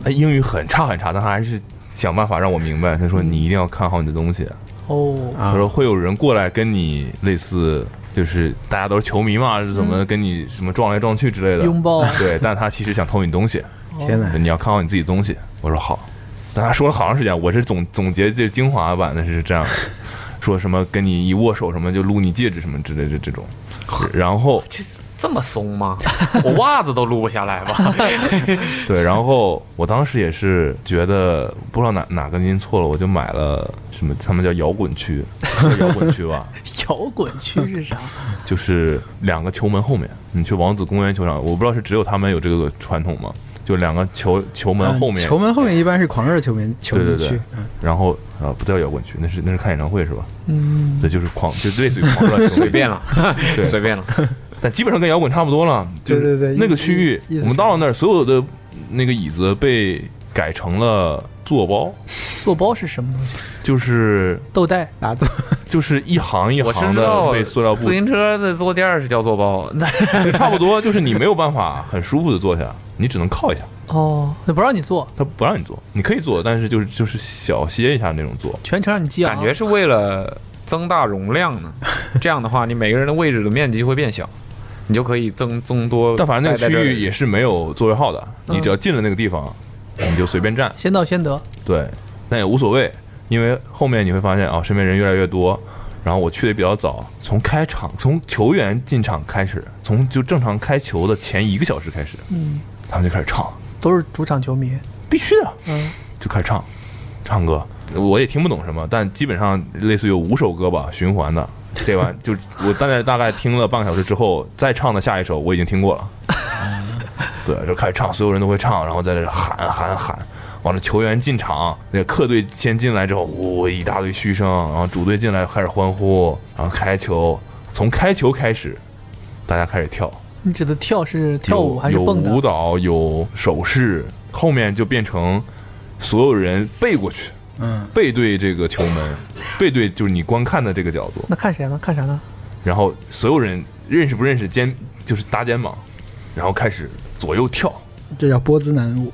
S4: 他英语很差很差，但他还是想办法让我明白。他说你一定要看好你的东西，
S5: 哦，
S4: 他说会有人过来跟你类似，就是大家都是球迷嘛，是怎么跟你什么撞来撞去之类的。
S5: 嗯拥抱，
S4: 对，但他其实想偷你东西，
S2: 天哪！
S4: 你要看好你自己东西。我说好，但他说了好长时间，我是总总结这精华版的是这样的，说什么跟你一握手什么就撸你戒指什么之类的这种，然后
S6: 这这么松吗？我袜子都撸不下来吧？
S4: 对，然后我当时也是觉得不知道哪哪根筋错了，我就买了什么，他们叫摇滚区，是摇滚区吧，
S5: 摇滚区是啥？
S4: 就是两个球门后面，你去王子公园球场，我不知道是只有他们有这个传统吗？就两个球球门后
S2: 嗯
S4: 面，
S2: 啊球门后面一般是狂热球迷球迷
S4: 对
S2: 区，
S4: 对对
S2: 嗯
S4: 然后啊、不叫摇滚区，那是那是看演唱会是吧？
S5: 嗯，
S4: 对，就是狂，就类似于狂热球
S6: 随
S4: 迷，
S6: 便了，
S4: 对
S6: 随便了。
S4: 但基本上跟摇滚差不多了。就是
S2: 对对对
S4: 那个
S2: 意
S4: 区域
S2: 意意，思
S4: 我们到了那儿，所有的那个椅子被改成了坐包，
S5: 做包是什么东西？
S4: 就是
S5: 豆袋
S2: 打坐
S4: 就是一行一
S6: 我是
S4: 行
S6: 知
S4: 的
S6: 道
S4: 被塑料布
S6: 自，行车的坐垫儿是叫坐包，那
S4: 就差不多，就是你没有办法很舒服的坐下，你只能靠一下，
S5: 哦，那不让你做，
S4: 他不让你坐，你可以坐，但是就是就是小歇一下那种坐。
S5: 全程让你系啊。
S6: 感觉是为了增大容量呢。这样的话，你每个人的位置的面积会变小，你就可以增增多。
S4: 但反正那个区域也
S6: 是，
S4: 是没有座位号的，
S5: 嗯
S4: 你只要进了那个地方，你就随便站，
S5: 先到先得，
S4: 对，但也无所谓，因为后面你会发现啊，身边人越来越多。然后我去的比较早，从开场，从球员进场开始，从就正常开球的前一个小时开始，
S5: 嗯，
S4: 他们就开始唱，
S5: 都是主场球迷，
S4: 必须的，
S5: 嗯，
S4: 就开始唱，唱歌，我也听不懂什么，但基本上类似于有五首歌吧，循环的。这完就我大概大概听了半个小时之后，再唱的下一首我已经听过了。对，就开始唱，所有人都会唱，然后在这喊喊喊。完了，球员进场，那个客队先进来之后，呜、一大堆嘘声，然后主队进来开始欢呼，然后开球，从开球开始，大家开始跳，
S5: 你指的跳是跳舞
S4: 有
S5: 还是
S4: 有
S5: 蹦
S4: 舞
S5: 的？
S4: 蹈，有手势，后面就变成所有人背过去，
S2: 嗯，
S4: 背对这个球门，背对就是你观看的这个角度，
S5: 那看谁呢？看啥呢？
S4: 然后所有人认识不认识肩就是搭肩膀，然后开始左右跳，
S2: 这叫波兹南舞。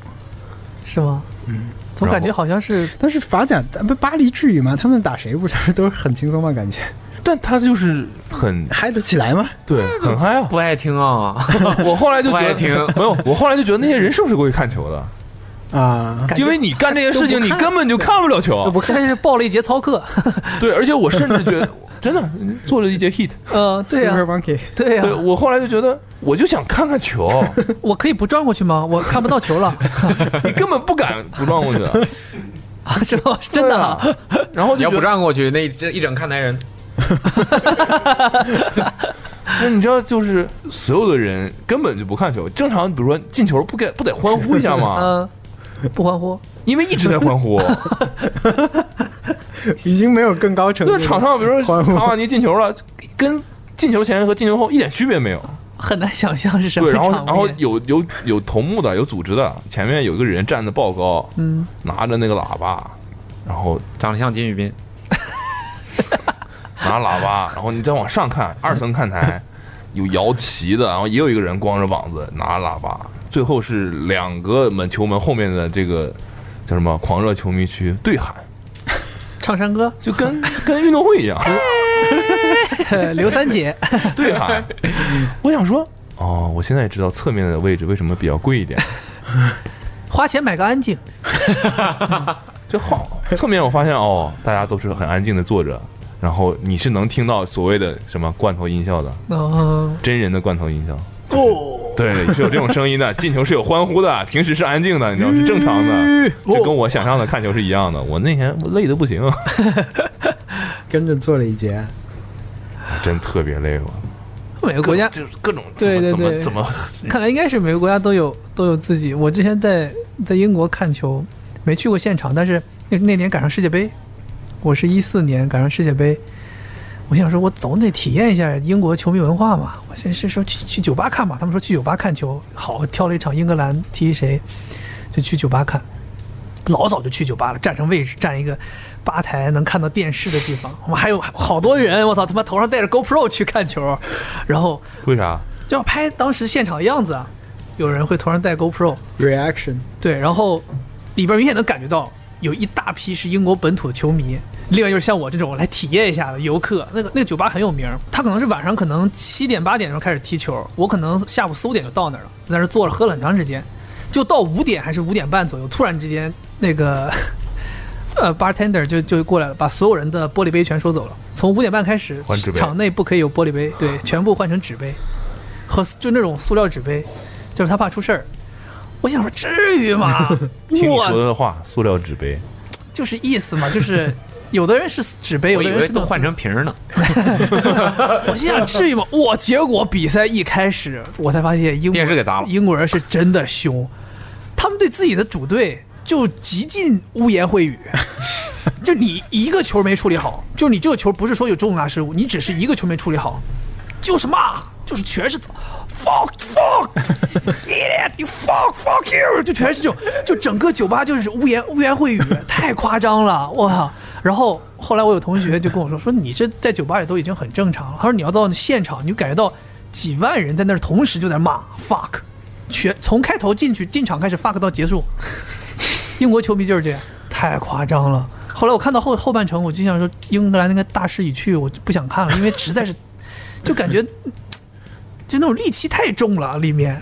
S5: 是吗？嗯，总感觉好像是
S2: 但是法甲不巴黎至于吗？他们打谁不是都是很轻松吗？感觉
S4: 但他就是很
S2: 嗨得起来吗？
S4: 对很 嗨啊！
S6: 不爱听啊。
S4: 我后来就觉
S6: 我
S4: 得
S6: 也听
S4: 没有，我后来就觉得那些人是不是过去看球的？
S2: 啊，
S5: 感觉
S4: 因为哦你干这些事情，你根本就看不了球。
S5: 我现在是报了一节操课，
S4: 对，而且我甚至 觉得，真的做了一节 hit。
S5: 嗯，对呀、
S2: Super Monkey，
S5: 对啊呀、
S4: 对，我后来就觉得，我就想看看球，
S5: 我可以不转过去吗？我看不到球了，
S4: 你根本不 敢不撞过去，
S5: 啊是 吧？是真的、啊，
S4: 对啊。然后
S6: 你
S4: 就
S6: 要
S4: 觉
S6: 不
S4: 得
S6: 转过去，那这一整看台人，
S4: 就哎你知道，就是所有的人根本就不看球。正常，比如说进球不该不得欢呼一下吗？
S5: 嗯、不欢呼，
S4: 因为一直在欢 呼。
S2: 已经没有更高程度
S4: 那
S2: 的。
S4: 场上，比如说
S2: 欢呼
S4: 卡瓦尼进球了，跟进球前和进球后一点区别没有。
S5: 很难想象是什么
S4: 对，然后
S5: 场面。
S4: 然后有有有头目的，有组织的，前面有一个人站的爆高，
S5: 嗯，
S4: 拿着那个喇叭，然后
S6: 长得像金宇彬，
S4: 拿喇叭，然后你再往上看，二层看台有摇旗的，然后也有一个人光着膀子拿喇叭。最后是两个门球门后面的这个叫什么狂热球迷区对喊，
S5: 唱山歌，
S4: 就跟跟运动会一样
S5: 刘三姐，
S4: 对喊。我想说，哦，我现在也知道侧面的位置为什么比较贵一点，
S5: 花钱买个安静，
S4: 就好。侧面我发现哦，大家都是很安静的坐着，然后你是能听到所谓的什么罐头音效的，
S5: 嗯、
S4: 真人的罐头音效。哦，对，是有这种声音的。 进球是有欢呼的，平时是安静的，你知道是正常的，就跟我想象的看球是一样的。我那天我累的不行，
S2: 跟着做了一节，
S4: 真特别累，我
S5: 每个国家
S4: 就是各种怎
S5: 对
S4: 么
S5: 对
S4: 怎么
S5: 对
S4: 怎么
S5: 看来应该是每个国家都有都有自己。我之前在在英国看球，没去过现场，但是那那年赶上世界杯，我是一四年赶上世界杯，我想说我总得体验一下英国球迷文化嘛。我先是说去去酒吧看吧，他们说去酒吧看球好，挑了一场英格兰踢谁，就去酒吧看。老早就去酒吧了，占上位置，占一个吧台能看到电视的地方。我们还有好多人，我操，他妈头上戴着 GoPro 去看球，然后
S4: 为啥？
S5: 就要拍当时现场的样子啊。有人会头上戴 GoPro，
S2: reaction
S5: 对，然后里边明显能感觉到有一大批是英国本土的球迷，另外就是像我这种来体验一下的游客。那个那个酒吧很有名儿，他可能是晚上可能七点八点的时候开始踢球，我可能下午四五点就到那儿了，在那儿坐着喝了很长时间，就到五点还是五点半左右，突然之间那个呃 bartender 就就过来了，把所有人的玻璃杯全收走了。从五点半开始
S4: 换纸，杯啊
S5: 场内不可以有玻璃杯，对，全部换成纸杯和就那种塑料纸杯，就是他怕出事儿。我想说，至于吗？
S4: 听你
S5: 我
S4: 说的话，塑料纸杯，
S5: 就是意思嘛，就是有的人是纸杯，有
S6: 我
S5: 的
S6: 以
S5: 人
S6: 为
S5: 是
S6: 都
S5: 弄
S6: 换成瓶儿呢。
S5: 我心想至于吗？我结果比赛一开始，我才发现英国
S6: 电视给砸了
S5: 英国人是真的凶，他们对自己的主队就极尽污言秽语。就你一个球没处理好，就你这个球不是说有重大失误，你只是一个球没处理好，就是骂，就是全是 fuck fuck idiot you fuck fuck you，就全是这种，就整个酒吧就是污言污言秽语，太夸张了，我靠！然后后来我有同学就跟我说，说你这在酒吧里都已经很正常了，他说你要到现场，你就感觉到几万人在那儿同时就在骂 fuck，全从开头进去进场开始 fuck 到结束，英国球迷就是这样，太夸张了。后来我看到后后半程，我就想说英格兰那个大势已去，我就不想看了，因为实在是就感觉就那种戾气太重了，里面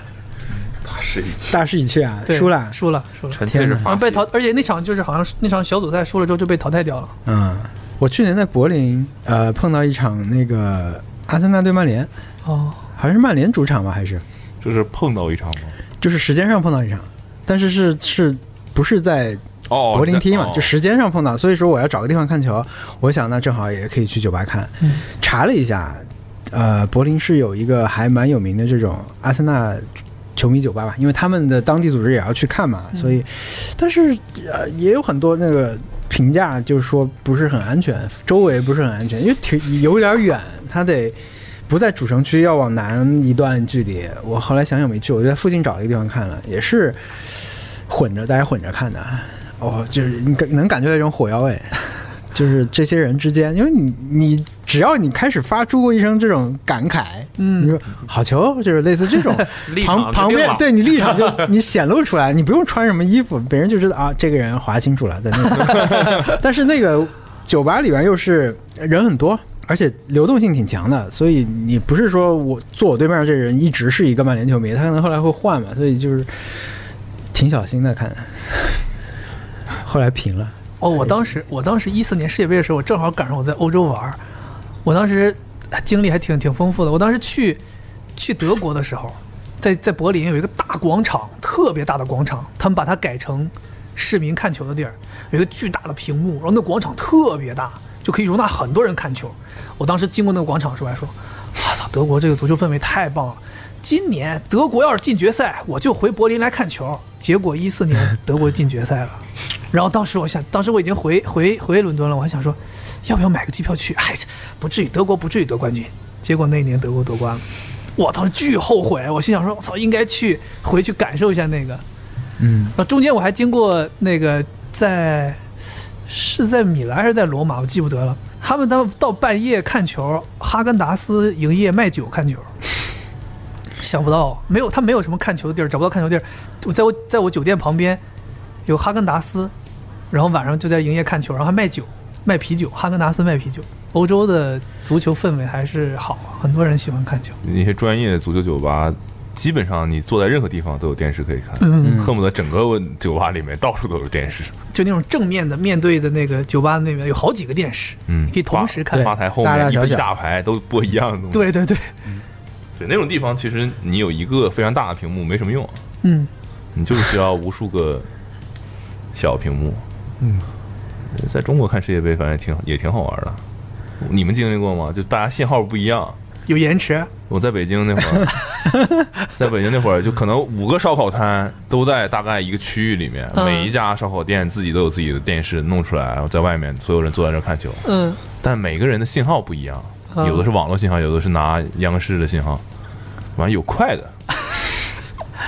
S2: 大势已去啊，
S5: 对
S2: 输了，
S5: 输了输了，
S6: 纯粹是
S5: 然
S6: 发
S5: 后被
S6: 泄。
S5: 淘，而且那场就是好像是那场小组赛输了之后就被淘汰掉了。
S2: 嗯，我去年在柏林，呃，碰到一场那个阿森纳对曼联，
S5: 哦，
S2: 好像是曼联主场吧，还是
S4: 这是碰到一场吗？
S2: 就是时间上碰到一场，但是是是不是在
S4: 哦，
S2: 柏林踢嘛，
S4: 哦
S2: 就时间上碰到，所以说我要找个地方看球，我想那正好也可以去酒吧看。查了一下，呃，柏林是有一个还蛮有名的这种阿森纳球迷酒吧吧，因为他们的当地组织也要去看嘛，所以，但是呃也有很多那个评价就是说不是很安全，周围不是很安全，因为挺有点远，它得。不在主城区，要往南一段距离。我后来想想没去，我就在附近找了一个地方看了，也是混着，大家混着看的。哦，就是你感能感觉到一种火药味， 就是这些人之间，因为你你只要你开始发出过一声这种感慨，嗯，你说好球，就是类似这种
S6: 立场
S2: 旁
S6: 就
S2: 旁
S6: 定
S2: 边
S6: 了
S2: 对你立 场就你显露出来，你不用穿什么衣服，别人就知道啊，这个人划清楚了在那 里。但是那个酒吧里边又是人很多。而且流动性挺强的，所以你不是说我坐我对面这人一直是一个曼联球迷，他可能后来会换嘛，所以就是
S9: 挺小心的看， 后来平了。
S5: 哦，我当时我当时一四年世界杯的时候，我正好赶上我在欧洲玩儿，我当时经历还挺挺丰富的。我当时去去德国的时候，在在柏林有一个大广场，特别大的广场，他们把它改成市民看球的地儿，有一个巨大的屏幕，然后那广场特别大，就可以容纳很多人看球。我当时经过那个广场的时候，还说：“我操，德国这个足球氛围太棒了！今年德国要是进决赛，我就回柏林来看球。”结果一四年德国进决赛了，然后当时我想，当时我已经回回回伦敦了，我还想说，要不要买个机票去？哎，不至于，德国不至于得冠军。结果那一年德国夺冠了，我当时巨后悔，我心想说：“我操，应该去回去感受一下那个。”
S9: 嗯，
S5: 然后中间我还经过那个在是在米兰还是在罗马，我记不得了。他们到到半夜看球，哈根达斯营业卖酒看球，想不到没有他没有什么看球的地儿，找不到看球地儿。我在我在我酒店旁边有哈根达斯，然后晚上就在营业看球，然后还卖酒卖啤酒，哈根达斯卖啤酒。欧洲的足球氛围还是好，很多人喜欢看球。
S4: 那些专业足球酒吧，基本上你坐在任何地方都有电视可以看，
S5: 嗯
S4: 恨不得整个酒吧里面到处都有电视。
S5: 就那种正面的面对的那个酒吧那边有好几个电视，
S4: 嗯
S5: 你可以同时看。
S4: 吧台后
S9: 大
S4: 面
S9: 大
S4: 一
S9: 小
S4: 一
S9: 小
S4: 大排都播一样的东西。
S5: 对对对，
S4: 对，那种地方其实你有一个非常大的屏幕没什么用，啊
S5: 嗯，
S4: 你就是需要无数个小屏幕。嗯，在中国看世界杯，反正挺也挺好玩的。你们经历过吗？就大家信号不一样。
S5: 有延迟。
S4: 我在北京那会儿， 在北京那会儿，就可能五个烧烤摊都在大概一个区域里面，
S5: 嗯
S4: 每一家烧烤店自己都有自己的电视弄出来，然后在外面所有人坐在这儿看球，
S5: 嗯，
S4: 但每个人的信号不一样，
S5: 嗯
S4: 有的是网络信号，有的是拿央视的信号，完有快 的，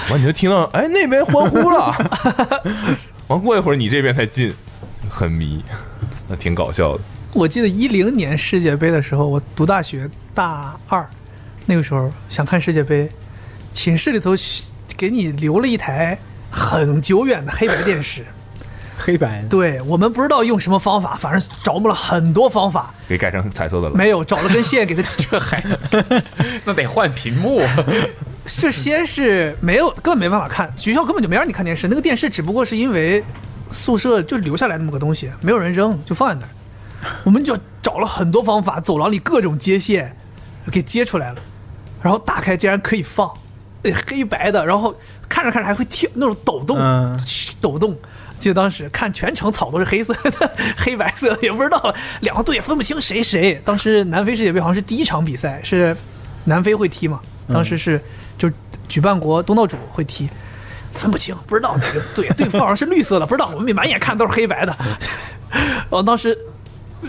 S4: 完你就听到哎那边欢呼了， 完过一会儿你这边才进，很迷，那挺搞笑的。
S5: 我记得一零年世界杯的时候，我读大学大二，那个时候想看世界杯，寝室里头嘘给你留了一台很久远的黑白电视。
S9: 黑白的
S5: 对我们不知道用什么方法，反正着摸了很多方法，
S4: 给改成彩色的了，
S5: 没有找了根线给 它这还
S6: 那得换屏幕。
S5: 这先是没有，根本没办法看，学校根本就没让你看电视，那个电视只不过是因为宿舍就留下来那么个东西，没有人扔，就放在那儿。我们就找了很多方法，走廊里各种接线给接出来了，然后打开竟然可以放，呃黑白的，然后看着看着还会跳那种抖动，
S9: 嗯
S5: 抖动。记得当时看全程草都是黑色的，黑白色的，也不知道两个队也分不清谁谁。当时南非世界杯好像是第一场比赛，是南非会踢嘛？当时是就举办国东道主会踢，分不清，不知道哪个队对方好像是绿色的，不知道，我们满眼看都是黑白的。然哦后当时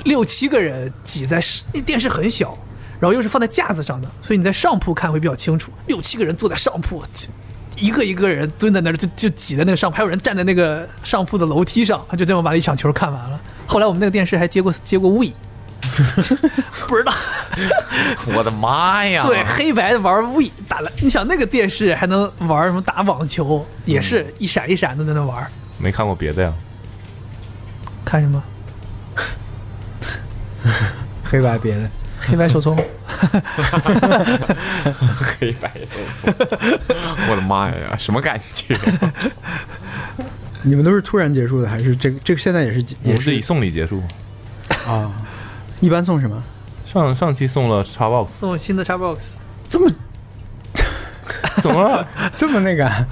S5: 六七个人挤在室，那电视很小，然后又是放在架子上的，所以你在上铺看会比较清楚。六七个人坐在上铺，就一个一个人蹲在那儿，就就挤在那个上铺，还有人站在那个上铺的楼梯上，他就这么把一场球看完了。后来我们那个电视还接过接过 We，不 知道。
S6: 我的妈呀！
S5: 对，黑白的玩 We 打了，你想那个电视还能玩什么打网球，也是一闪一闪的在那玩，
S4: 没看过别的呀。
S5: 看什么
S9: 黑白别的，
S5: 黑白 手冲，
S6: 黑白色的， 我的妈呀，什么感觉？
S9: 你们都是突然结束的，还是这个这个现在也是
S4: 我
S9: 也
S4: 们是以
S9: 是
S4: 送礼结束，
S9: 啊？一般送什么？
S4: 上上期送了 Xbox，
S5: 送新的 Xbox，
S9: 这么
S4: 怎么 了？
S9: 这么那个啊？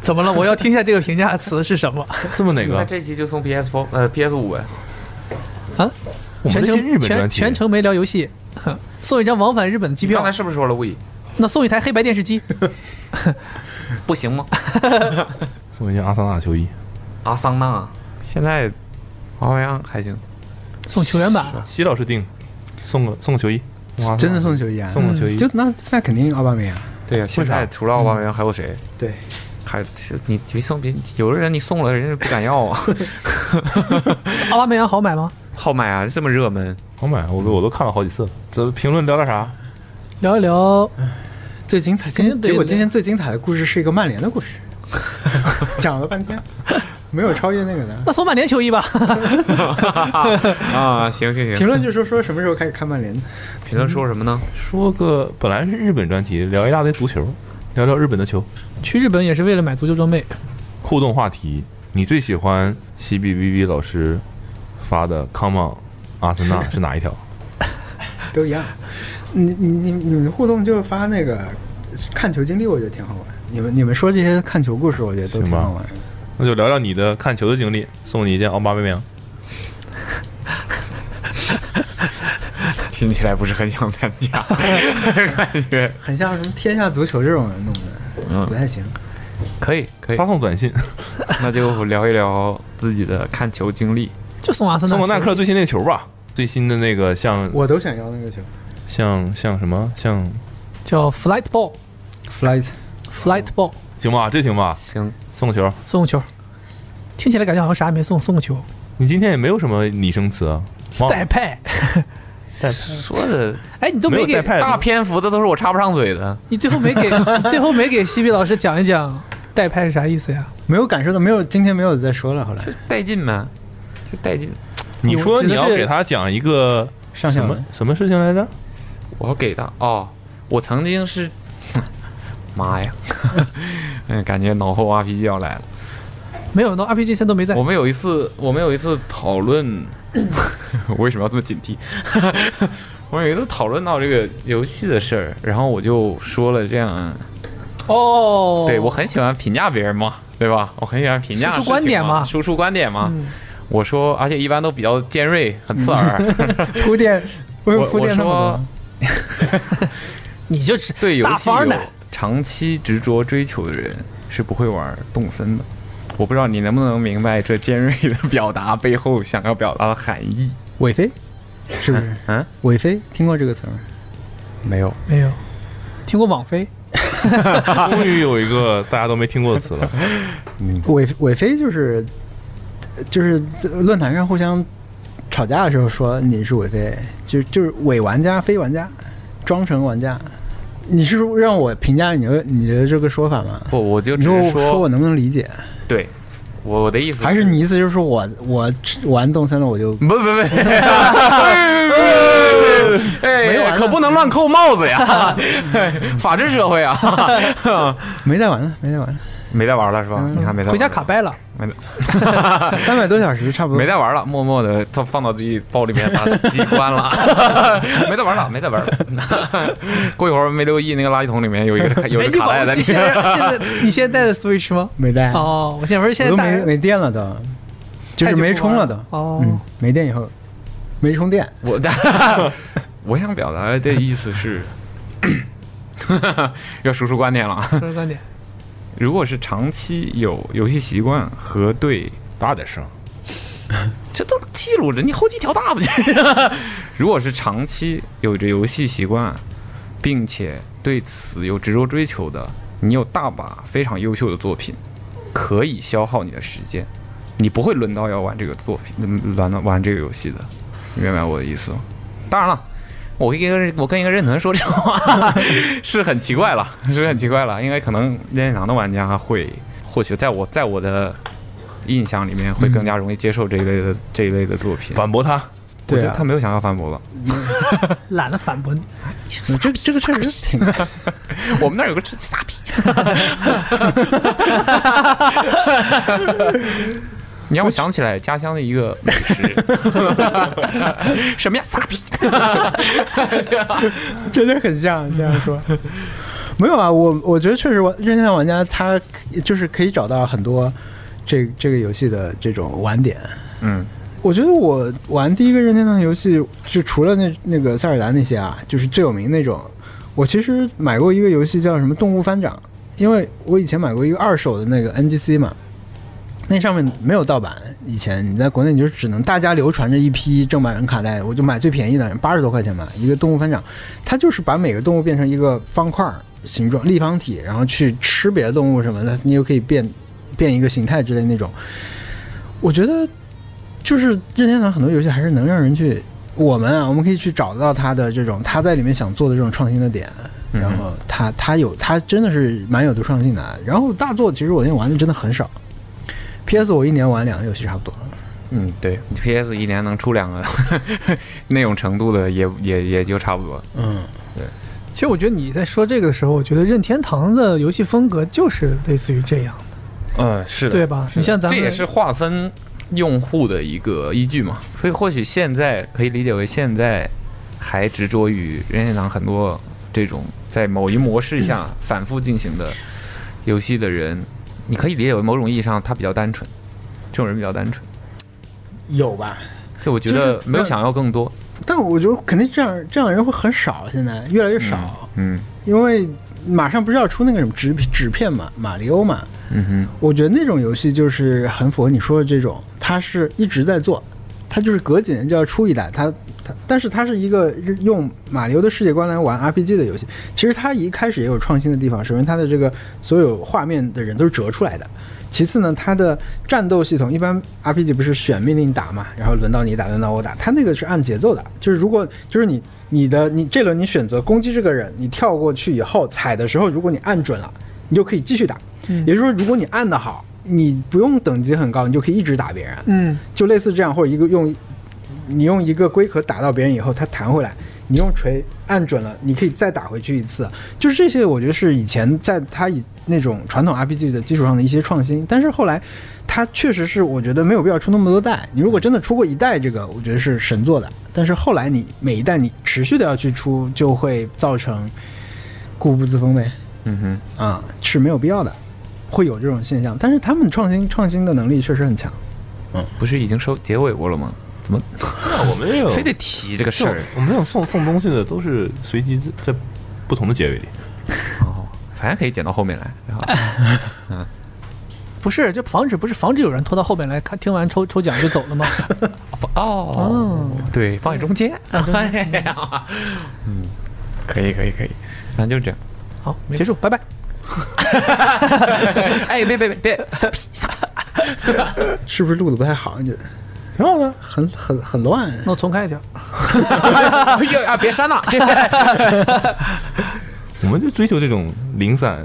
S5: 怎么了？我要听一下这个评价词是什么？
S4: 这么哪
S6: 那
S4: 个？
S6: 这期就送 PS 4呃 PS 五呗。
S4: 我们
S5: 全
S4: 这些
S5: 程
S4: 日本专
S5: 全
S4: 题，
S5: 全程没聊游戏，哼送一张往返日本的机
S6: 你刚
S5: 票
S6: 才，是不是说了 We？
S5: 那送一台黑白电视机，
S6: 不行吗？
S4: 送一件阿森纳球衣。
S6: 阿桑娜现在好像还行，
S5: 送球 员版，
S4: 西老师定，送个送个球衣，哇
S9: 真的送球衣啊？
S4: 送个球衣，
S9: 就那那肯定奥巴梅啊扬。
S6: 对呀、嗯现在除了奥巴梅扬还有谁？
S9: 对，
S6: 还是你你送别有的人你送了人家不敢要啊，
S5: 奥巴梅扬好买吗？
S6: 好买啊，这么热门，
S4: 好买，我都我都看了好几次了。咱评论聊点啥？
S5: 聊一聊
S9: 最精彩，今
S5: 嗯
S9: 天
S5: 对
S9: 结果
S5: 对
S9: 今天最精彩的故事是一个曼联的故 事，讲了半 天，没有超越那个的。
S5: 那送曼联 球衣吧，
S6: 啊，行行
S9: 评
S6: 行，
S9: 论就说说什么时候开始看曼联的，
S6: 评论说什么呢？
S4: 说个本来是日本专题，聊一大堆足球，聊聊日本的球。
S5: 去日本也是为了买足球装备，
S4: 互动话题，你最喜欢西比 V V 老师发的 “Come on，阿森纳”是哪一条？
S10: 都一样。
S2: 你你你你们互动就发那个看球经历，我觉得挺好玩。你们你们说这些看球故事，我觉得都挺
S4: 行吧
S2: 好玩的。
S4: 那就聊聊你的看球的经历，送你一件奥巴梅扬。
S6: 听起来不是很想参 加，感觉
S2: 很像什么天下足球这种人弄的，不太行。
S3: 可以可以
S4: 发，送短信，
S3: 那就聊一聊自己的看球经历。
S5: 就送阿森纳
S4: 送
S5: 球。
S4: 我耐克最新那个球吧，最新的那个像
S2: 我都想要那个球
S4: 像像什么像
S5: 叫 Flight Ball，Flight
S2: ，flight
S5: Ball
S4: 行吧，这行吧，
S3: 行，
S4: 送个球。
S5: 送个球，听起来感觉好像啥也没送，送个球，
S4: 你今天也没有什么拟声词啊，忘
S5: 带派。
S3: 说的
S5: 哎，你都
S4: 没有
S5: 给
S4: 带派
S3: 大篇幅的都是我插不上嘴的，
S5: 你最后 没给，你最后没给西比老师讲一讲代拍是啥意思呀？
S2: 没有感受到，没有今天没有再说了。后来
S3: 就带劲嘛，就带劲。
S4: 你说你
S5: 指
S4: 要
S5: 的是
S4: 给他讲一个
S2: 上
S4: 什
S2: 下
S4: 么
S2: 文
S4: 什么事情来着？
S3: 我给的哦，我曾经是， 妈 呀，嗯，感觉脑后 RPG 要来了。
S5: 没有，那 RPG 现在都没在
S3: 我。们有一次，我们有一次讨 论，我为什么要这么警惕？ 我们有一次讨论到这个游戏的事儿，然后我就说了这样，
S5: 哦，
S3: 对我很喜欢评价别人嘛，对吧？我很喜欢评价
S5: 输出观点
S6: 啊
S5: 嘛
S3: 嘛，输出观点嘛。
S5: 嗯
S3: 我说，而且一般都比较尖锐，很刺耳。
S2: 铺垫，不
S3: 我
S2: 用铺
S3: 我
S2: 垫那么
S3: 说
S2: 多。，
S5: 你就只
S3: 对游
S5: 大
S3: 戏
S5: 方
S3: 有
S5: 的
S3: 长期执着追求的人是不会玩动森的。我不知道你能不能明白这尖锐的表达背后想要表达的含义。
S2: 韦飞是不是？
S3: 嗯，
S2: 韦飞听过这个词吗？
S3: 没有，
S5: 没有听过网飞，
S4: 终于有一个大家都没听过的词了。
S2: 韦韦飞就是就是论坛上互相吵架的时候说你是韦飞，就就是伪玩家、非玩家，装成玩家。你是让我评价你的你的这个说法吗？
S3: 不，我就
S2: 你
S3: 只
S2: 说
S3: 是
S2: 我说我能不能理解？
S3: 对，我我的意思
S2: 还是你意思就是说我我玩动森了我就
S3: 不不不，
S2: 没完
S3: 哎，
S2: 了
S3: 可不能乱扣帽子呀！法治社会啊，
S2: 没再玩了，没再玩了，
S3: 没在玩了是吧？你看没在
S5: 回家卡掰了。
S2: 三百多小时差不多
S3: 没。在玩了，默默的他放到自己包里面，把机关了，没在玩了，没在玩了。过一会儿没留意那个垃圾桶里面有一个有
S5: 哎，
S3: 一
S5: 你
S3: 个卡带
S5: 网
S3: 在
S5: 机
S3: 里
S5: 现
S3: 面
S5: 在。现在你现在带的 Switch 吗？
S2: 没带，
S5: 哦，我想问现
S2: 我都
S5: 在带
S2: 没没电了都，就是没充了都。
S5: 哦，
S2: 嗯，没电以后，没充电。
S3: 我的，我想表达的哎意思 是，要输出观点了啊。
S5: 说说观点。
S3: 如果是长期有游戏习惯和对
S4: 大点声，
S3: 这都记录着，你后期调大不就？如果是长期有着游戏习惯，并且对此有执着追求的，你有大把非常优秀的作品，可以消耗你的时间，你不会轮到要玩这个作品，嗯玩到玩这个游戏的，你明白我的意思吗？当然了。我跟一个我跟一个任腾说这话 是很奇怪了，是很奇怪了，因为可能任天堂的玩家会，或许在我在我的印象里面会更加容易接受这一类的、这一类的作品。
S4: 反驳他。
S3: 我
S2: 对
S3: 觉得
S2: 啊
S3: 他没有想要反驳吧？
S5: 懒得反驳你，
S2: 嗯这这个确实挺
S3: 我们那儿有个 傻逼，你让我想起来家乡的一个美食，什么呀？傻逼！
S2: 真的很像这样
S5: 嗯
S2: 说。没有啊，我我觉得确实玩任天堂玩家他就是可以找到很多这这个游戏的这种玩点。
S3: 嗯，
S2: 我觉得我玩第一个任天堂游戏，就除了那那个塞尔达那些啊，就是最有名那种。我其实买过一个游戏叫什么《动物翻掌》，因为我以前买过一个二手的那个 NGC 嘛，那上面没有盗版。以前你在国内你就只能大家流传着一批正版卡带，我就买最便宜的，八十多块钱吧，一个动物翻掌，它就是把每个动物变成一个方块儿形状立方体，然后去吃别的动物什么的，你又可以变变一个形态之类那种。我觉得就是任天堂很多游戏还是能让人去，我们啊，我们可以去找到他的这种他在里面想做的这种创新的点，
S3: 嗯
S2: 然后他他有他真的是蛮有独创性的。然后大作其实我现在玩的真的很少，PS 我一年玩两个游戏差不多。
S3: 嗯，对，PS 一年能出两个 那种程度的也，也也就差不多。
S2: 嗯，
S5: 其实我觉得你在说这个的时候，我觉得任天堂的游戏风格就是类似于这样的，
S11: 嗯，是的，
S5: 对吧？你像咱
S3: 这
S5: 们
S3: 也是划分用户的一个依据嘛。所以或许现在可以理解为现在还执着于任天堂很多这种在某一模 式下反复进行的游戏的人，你可以理解为某种意义上他比较单纯，这种人比较单纯。
S2: 有吧？
S3: 就我觉
S2: 就
S3: 得
S2: 是
S3: 没有想要更多，
S2: 但我觉得肯定这样这样的人会很少，现在越来越少，
S3: 嗯
S2: 因为马上不是要出那个什么纸纸片嘛，马里欧嘛，
S3: 嗯哼，
S2: 我觉得那种游戏就是很符合你说的这种，它是一直在做，它就是隔几年就要出一代，它它，但是它是一个用马里奥的世界观来玩 RPG 的游戏。其实它一开始也有创新的地方，首先它的这个所有画面的人都是折出来的。其次呢，它的战斗系统一般 RPG 不是选命令打嘛，然后轮到你打，轮到我打，它那个是按节奏的，就是如果就是你你的你这轮你选择攻击这个人，你跳过去以后踩的时候，如果你按准了，你就可以继续打。也就是说，如果你按的好，你不用等级很高，你就可以一直打别人，
S5: 嗯，
S2: 就类似这样，或者一个用你用一个龟壳打到别人以后，它弹回来，你用锤按准了，你可以再打回去一次。就是这些，我觉得是以前在它以那种传统 RPG 的基础上的一些创新，但是后来它确实是我觉得没有必要出那么多代。你如果真的出过一代，这个我觉得是神作的，但是后来你每一代你持续的要去出，就会造成固步自封呗。
S3: 嗯哼。
S2: 啊是没有必要的，会有这种现象。但是他们创新创新的能力确实很强。
S3: 不是已经收结尾过了吗？怎么
S4: 那我们这种
S3: 非得提这个
S4: 这
S3: 事
S4: 种
S3: 儿？
S4: 我们这种送送东西的都是随机在不同的结尾里。
S3: 反正可以剪到后面来。然后
S5: 不是这防止不是防止有人拖到后面来看，听完抽抽奖就走 了吗？
S3: 哦，对，放在中间。 哎呀嗯
S6: 可以可以可以，
S3: 反正就是这样。
S5: 好，结束，拜拜。
S3: 哎，别别别别，
S2: 是不是录的不太好？你觉得
S4: 挺好的，
S2: 很很很乱？
S5: 那我重开一条，
S3: 哎呦啊，别删了，谢谢。
S4: 我们就追求这种零散、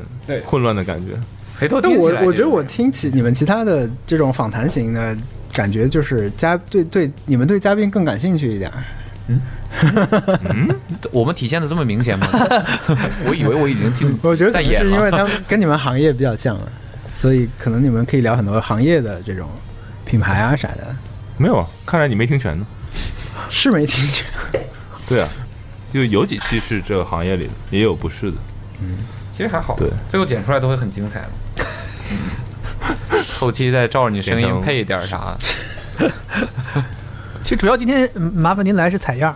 S4: 混乱的感觉。
S3: 回头
S2: 但
S3: 听起
S2: 我
S3: 来
S2: 我觉
S3: 就
S2: 得我听起你们其他的这种访谈型的感觉，就是嘉对对你们对嘉宾更感兴趣一点。
S3: 我们体现的这么 明显吗？我以为我已经进，
S2: 我觉得
S3: 在
S2: 可能
S3: 演
S2: 是因为
S3: 了。
S2: 他们跟你们行业比较像了，所以可能你们可以聊很多行业的这种品牌啊啥的。
S4: 没有，啊，看来你没听全呢。
S2: 是没听见，
S4: 对啊，就有几期是这个行业里的，也有不是的。
S3: 其实还好，
S4: 对
S3: 最后剪出来都会很精彩的。嗯 后期再照着你声音配一点啥，
S5: 其实主要今天嗯麻烦您来是采样，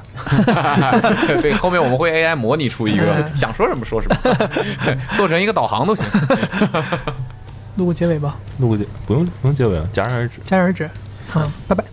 S3: 对，后面我们会 AI 模拟出一个，想说什么说什么，做成一个导航都行。
S5: 录个结尾吧，
S4: 录个结不用不用结尾啊，戛然而止。
S5: 戛然而止。嗯，拜拜。